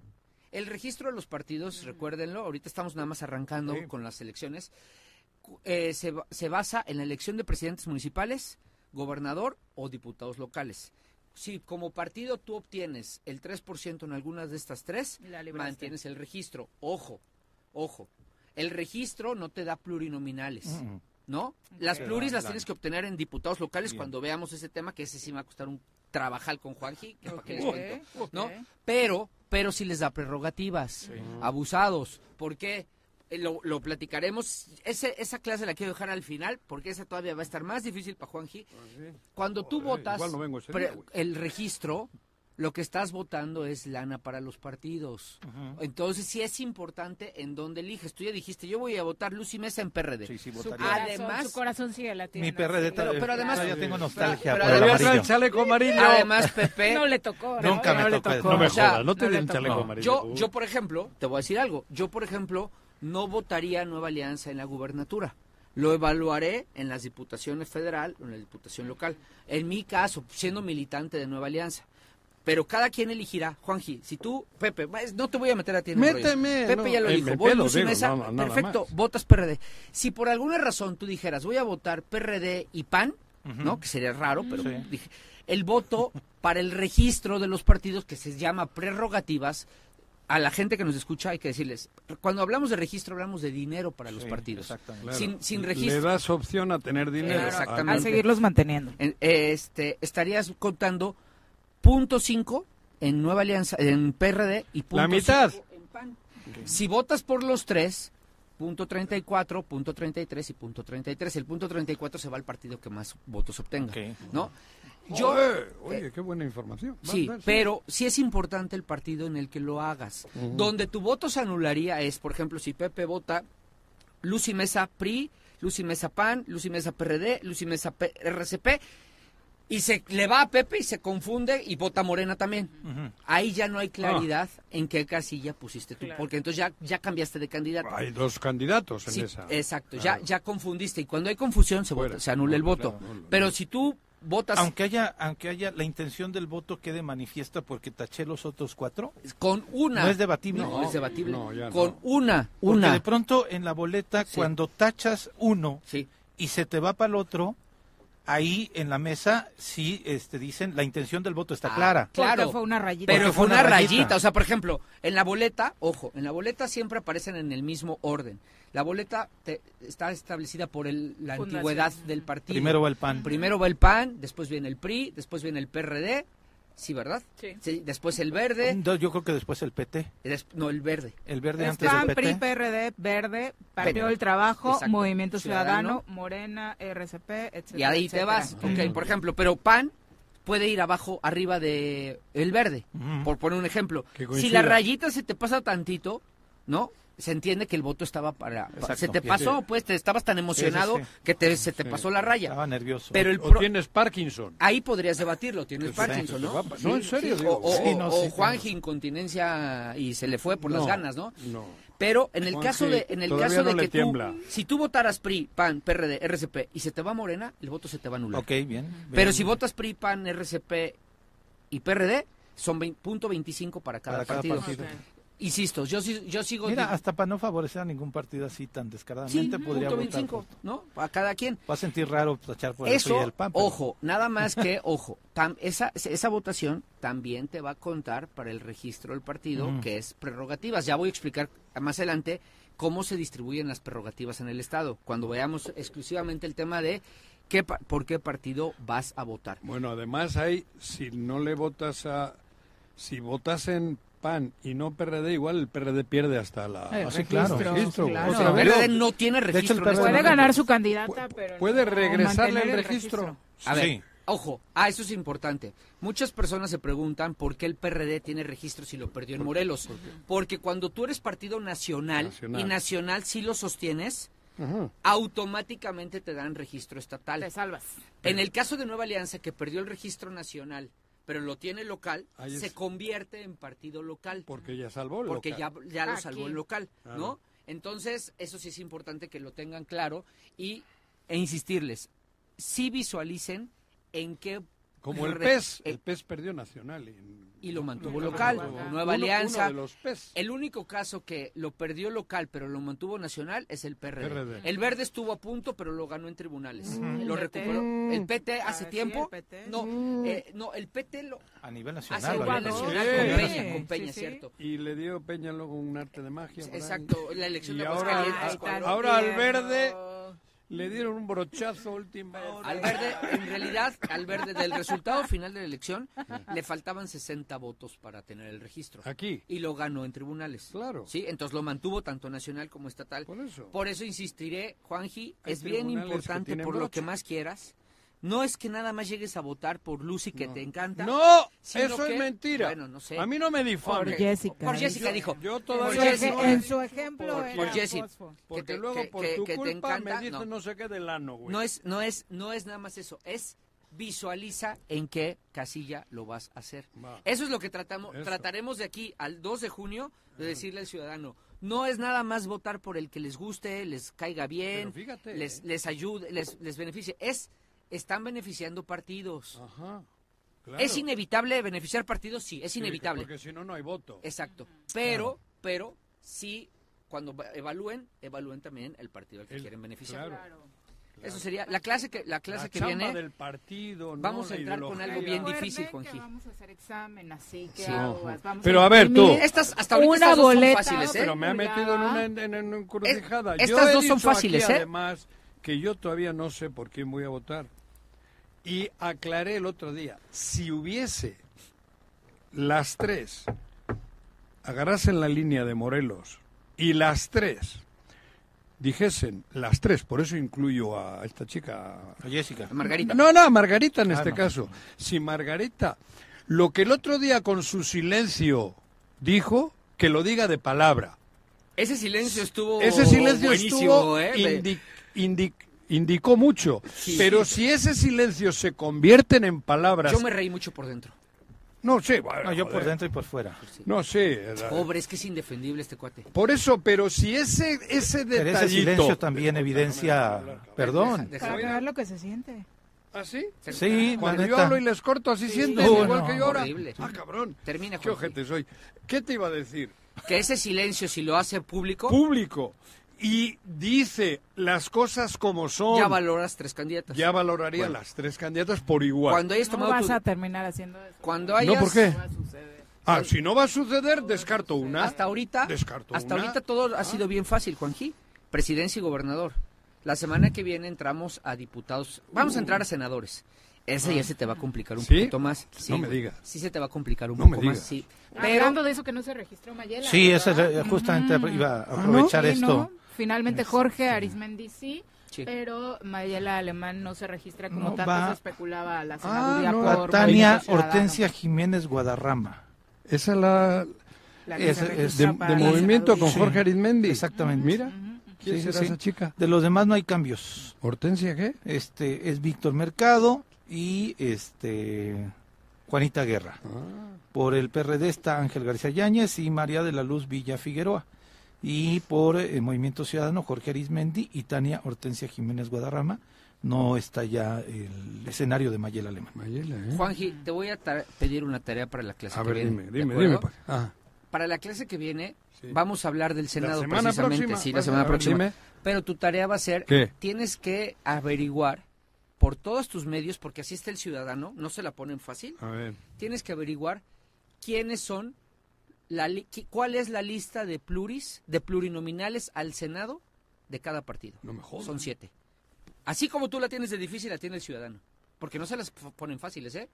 El registro de los partidos, recuérdenlo, ahorita estamos nada más arrancando
Sí.
con las elecciones, cu- eh, se, ba- se basa en la elección de presidentes municipales, gobernador o diputados locales. Si como partido tú obtienes el 3% en algunas de estas tres,
La libraste.
mantienes el registro. Ojo, ojo. El registro no te da plurinominales.
Mm,
¿no? Las
Ok.
pluris las
Claro.
tienes que obtener en diputados locales
Bien.
cuando veamos ese tema, que ese sí me va a costar un trabajal con Juanji, que para qué les
Ok,
cuento,
ok.
Uh, ¿no? Pero, pero sí les da prerrogativas, abusados, porque lo, lo platicaremos, Ese- esa clase la quiero dejar al final, porque esa todavía va a estar más difícil para Juanji. Cuando tú
Joder,
votas
Ah, igual no vengo ese
pre-
día, güey.
el registro, lo que estás votando es lana para los partidos.
ujú.
Entonces sí es importante en dónde eliges. Tú ya dijiste, yo voy a votar Lucy Mesa en PRD.
Sí, sí,
Su
votaría.
Ah,
corazón,
además-
su corazón sigue latiendo.
Mi PRD
Sí.
tal-
pero además-
todavía tengo nostalgia
Pero
por el
además-
trae
amarillo.
el chaleco amarillo.
Además, Pepe,
No le tocó. ¿no?
Nunca me tocó.
No me
o sea,
jodas, no te
no le
den
tocó.
chaleco
No.
amarillo.
Yo, yo, por ejemplo, te voy a decir algo. Yo, por ejemplo, no votaría Nueva Alianza en la gubernatura. Lo evaluaré en las diputaciones federal o en la diputación local. En mi caso, siendo militante de Nueva Alianza. Pero cada quien elegirá. Juanji, si tú, Pepe, es- no te voy a meter a ti en el rollo.
Méteme,
Pepe
no.
ya lo
Eh,
dijo.
me
Voy
pelo,
Lucy
digo,
Mesa,
no, no, nada
perfecto,
más.
votas PRD. Si por alguna razón tú dijeras, voy a votar PRD y PAN, ¿no? Que sería raro, pero
Sí.
dije, el voto para el registro de los partidos que se llama prerrogativas a la gente que nos escucha hay que decirles, cuando hablamos de registro hablamos de dinero para los
Sí,
partidos.
exactamente.
Claro.
sin- sin
Le
registro.
das opción a tener dinero. Ah,
Claro,
A
exactamente.
seguirlos manteniendo.
En- Este, estarías contando punto cinco en Nueva Alianza, en PRD y punto
La mitad.
cinco en PAN. Si votas por los tres, punto 34, punto 33 y punto 33, el punto 34 se va al partido que más votos obtenga,
Ok.
¿no?
Yo,
Yo, eh,
oye, oye, qué buena información. Va,
Sí,
va,
pero sí es importante el partido en el que lo hagas. Donde tu voto se anularía es, por ejemplo, si Pepe vota Lucy Mesa PRI, Lucy Mesa PAN, Lucy Mesa PRD, Lucy Mesa P- RCP, y se le va a Pepe y se confunde y vota Morena también.
Ujú.
Ahí ya no
Ah.
hay claridad en qué casilla pusiste tú,
Claro.
porque entonces ya, ya cambiaste de candidato.
Hay dos candidatos en
Sí,
esa.
exacto,
Claro.
ya, ya confundiste y cuando hay confusión se,
Fuera.
vota, se anula el
No,
voto.
claro, no, no.
Pero si tú votas
Aunque haya, aunque haya la intención del voto quede manifiesta porque taché los otros cuatro,
con una...
no es debatible.
No, es debatible.
no, ya
Con
no.
una,
Porque
una.
de pronto en la boleta,
Sí.
cuando tachas uno
Sí,
y se te va para el otro, ahí en la mesa sí este, dicen la intención del voto está
Ah,
clara.
Claro.
Porque fue una rayita.
pero fue una rayita. O sea, por ejemplo, en la boleta, ojo, en la boleta siempre aparecen en el mismo orden. La boleta te- está establecida por el- la
Fundación.
antigüedad del partido.
Primero va el pan.
Primero va el PAN, después viene el PRI, después viene el PRD. Sí, ¿verdad?
Sí.
después el verde.
No, Yo creo que después el PT.
des- no, el verde.
El verde
Es
antes del
PAN,
PT.
PRI, PRD, Verde, Partido
Verde.
del Trabajo,
Exacto.
Movimiento Ciudadano,
Ciudadano.
Morena, RCP, etcétera.
Y ahí te
etcétera.
vas. Ok, por ejemplo, pero PAN puede ir abajo, arriba de el verde.
Ujú.
Por poner un ejemplo.
Que
Si
coincida.
la rayita se te pasa tantito, ¿no? se entiende que el voto estaba para... para-
Exacto.
se te pasó,
Sí.
pues, te estabas tan emocionado
sí.
que te, se te
Sí. Ah,
pasó la raya.
Estaba nervioso.
Pero el
O
pro-
tienes Parkinson.
ahí podrías debatirlo, tiene el
Pues,
Parkinson,
sí,
¿no?
pues, no, en serio,
sí,
digo.
O, o,
Sí, no,
o
sí, tenemos.
Juanji incontinencia y se le fue por las
No,
ganas, Ah, ¿no?
No.
Pero en el
Juanji,
caso de en el
todavía
caso de
no le
que tú
tiembla.
si tú votaras PRI, PAN, PRD, RCP y se te va Morena, el voto se te va a anular.
Ok, bien. bien.
Pero si votas PRI, PAN, RCP y PRD, son vein- punto 25 para cada,
Para cada
partido.
partido.
Insisto, yo, si- yo sigo
Mira,
di-
hasta para no favorecer a ningún partido así tan
sí,
descaradamente podría
punto
votar.
25, ¿no? A cada quien.
Va a sentir raro tachar por el PRI y
Eso,
el PAN. pero-
ojo, nada más que, ojo, tam- esa, esa votación también te va a contar para el registro del partido,
Ujú.
que es prerrogativas. Ya voy a explicar más adelante cómo se distribuyen las prerrogativas en el Estado, cuando veamos exclusivamente el tema de qué, pa- por qué partido vas a votar.
Bueno, además hay, si no le votas a... Si votasen PAN y no PRD, igual el PRD pierde hasta la...
El
Ah, sí, claro,
registro,
registro,
Ah,
claro.
otra
El
vez.
PRD no tiene
hecho, el
registro. en
PRD
este
no
Puede
momento.
ganar su candidata,
Pu-
pero.
puede
no
regresarle
mantener
el registro.
A ver,
Sí.
ojo, ah, eso es importante. Muchas personas se preguntan por qué el PRD tiene registro si lo perdió en Morelos. Porque cuando tú eres partido nacional,
Nacional.
y nacional si lo sostienes,
Ajá.
automáticamente te dan registro estatal.
Te salvas.
En el caso de Nueva Alianza, que perdió el registro nacional, pero lo tiene local,
Ahí
se
es.
convierte en partido local.
Porque ya salvó el
porque
local. Ah,
ya, ya
Ah,
lo
Aquí.
salvó el local,
Claro.
¿no? Entonces, eso sí es importante que lo tengan claro y, e insistirles, sí visualicen en qué...
Como el
re-
pez,
eh,
el pez perdió nacional. en-
y lo mantuvo
Lo
local,
mantuvo.
Nueva
Uno-
Alianza.
uno de los pez.
El único caso que lo perdió local pero lo mantuvo nacional es el PRD.
PRD.
El Verde estuvo a punto pero lo ganó en tribunales.
Mm.
Lo
El PT.
recuperó. El PT hace
Ah, sí,
tiempo...
el PT.
No, eh, no, el PT lo
A nivel nacional.
hace
vale.
igual nacional
Sí.
con Peña, con
Sí,
Peña,
sí.
¿cierto?
Y le dio Peña luego un arte de magia. por ahí.
Exacto, la elección
Y
de
ahora-
Aguascalientes.
a-
cuando-
ahora al verde le dieron un brochazo última hora.
Al verde, en realidad, al verde del resultado final de la elección, le faltaban 60 votos para tener el registro.
Aquí.
Y lo ganó en tribunales.
Ah. Claro.
Sí, entonces lo mantuvo tanto nacional como estatal.
Por eso.
Por eso insistiré, Juanji,
Hay
es bien
tribunales que
importante
tienen
por lo
brocha.
que más quieras. No es que nada más llegues a votar por Lucy que te encanta.
No,
sino
eso
que-
es mentira.
Bueno, no sé.
A mí no me
Por
difame.
Jessica.
Por Jessica dijo.
Yo
En su
todavía
Por
eje-
Jessica.
no, eh.
En su ejemplo
Por-
era
por Jessica.
fosfo.
porque
que te-
luego
que-
por
que-
tu
que te
culpa
encanta,
me dices
no.
no. sé qué del ano, güey.
No es, no es, no es nada más eso, es visualiza en qué casilla lo vas a hacer.
Va.
Eso es lo que tratamos,
Eso.
trataremos de aquí al 2 de junio de decirle al ciudadano, no es nada más votar por el que les guste, les caiga bien,
Pero fíjate,
les,
¿eh?
les ayude, les, les beneficie, es están beneficiando partidos.
Ajá.
¿Es
Ah, claro.
inevitable beneficiar partidos? Sí, es
Sí,
inevitable.
Porque si no, no hay voto.
Exacto. Pero, pero, sí, cuando va- evalúen, evalúen también el partido al que
El-
quieren beneficiar.
claro,
Eso sería la clase que la clase
La
que
chamba
viene.
del partido, ¿no?
Vamos a
La
entrar con
ideología.
algo bien
Recuerden
difícil,
que
Juanji.
Vamos a hacer examen, así que
Sí.
aguas, vamos
Pero a ver, tú.
imprimir-
Estas hasta ahorita
Una
estas dos
boleta.
son fáciles, ¿eh?
Pero me ha metido en una,
formulada.
en, en- en una encrucijada.
Es-
Yo
estas
he
dos son
dicho aquí,
fáciles, ¿eh?
Además, que yo todavía no sé por quién voy a votar. Y aclaré el otro día, si hubiese las tres, agarrasen la línea de Morelos y las tres, dijesen las tres, por eso incluyo a esta chica,
A Jessica.
Margarita.
no, no, Margarita en
Ah,
este
no.
caso. Si Margarita, lo que el otro día con su silencio dijo, que lo diga de palabra.
Ese silencio estuvo
Oh,
Ese silencio
buenísimo,
estuvo
¿eh?
indi- indi- indicó mucho.
Sí.
Pero si ese silencio se convierten en palabras,
Yo me reí mucho por dentro.
no sé, bueno,
No, yo por
joder,
dentro y por fuera.
no sé. la-
Pobre, es que es indefendible este cuate.
Por eso, pero si ese ese
Pero ese
detallito,
silencio también evidencia. Perdón.
Deja-
Para
deja-
ver lo que se siente.
¿Ah, sí?
Sí, la
Cuando yo
neta.
hablo y les corto así
Sí,
sienten,
no,
igual
no,
que yo ahora.
horrible.
Ah, cabrón.
Termina,
Qué
Jorge.
ojete soy. ¿Qué te iba a decir?
Que ese silencio si lo hace público,
público y dice las cosas como son,
ya valoras tres candidatas.
ya valoraría
Bueno.
las tres candidatas por igual.
Cuando hayas
No
tomado
vas
tu-
a terminar haciendo eso.
cuando hayas
No, ¿por qué?
No va a suceder.
Ah, si no va a suceder, descarto una.
Hasta ahorita,
Descarto
hasta
una.
ahorita todo ha sido bien fácil, Juanji. Presidencia y gobernador. La semana que viene entramos a diputados. Vamos a entrar a senadores. Ese ya se te va a complicar un
Ah. ¿Sí?
poquito más. Sí,
No me
güey.
digas.
Sí se te va a complicar un
No me
poco más, sí.
digas.
Hablando de eso que no se registró Mayela.
Sí,
¿verdad?
ese, eh, justamente iba a aprovechar
Sí,
esto.
¿no? Finalmente Jorge Arismendi sí,
Sí.
pero Mayela Alemán no se registra como
No,
tanto
va-
se especulaba a la
Ah,
senaduría
no,
por
A Tania
Movimiento Ciudadano.
Hortensia Jiménez Guadarrama.
Esa la
La que
Es,
se
es
registra
de,
De,
para
de
la
movimiento con
senaduría.
Jorge Arizmendi.
Exactamente.
Mira, ¿quién
Sí, sí,
será
sí.
esa chica?
de los demás no hay cambios.
¿Hortensia qué?
Este es Víctor Mercado y este Juanita Guerra.
Ah,
Por el PRD está Ángel García Yáñez y María de la Luz Villa Figueroa. Y por el Movimiento Ciudadano Jorge Arismendi y Tania Hortensia Jiménez Guadarrama. No está ya el escenario de Mayel Alemán.
Mayela, ¿eh?
Juanji, te voy a tar- pedir una tarea para la clase
A
que
ver,
viene.
dime,
¿de
dime,
acuerdo?
dime. pues. Ah,
Para la clase que viene,
Sí.
vamos a hablar del Senado
semana
precisamente,
próxima.
sí, la
Bueno, a
semana
ver,
próxima.
dime.
Pero tu tarea va a ser,
¿Qué?
tienes que averiguar por todos tus medios, porque así está el ciudadano, no se la ponen fácil,
a ver.
tienes que averiguar quiénes son, la li- qui- cuál es la lista de pluris, de plurinominales al Senado de cada partido.
No me jodas.
Son siete. Así como tú la tienes de difícil, la tiene el ciudadano. Porque no se las f- ponen fáciles, ¿eh?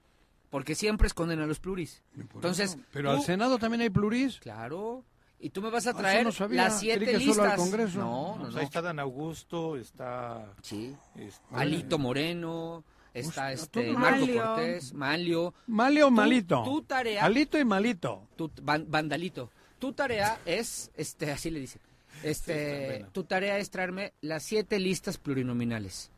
Porque siempre esconden a los pluris. Entonces,
Pero
tú-
al Senado también hay pluris.
Claro. Y tú me vas a
eso
traer
no sabía.
las siete
Creí que
listas.
solo al Congreso.
No, no,
Pues
no.
ahí está Dan Augusto, está...
Sí.
este,
Alito Moreno, está
Hostia,
este
todo
Marco
Malio.
Cortés, Malio.
Male o
Tú-
malito.
Tu tarea,
Alito y malito.
tu van- vandalito. Tu tarea es, este, así le dice.
está
Este,
bueno.
tu tarea es traerme las siete listas plurinominales.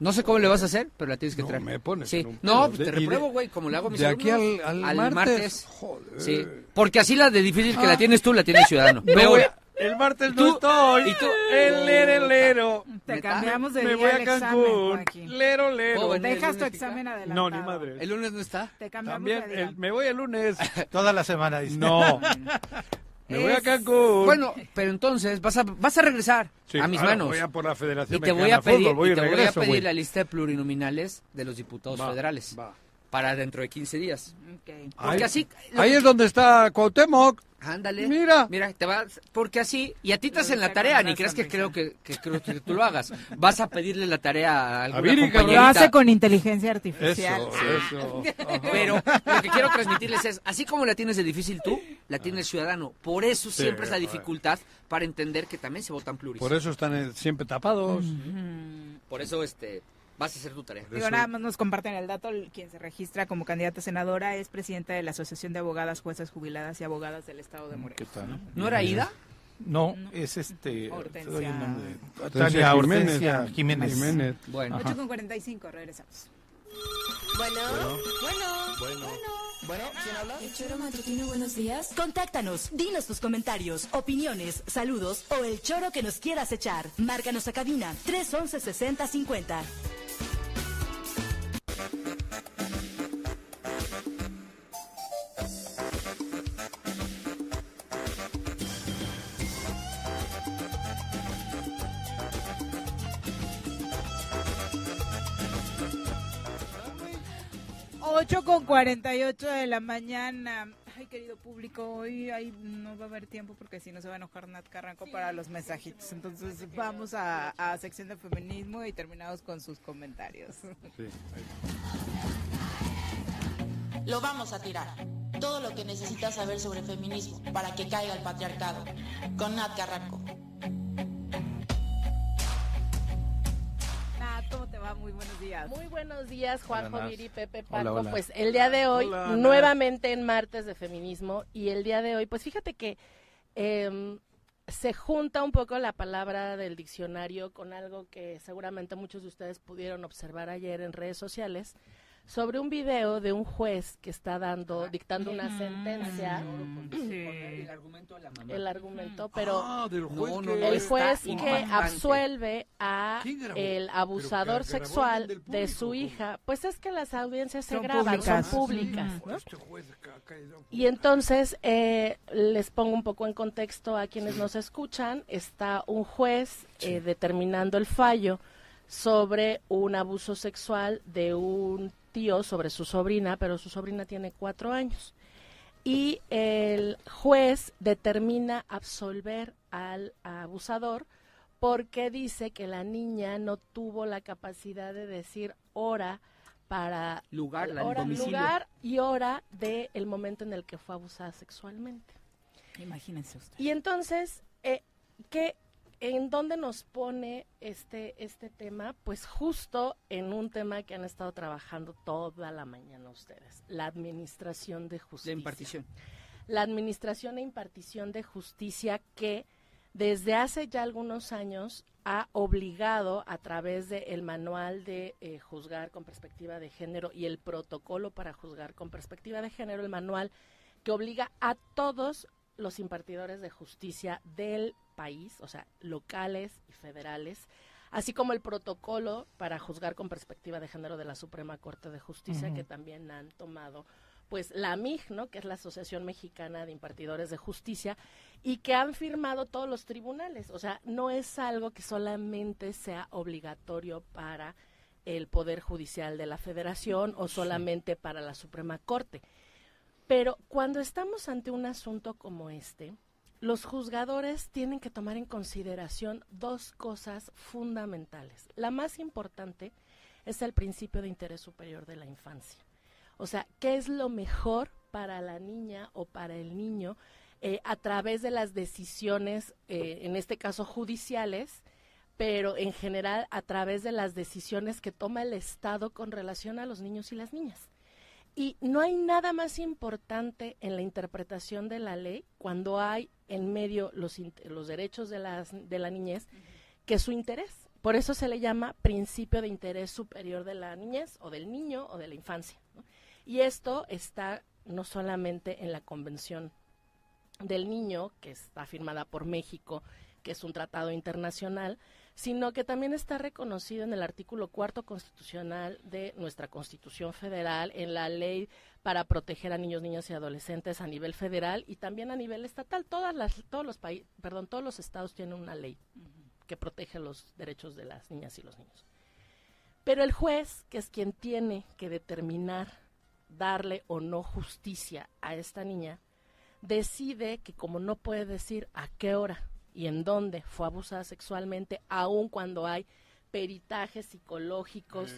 No sé cómo le vas a hacer, pero la tienes que
No,
traer.
me pones
Sí.
en un
No,
pedo.
pues
De-
te
y de-
repruebo, güey, como le hago a mis
De aquí al,
alumnos.
al,
martes.
Joder.
Sí. Porque así la de difícil que la tienes tú, la tiene el ciudadano.
Ah. No
Peor.
voy a- el martes no
Tú-
estoy.
y tú-
el lero, lero.
Te
¿Neta?
cambiamos de
Me
día
voy a
el
Cancún.
examen, Joaquín.
Lero, lero.
Oh, bueno.
Dejas tu
¿El lunes
examen adelantado.
No, ni madre.
El lunes no está.
Te cambiamos
También,
de día.
el- me voy el lunes.
Toda la semana dice.
No. me voy a Cancún.
Bueno, pero entonces vas a, vas a regresar
Sí,
a mis
claro,
manos.
Voy a por la Federación
Y te voy
Mexicana
a
de Fútbol,
pedir,
voy
y
y
te voy a
regreso,
pedir
güey.
la lista de plurinominales de los diputados
Va,
federales
va.
para dentro de 15 días.
Ok.
Porque
Ahí-
así. lo
Ahí
que-
es donde está Cuauhtémoc.
Ándale.
Mira.
Mira, te vas. Porque así. Y a ti te
Lo
hacen la
sacan
tarea,
una
ni creas que creo
sonrisa.
que, que creo que tú lo hagas. Vas a pedirle la tarea a alguna
Viri, cabrón.
Lo
compañerita.
hace con inteligencia artificial.
Eso, eso.
Pero lo que quiero transmitirles es, así como la tienes de difícil tú, la tiene el ciudadano. Por eso
Sí,
siempre es la
joder.
dificultad para entender que también se votan pluris.
Por eso están eh, siempre tapados.
Mm. Por eso, este, vas a hacer tu tarea.
Digo, nada más nos comparten el dato. el- Quien se registra como candidata a senadora es presidenta de la Asociación de Abogadas, Juezas Jubiladas y Abogadas del Estado de
Mm, ¿Qué
Morelos.
tal?
¿No era Ida?
No, es este.
Hortensia.
te doy el nombre.
Entonces,
Tania Hortensia Jiménez.
Jiménez.
Bueno.
8 con 45, regresamos.
Bueno, bueno, bueno. Bueno, ¿quién habla?
El choro matutino, buenos días.
Contáctanos, dinos tus comentarios, opiniones, saludos o el choro que nos quieras echar. Márcanos a cabina 311 6050.
Ocho con 48 de la mañana. Ay, querido público, hoy ay, no va a haber tiempo porque si no se va a enojar Nat Carranco para los mensajitos. Entonces vamos a, a sección de feminismo y terminados con sus comentarios.
Lo vamos a tirar. Todo lo que necesitas saber sobre feminismo para que caiga el patriarcado. Con Nat Carranco.
Nat, ¿cómo te va? Muy buenos días.
Muy buenos días, Juanjo,
Hola, Nat.
Miri, Pepe, Paco.
Hola, hola.
Pues el día de hoy,
Hola, Nat.
nuevamente en martes de feminismo, y el día de hoy, pues fíjate que em, se junta un poco la palabra del diccionario con algo que seguramente muchos de ustedes pudieron observar ayer en redes sociales sobre un video de un juez que está dando, dictando una sentencia,
El argumento de la mamá.
el argumento, pero
Ah, del juez
No, no,
que-
no,
el juez
Está
que
impactante.
absuelve a
¿Quién grabó?
el
Pero
abusador
que grabó
sexual
alguien del
de
público,
su
¿cómo?
hija, pues es que las audiencias se
Son
graban,
públicas.
son públicas.
Ujú.
Bueno, este juez que ha caído-
Y entonces eh, les pongo un poco en contexto a quienes nos escuchan. Está un juez eh, determinando el fallo sobre un abuso sexual de un tío sobre su sobrina, pero su sobrina tiene cuatro años. Y el juez determina absolver al abusador porque dice que la niña no tuvo la capacidad de decir hora para
Lugar, la-
hora,
domicilio.
lugar y hora del momento en el que fue abusada sexualmente.
Imagínense usted.
Y entonces, eh, ¿qué, ¿en dónde nos pone este, este tema? Pues justo en un tema que han estado trabajando toda la mañana ustedes, la administración de
La
justicia.
impartición.
la Administración e Impartición de Justicia que desde hace ya algunos años ha obligado a través del manual de eh, juzgar con perspectiva de género y el protocolo para juzgar con perspectiva de género, el manual que obliga a todos los impartidores de justicia del país, o sea, locales y federales, así como el protocolo para juzgar con perspectiva de género de la Suprema Corte de Justicia,
Ujú.
que también han tomado pues la MIG, ¿no? que es la Asociación Mexicana de Impartidores de Justicia, y que han firmado todos los tribunales. O sea, no es algo que solamente sea obligatorio para el Poder Judicial de la Federación o solamente para la Suprema Corte. Pero cuando estamos ante un asunto como este, los juzgadores tienen que tomar en consideración dos cosas fundamentales. La más importante es el principio de interés superior de la infancia. O sea, ¿qué es lo mejor para la niña o para el niño eh, a través de las decisiones, eh, en este caso judiciales, pero en general a través de las decisiones que toma el Estado con relación a los niños y las niñas? Y no hay nada más importante en la interpretación de la ley cuando hay en medio los, in- los derechos de, las, de la niñez que su interés. Por eso se le llama principio de interés superior de la niñez o del niño o de la infancia. ¿no? Y esto está no solamente en la Convención del Niño, que está firmada por México, que es un tratado internacional, sino que también está reconocido en el artículo cuarto constitucional de nuestra Constitución Federal, en la ley para proteger a niños, niñas y adolescentes a nivel federal y también a nivel estatal. Todas las, todos los países, perdón, todos los estados tienen una ley que protege los derechos de las niñas y los niños. Pero el juez, que es quien tiene que determinar darle o no justicia a esta niña, decide que como no puede decir a qué hora y en dónde fue abusada sexualmente, aun cuando hay peritajes psicológicos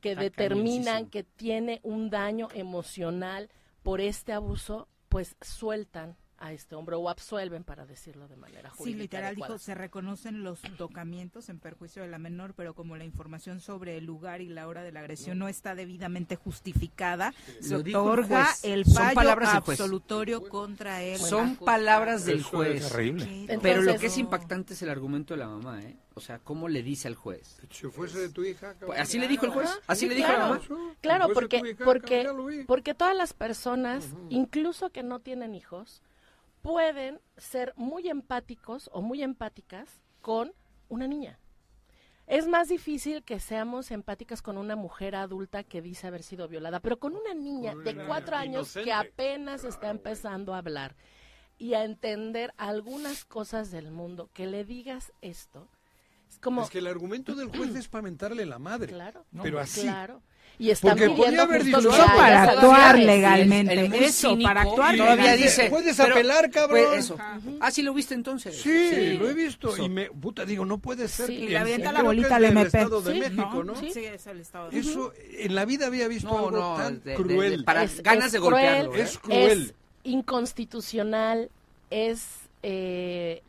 que
Eh, está
determinan
cañoncísimo.
que tiene un daño emocional por este abuso, pues sueltan a este hombre o absuelven, para decirlo de manera
Sí,
jurídica.
literal dijo,
adecuada.
se reconocen los tocamientos en perjuicio de la menor, pero como la información sobre el lugar y la hora de la agresión no, está debidamente justificada, se
Lo dijo el
otorga
juez.
el
Son
fallo
palabras del juez.
absolutorio contra él.
Son palabras del
Eso es
juez.
terrible.
Sí,
Pero lo
entonces-
que es impactante es el argumento de la mamá, ¿eh? O sea, ¿cómo le dice al juez?
Si fuese de tu hija...
Pues, así le dijo el juez,
Ajá,
así
sí,
le dijo
claro.
la mamá.
Claro,
Pues,
porque,
tú, hija,
porque, porque todas las personas, incluso que no tienen hijos, pueden ser muy empáticos o muy empáticas con una niña. Es más difícil que seamos empáticas con una mujer adulta que dice haber sido violada, pero con una niña
Con
de
una
cuatro años que
inocente.
apenas está empezando a hablar y a entender algunas cosas del mundo, que le digas esto, es como...
Es que el argumento del juez es para mentarle la madre.
Claro.
Pero así.
Claro. Y están
Porque podía
pidiendo
haber
justo
dicho
que
algo.
haya
Para
sanciones.
actuar
Sí, es-
legalmente.
el muy
Eso,
cínico
para actuar
y
Todavía
legalmente.
dice.
Puedes
pero-
apelar, cabrón.
pues, eso. Ah, sí lo viste entonces.
Sí,
Sí.
lo he visto.
Eso.
Y me, puta, digo, no puede ser.
Sí,
que-
y le avienta
creo
la
que
bolita
es
al
del
MP.
Estado de
Sí,
México, ¿no?
Sí, es el Estado de
Eso, en la vida había visto
No,
algo
no,
tan
de- de-
cruel.
de- para-
Es-
ganas
es
de golpearlo,
cruel,
¿eh?
Es cruel.
es inconstitucional, es eh,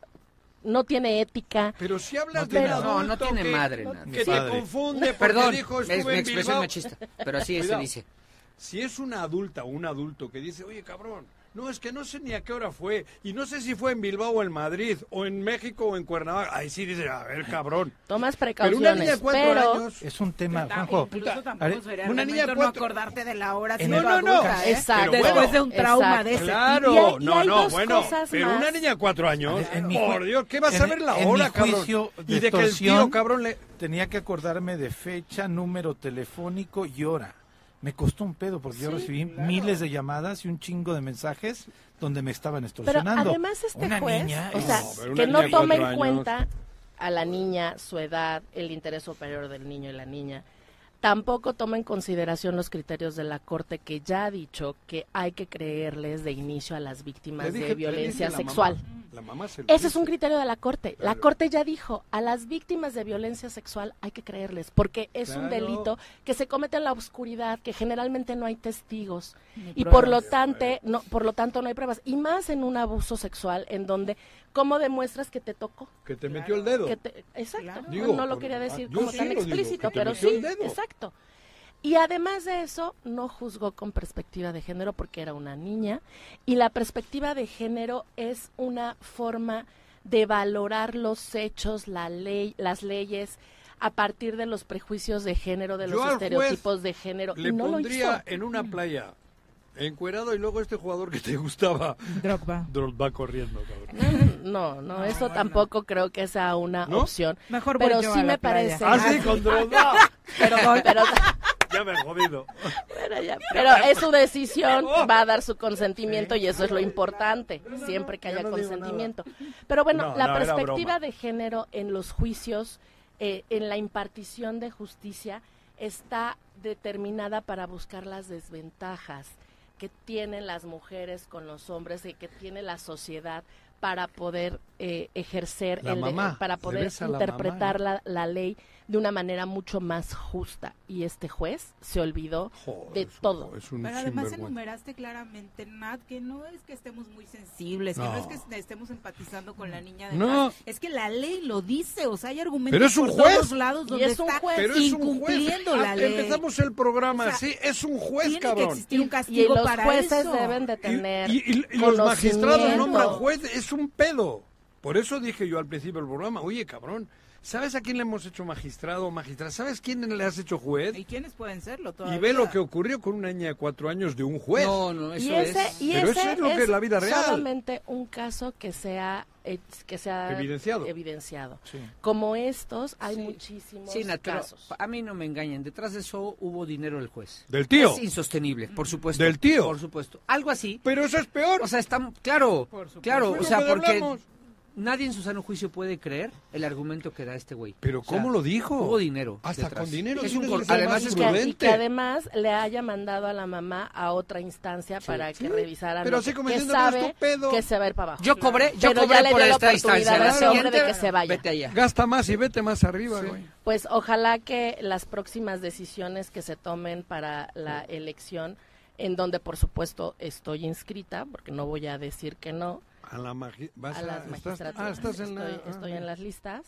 no tiene ética.
Pero si hablas
Pero-
de un
No, no
adulto
tiene
que-
madre nada.
Que te
Padre.
confunde porque
Perdón,
dijo
es
estuve
mi
en
expresión
Bilbao".
machista, pero así se
Cuidado.
dice.
Si es una adulta o un adulto que dice, oye, cabrón, no, es que no sé ni a qué hora fue, y no sé si fue en Bilbao o en Madrid, o en México o en Cuernavaca, ahí sí dice, a ver, cabrón.
Tomas
Pero una niña de
precauciones,
cuatro
pero-
años...
Es un tema,
Está-
Juanjo.
incluso
puta,
tampoco
are-
sería
una
argumento
niña de
no
cuatro...
acordarte de la hora
En
siendo
el- No, no,
adulta,
no,
¿eh?
exacto.
Después
Bueno,
de un trauma de ese
Claro,
tipo.
no, no, bueno, pero una niña de cuatro años,
En mi
por
ju-
Dios, ¿qué vas a
en-
ver la
en mi
hora, cabrón?
juicio de
Y de que el tío,
extorsión,
cabrón, le...
Tenía que acordarme de fecha, número telefónico y hora. Me costó un pedo porque yo
Sí,
recibí
claro.
miles de llamadas y un chingo de mensajes donde me estaban
Pero
extorsionando.
además este
Una
juez,
niña
o
es-
sea,
pero una
que no
niña de
toma en
cuatro años.
cuenta a la niña, su edad, el interés superior del niño y la niña. Tampoco toma en consideración los criterios de la Corte que ya ha dicho que hay que creerles de inicio a las
le
víctimas
dije-
de
le
violencia
dije la mamá.
sexual.
La mamá se lo
Ese es
dice.
un criterio de la Corte. La
Claro.
Corte ya dijo, a las víctimas de violencia sexual hay que creerles, porque es un
Claro.
delito que se comete en la oscuridad, que generalmente no hay testigos
Ni
y por lo,
pruebas.
tanto, no, por lo tanto no hay pruebas. Y más en un abuso sexual, en donde, ¿cómo demuestras que te tocó?
Que te metió el dedo.
Que te- exacto,
Digo,
no lo
por-
quería decir
yo
como
sí
tan
lo digo,
explícito,
que te
pero
metió
sí,
el dedo.
exacto. Y además de eso, no juzgó con perspectiva de género porque era una niña. Y la perspectiva de género es una forma de valorar los hechos, la ley, las leyes, a partir de los prejuicios de género, de
Yo
los
al
estereotipos de género.
Le
y no lo hizo.
pondría en una playa, encuerado, y luego este jugador que te gustaba.
Drogba.
Drogba corriendo, cabrón.
No, no, eso tampoco creo que sea una
¿No?
opción.
Mejor voy
pero
yo
sí
a la
me
playa.
parece.
Ah, sí, con
Drogba.
pero, pero,
Ya me han jodido.
pero ya- pero es su decisión, va a dar su consentimiento y eso es lo importante, siempre que haya consentimiento. Pero bueno,
No,
la
no, era
perspectiva
broma.
de género en los juicios, eh, en la impartición de justicia, está determinada para buscar las desventajas que tienen las mujeres con los hombres y que tiene la sociedad para poder eh, ejercer
La
el de-
mamá,
para
le
poder
ves a la mamá,
interpretar
¿no?
la, la ley de una manera mucho más justa y este juez se olvidó de todo
Pero además enumeraste claramente, Nat, que no es que estemos muy sensibles, que no es
No.
que est- estemos empatizando con la niña de
No.
más. Es que la ley lo dice, o sea, hay argumentos
Pero es un
por
juez.
todos lados donde está
Pero es un juez.
incumpliendo la
Ah,
ley.
Empezamos el programa así. Es un juez,
tiene que
cabrón.
existir un Y-
y los jueces deben de tener
Y, y- y los magistrados
conocimiento.
nombran juez. Es un pedo. Por eso dije yo al principio del programa, oye, cabrón, ¿sabes a quién le hemos hecho magistrado o magistrada? ¿Sabes quién le has hecho juez?
¿Y quiénes pueden serlo
Y
todavía?
ve lo que ocurrió con una niña de cuatro años de un juez.
No, no,
y ese, y
Pero
ese
eso es lo que es la vida real.
solamente un caso que sea eh, que sea
Evidenciado.
evidenciado. Como estos hay muchísimos
Sí, Nat, pero
casos.
a mí no me engañen. Detrás de eso hubo dinero del juez.
Del tío.
Es insostenible, por supuesto.
Del tío.
Por supuesto. Algo así.
Pero eso es peor.
O sea, estamos. Claro,
supuesto.
claro.
Es
O
lo
pues
sea,
que
porque
hablamos.
nadie en su sano juicio puede creer el argumento que da este güey.
Pero
O sea,
¿cómo lo dijo?
Hubo dinero.
Hasta
detrás.
con dinero
Es un
tiene
cor-
que ser
además
más
es
Y que- y que
prudente.
además le haya mandado a la mamá a otra instancia para que revisaran
Pero
lo
así
que-
como
que
diciendo, pero es
sabe
tu pedo.
que se va a ir para abajo.
Yo cobré, yo
Pero ya
cobré
le
por
dio la
esta instancia.
oportunidad a ese hombre
siguiente,
de que se vaya.
Vete allá.
Gasta más y vete más arriba, güey.
Pues ojalá que las próximas decisiones que se tomen para la elección, en donde por supuesto estoy inscrita, porque no voy a decir que no,
A la magi- vas
a
a-
las
estás-
magistraturas,
ah, estás en la-
estoy,
ah,
estoy
bien.
en las listas,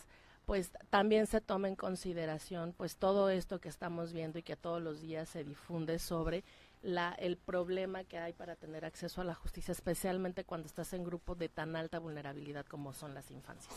pues también se toma en consideración pues todo esto que estamos viendo y que todos los días se difunde sobre la, el problema que hay para tener acceso a la justicia, especialmente cuando estás en grupos de tan alta vulnerabilidad como son las infancias.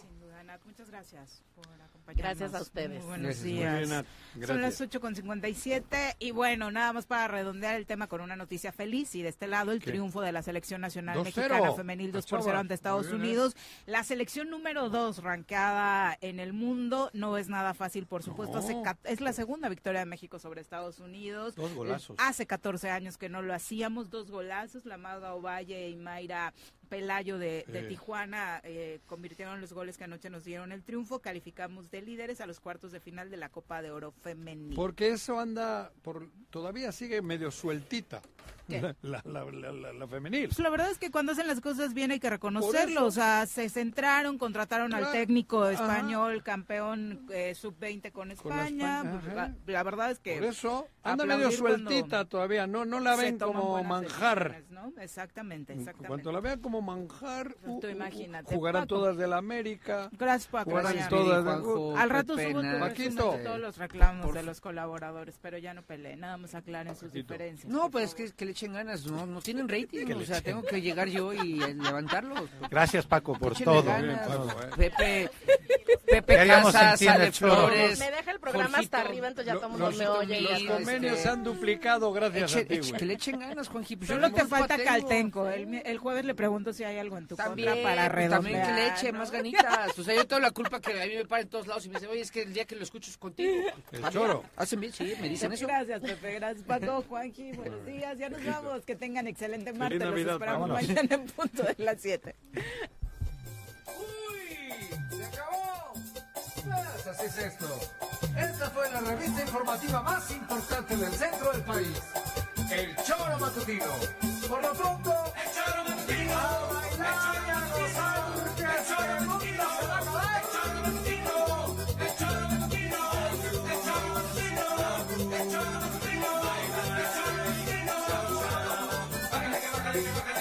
Sin duda, Nat, muchas gracias por acompañarnos.
Gracias a ustedes.
Muy buenos
Gracias.
días.
Muy bien,
ah,
Nat.
Son
Gracias.
las 8.57 y bueno, nada más para redondear el tema con una noticia feliz y de este lado el
¿Qué?
triunfo de la selección nacional
2-0.
mexicana femenil 2 por
Achaba.
0 ante Estados
Muy bien, ¿eh?
Unidos. La selección número 2 ranqueada en el mundo no es nada fácil, por
No.
supuesto. Hace ca- es la segunda victoria de México sobre Estados Unidos.
Dos golazos.
Hace 14 años que no lo hacíamos, dos golazos, la Magda Ovalle y Mayra Pelayo de, de
Sí.
Tijuana eh, convirtieron los goles que anoche nos dieron el triunfo, calificamos de líderes a los cuartos de final de la Copa de Oro femenil.
Porque eso anda, por, todavía sigue medio sueltita.
¿Qué?
La, la, la- la- la femenil.
Pues la verdad es que cuando hacen las cosas bien hay que reconocerlo,
Por eso.
o sea, se centraron, contrataron al
Claro.
técnico
Ajá.
español, campeón eh, sub-20 con España,
España,
pues,
ajá.
la, la verdad es que...
Por eso anda
aplaudir
medio
cuando
sueltita todavía, no no la
se
ven
toman
como
buenas
manjar.
decisiones, ¿no? Exactamente,
En
exactamente.
cuanto la vean como manjar,
Pues tú imagínate,
jugarán
Paco.
todas del América.
Gracias por
jugarán
acompañarnos.
todas de-
Al rato subo tu resumen
Paquito.
de todos los reclamos
Por
de
fa-
los colaboradores, pero ya no peleen, nada más aclaren sus diferencias.
No, pues que, que le echen ganas, no, no tienen rating,
Que
o
le
sea,
echen.
tengo que llegar yo y eh, levantarlos.
Gracias, Paco, por
Échenle
todo.
ganas.
Bien, Paco, eh.
Pepe, Pepe
Ya digamos
Casas,
en ti en
Ale
el choro.
Flores.
Me deja el programa hasta arriba, entonces ya todo el mundo
Los,
me oye. y
los
ya-
convenios se han duplicado gracias
Eche-
a ti,
eche-
güey.
que le echen ganas, Juanji. pues yo
Solo
no
te
culpa
falta
tengo.
Caltenco. El, mi- el jueves le pregunto si hay algo en tu
También,
contra para
pues,
redondear.
también que le eche más ganitas. O sea, yo tengo la culpa que a mí me para en todos lados y me dicen, oye, es que el día que lo escucho es contigo.
El
Ah,
choro.
Hacen bien, sí, me dicen eso.
Gracias, Pepe. Gracias, Paco, Juanji. Buenos días. Ya nos vamos. Que tengan excelente martes. Los
Navidad,
esperamos
vámonos.
mañana en punto de las 7.
¡Se acabó! Pues así es esto. Esta fue la revista informativa más importante del centro del país. El Choro Matutino. Por lo pronto, el Choro Matutino. A bailar y a gozar, que este mundo se va a acabar. Bájale, que bájale, que bájale.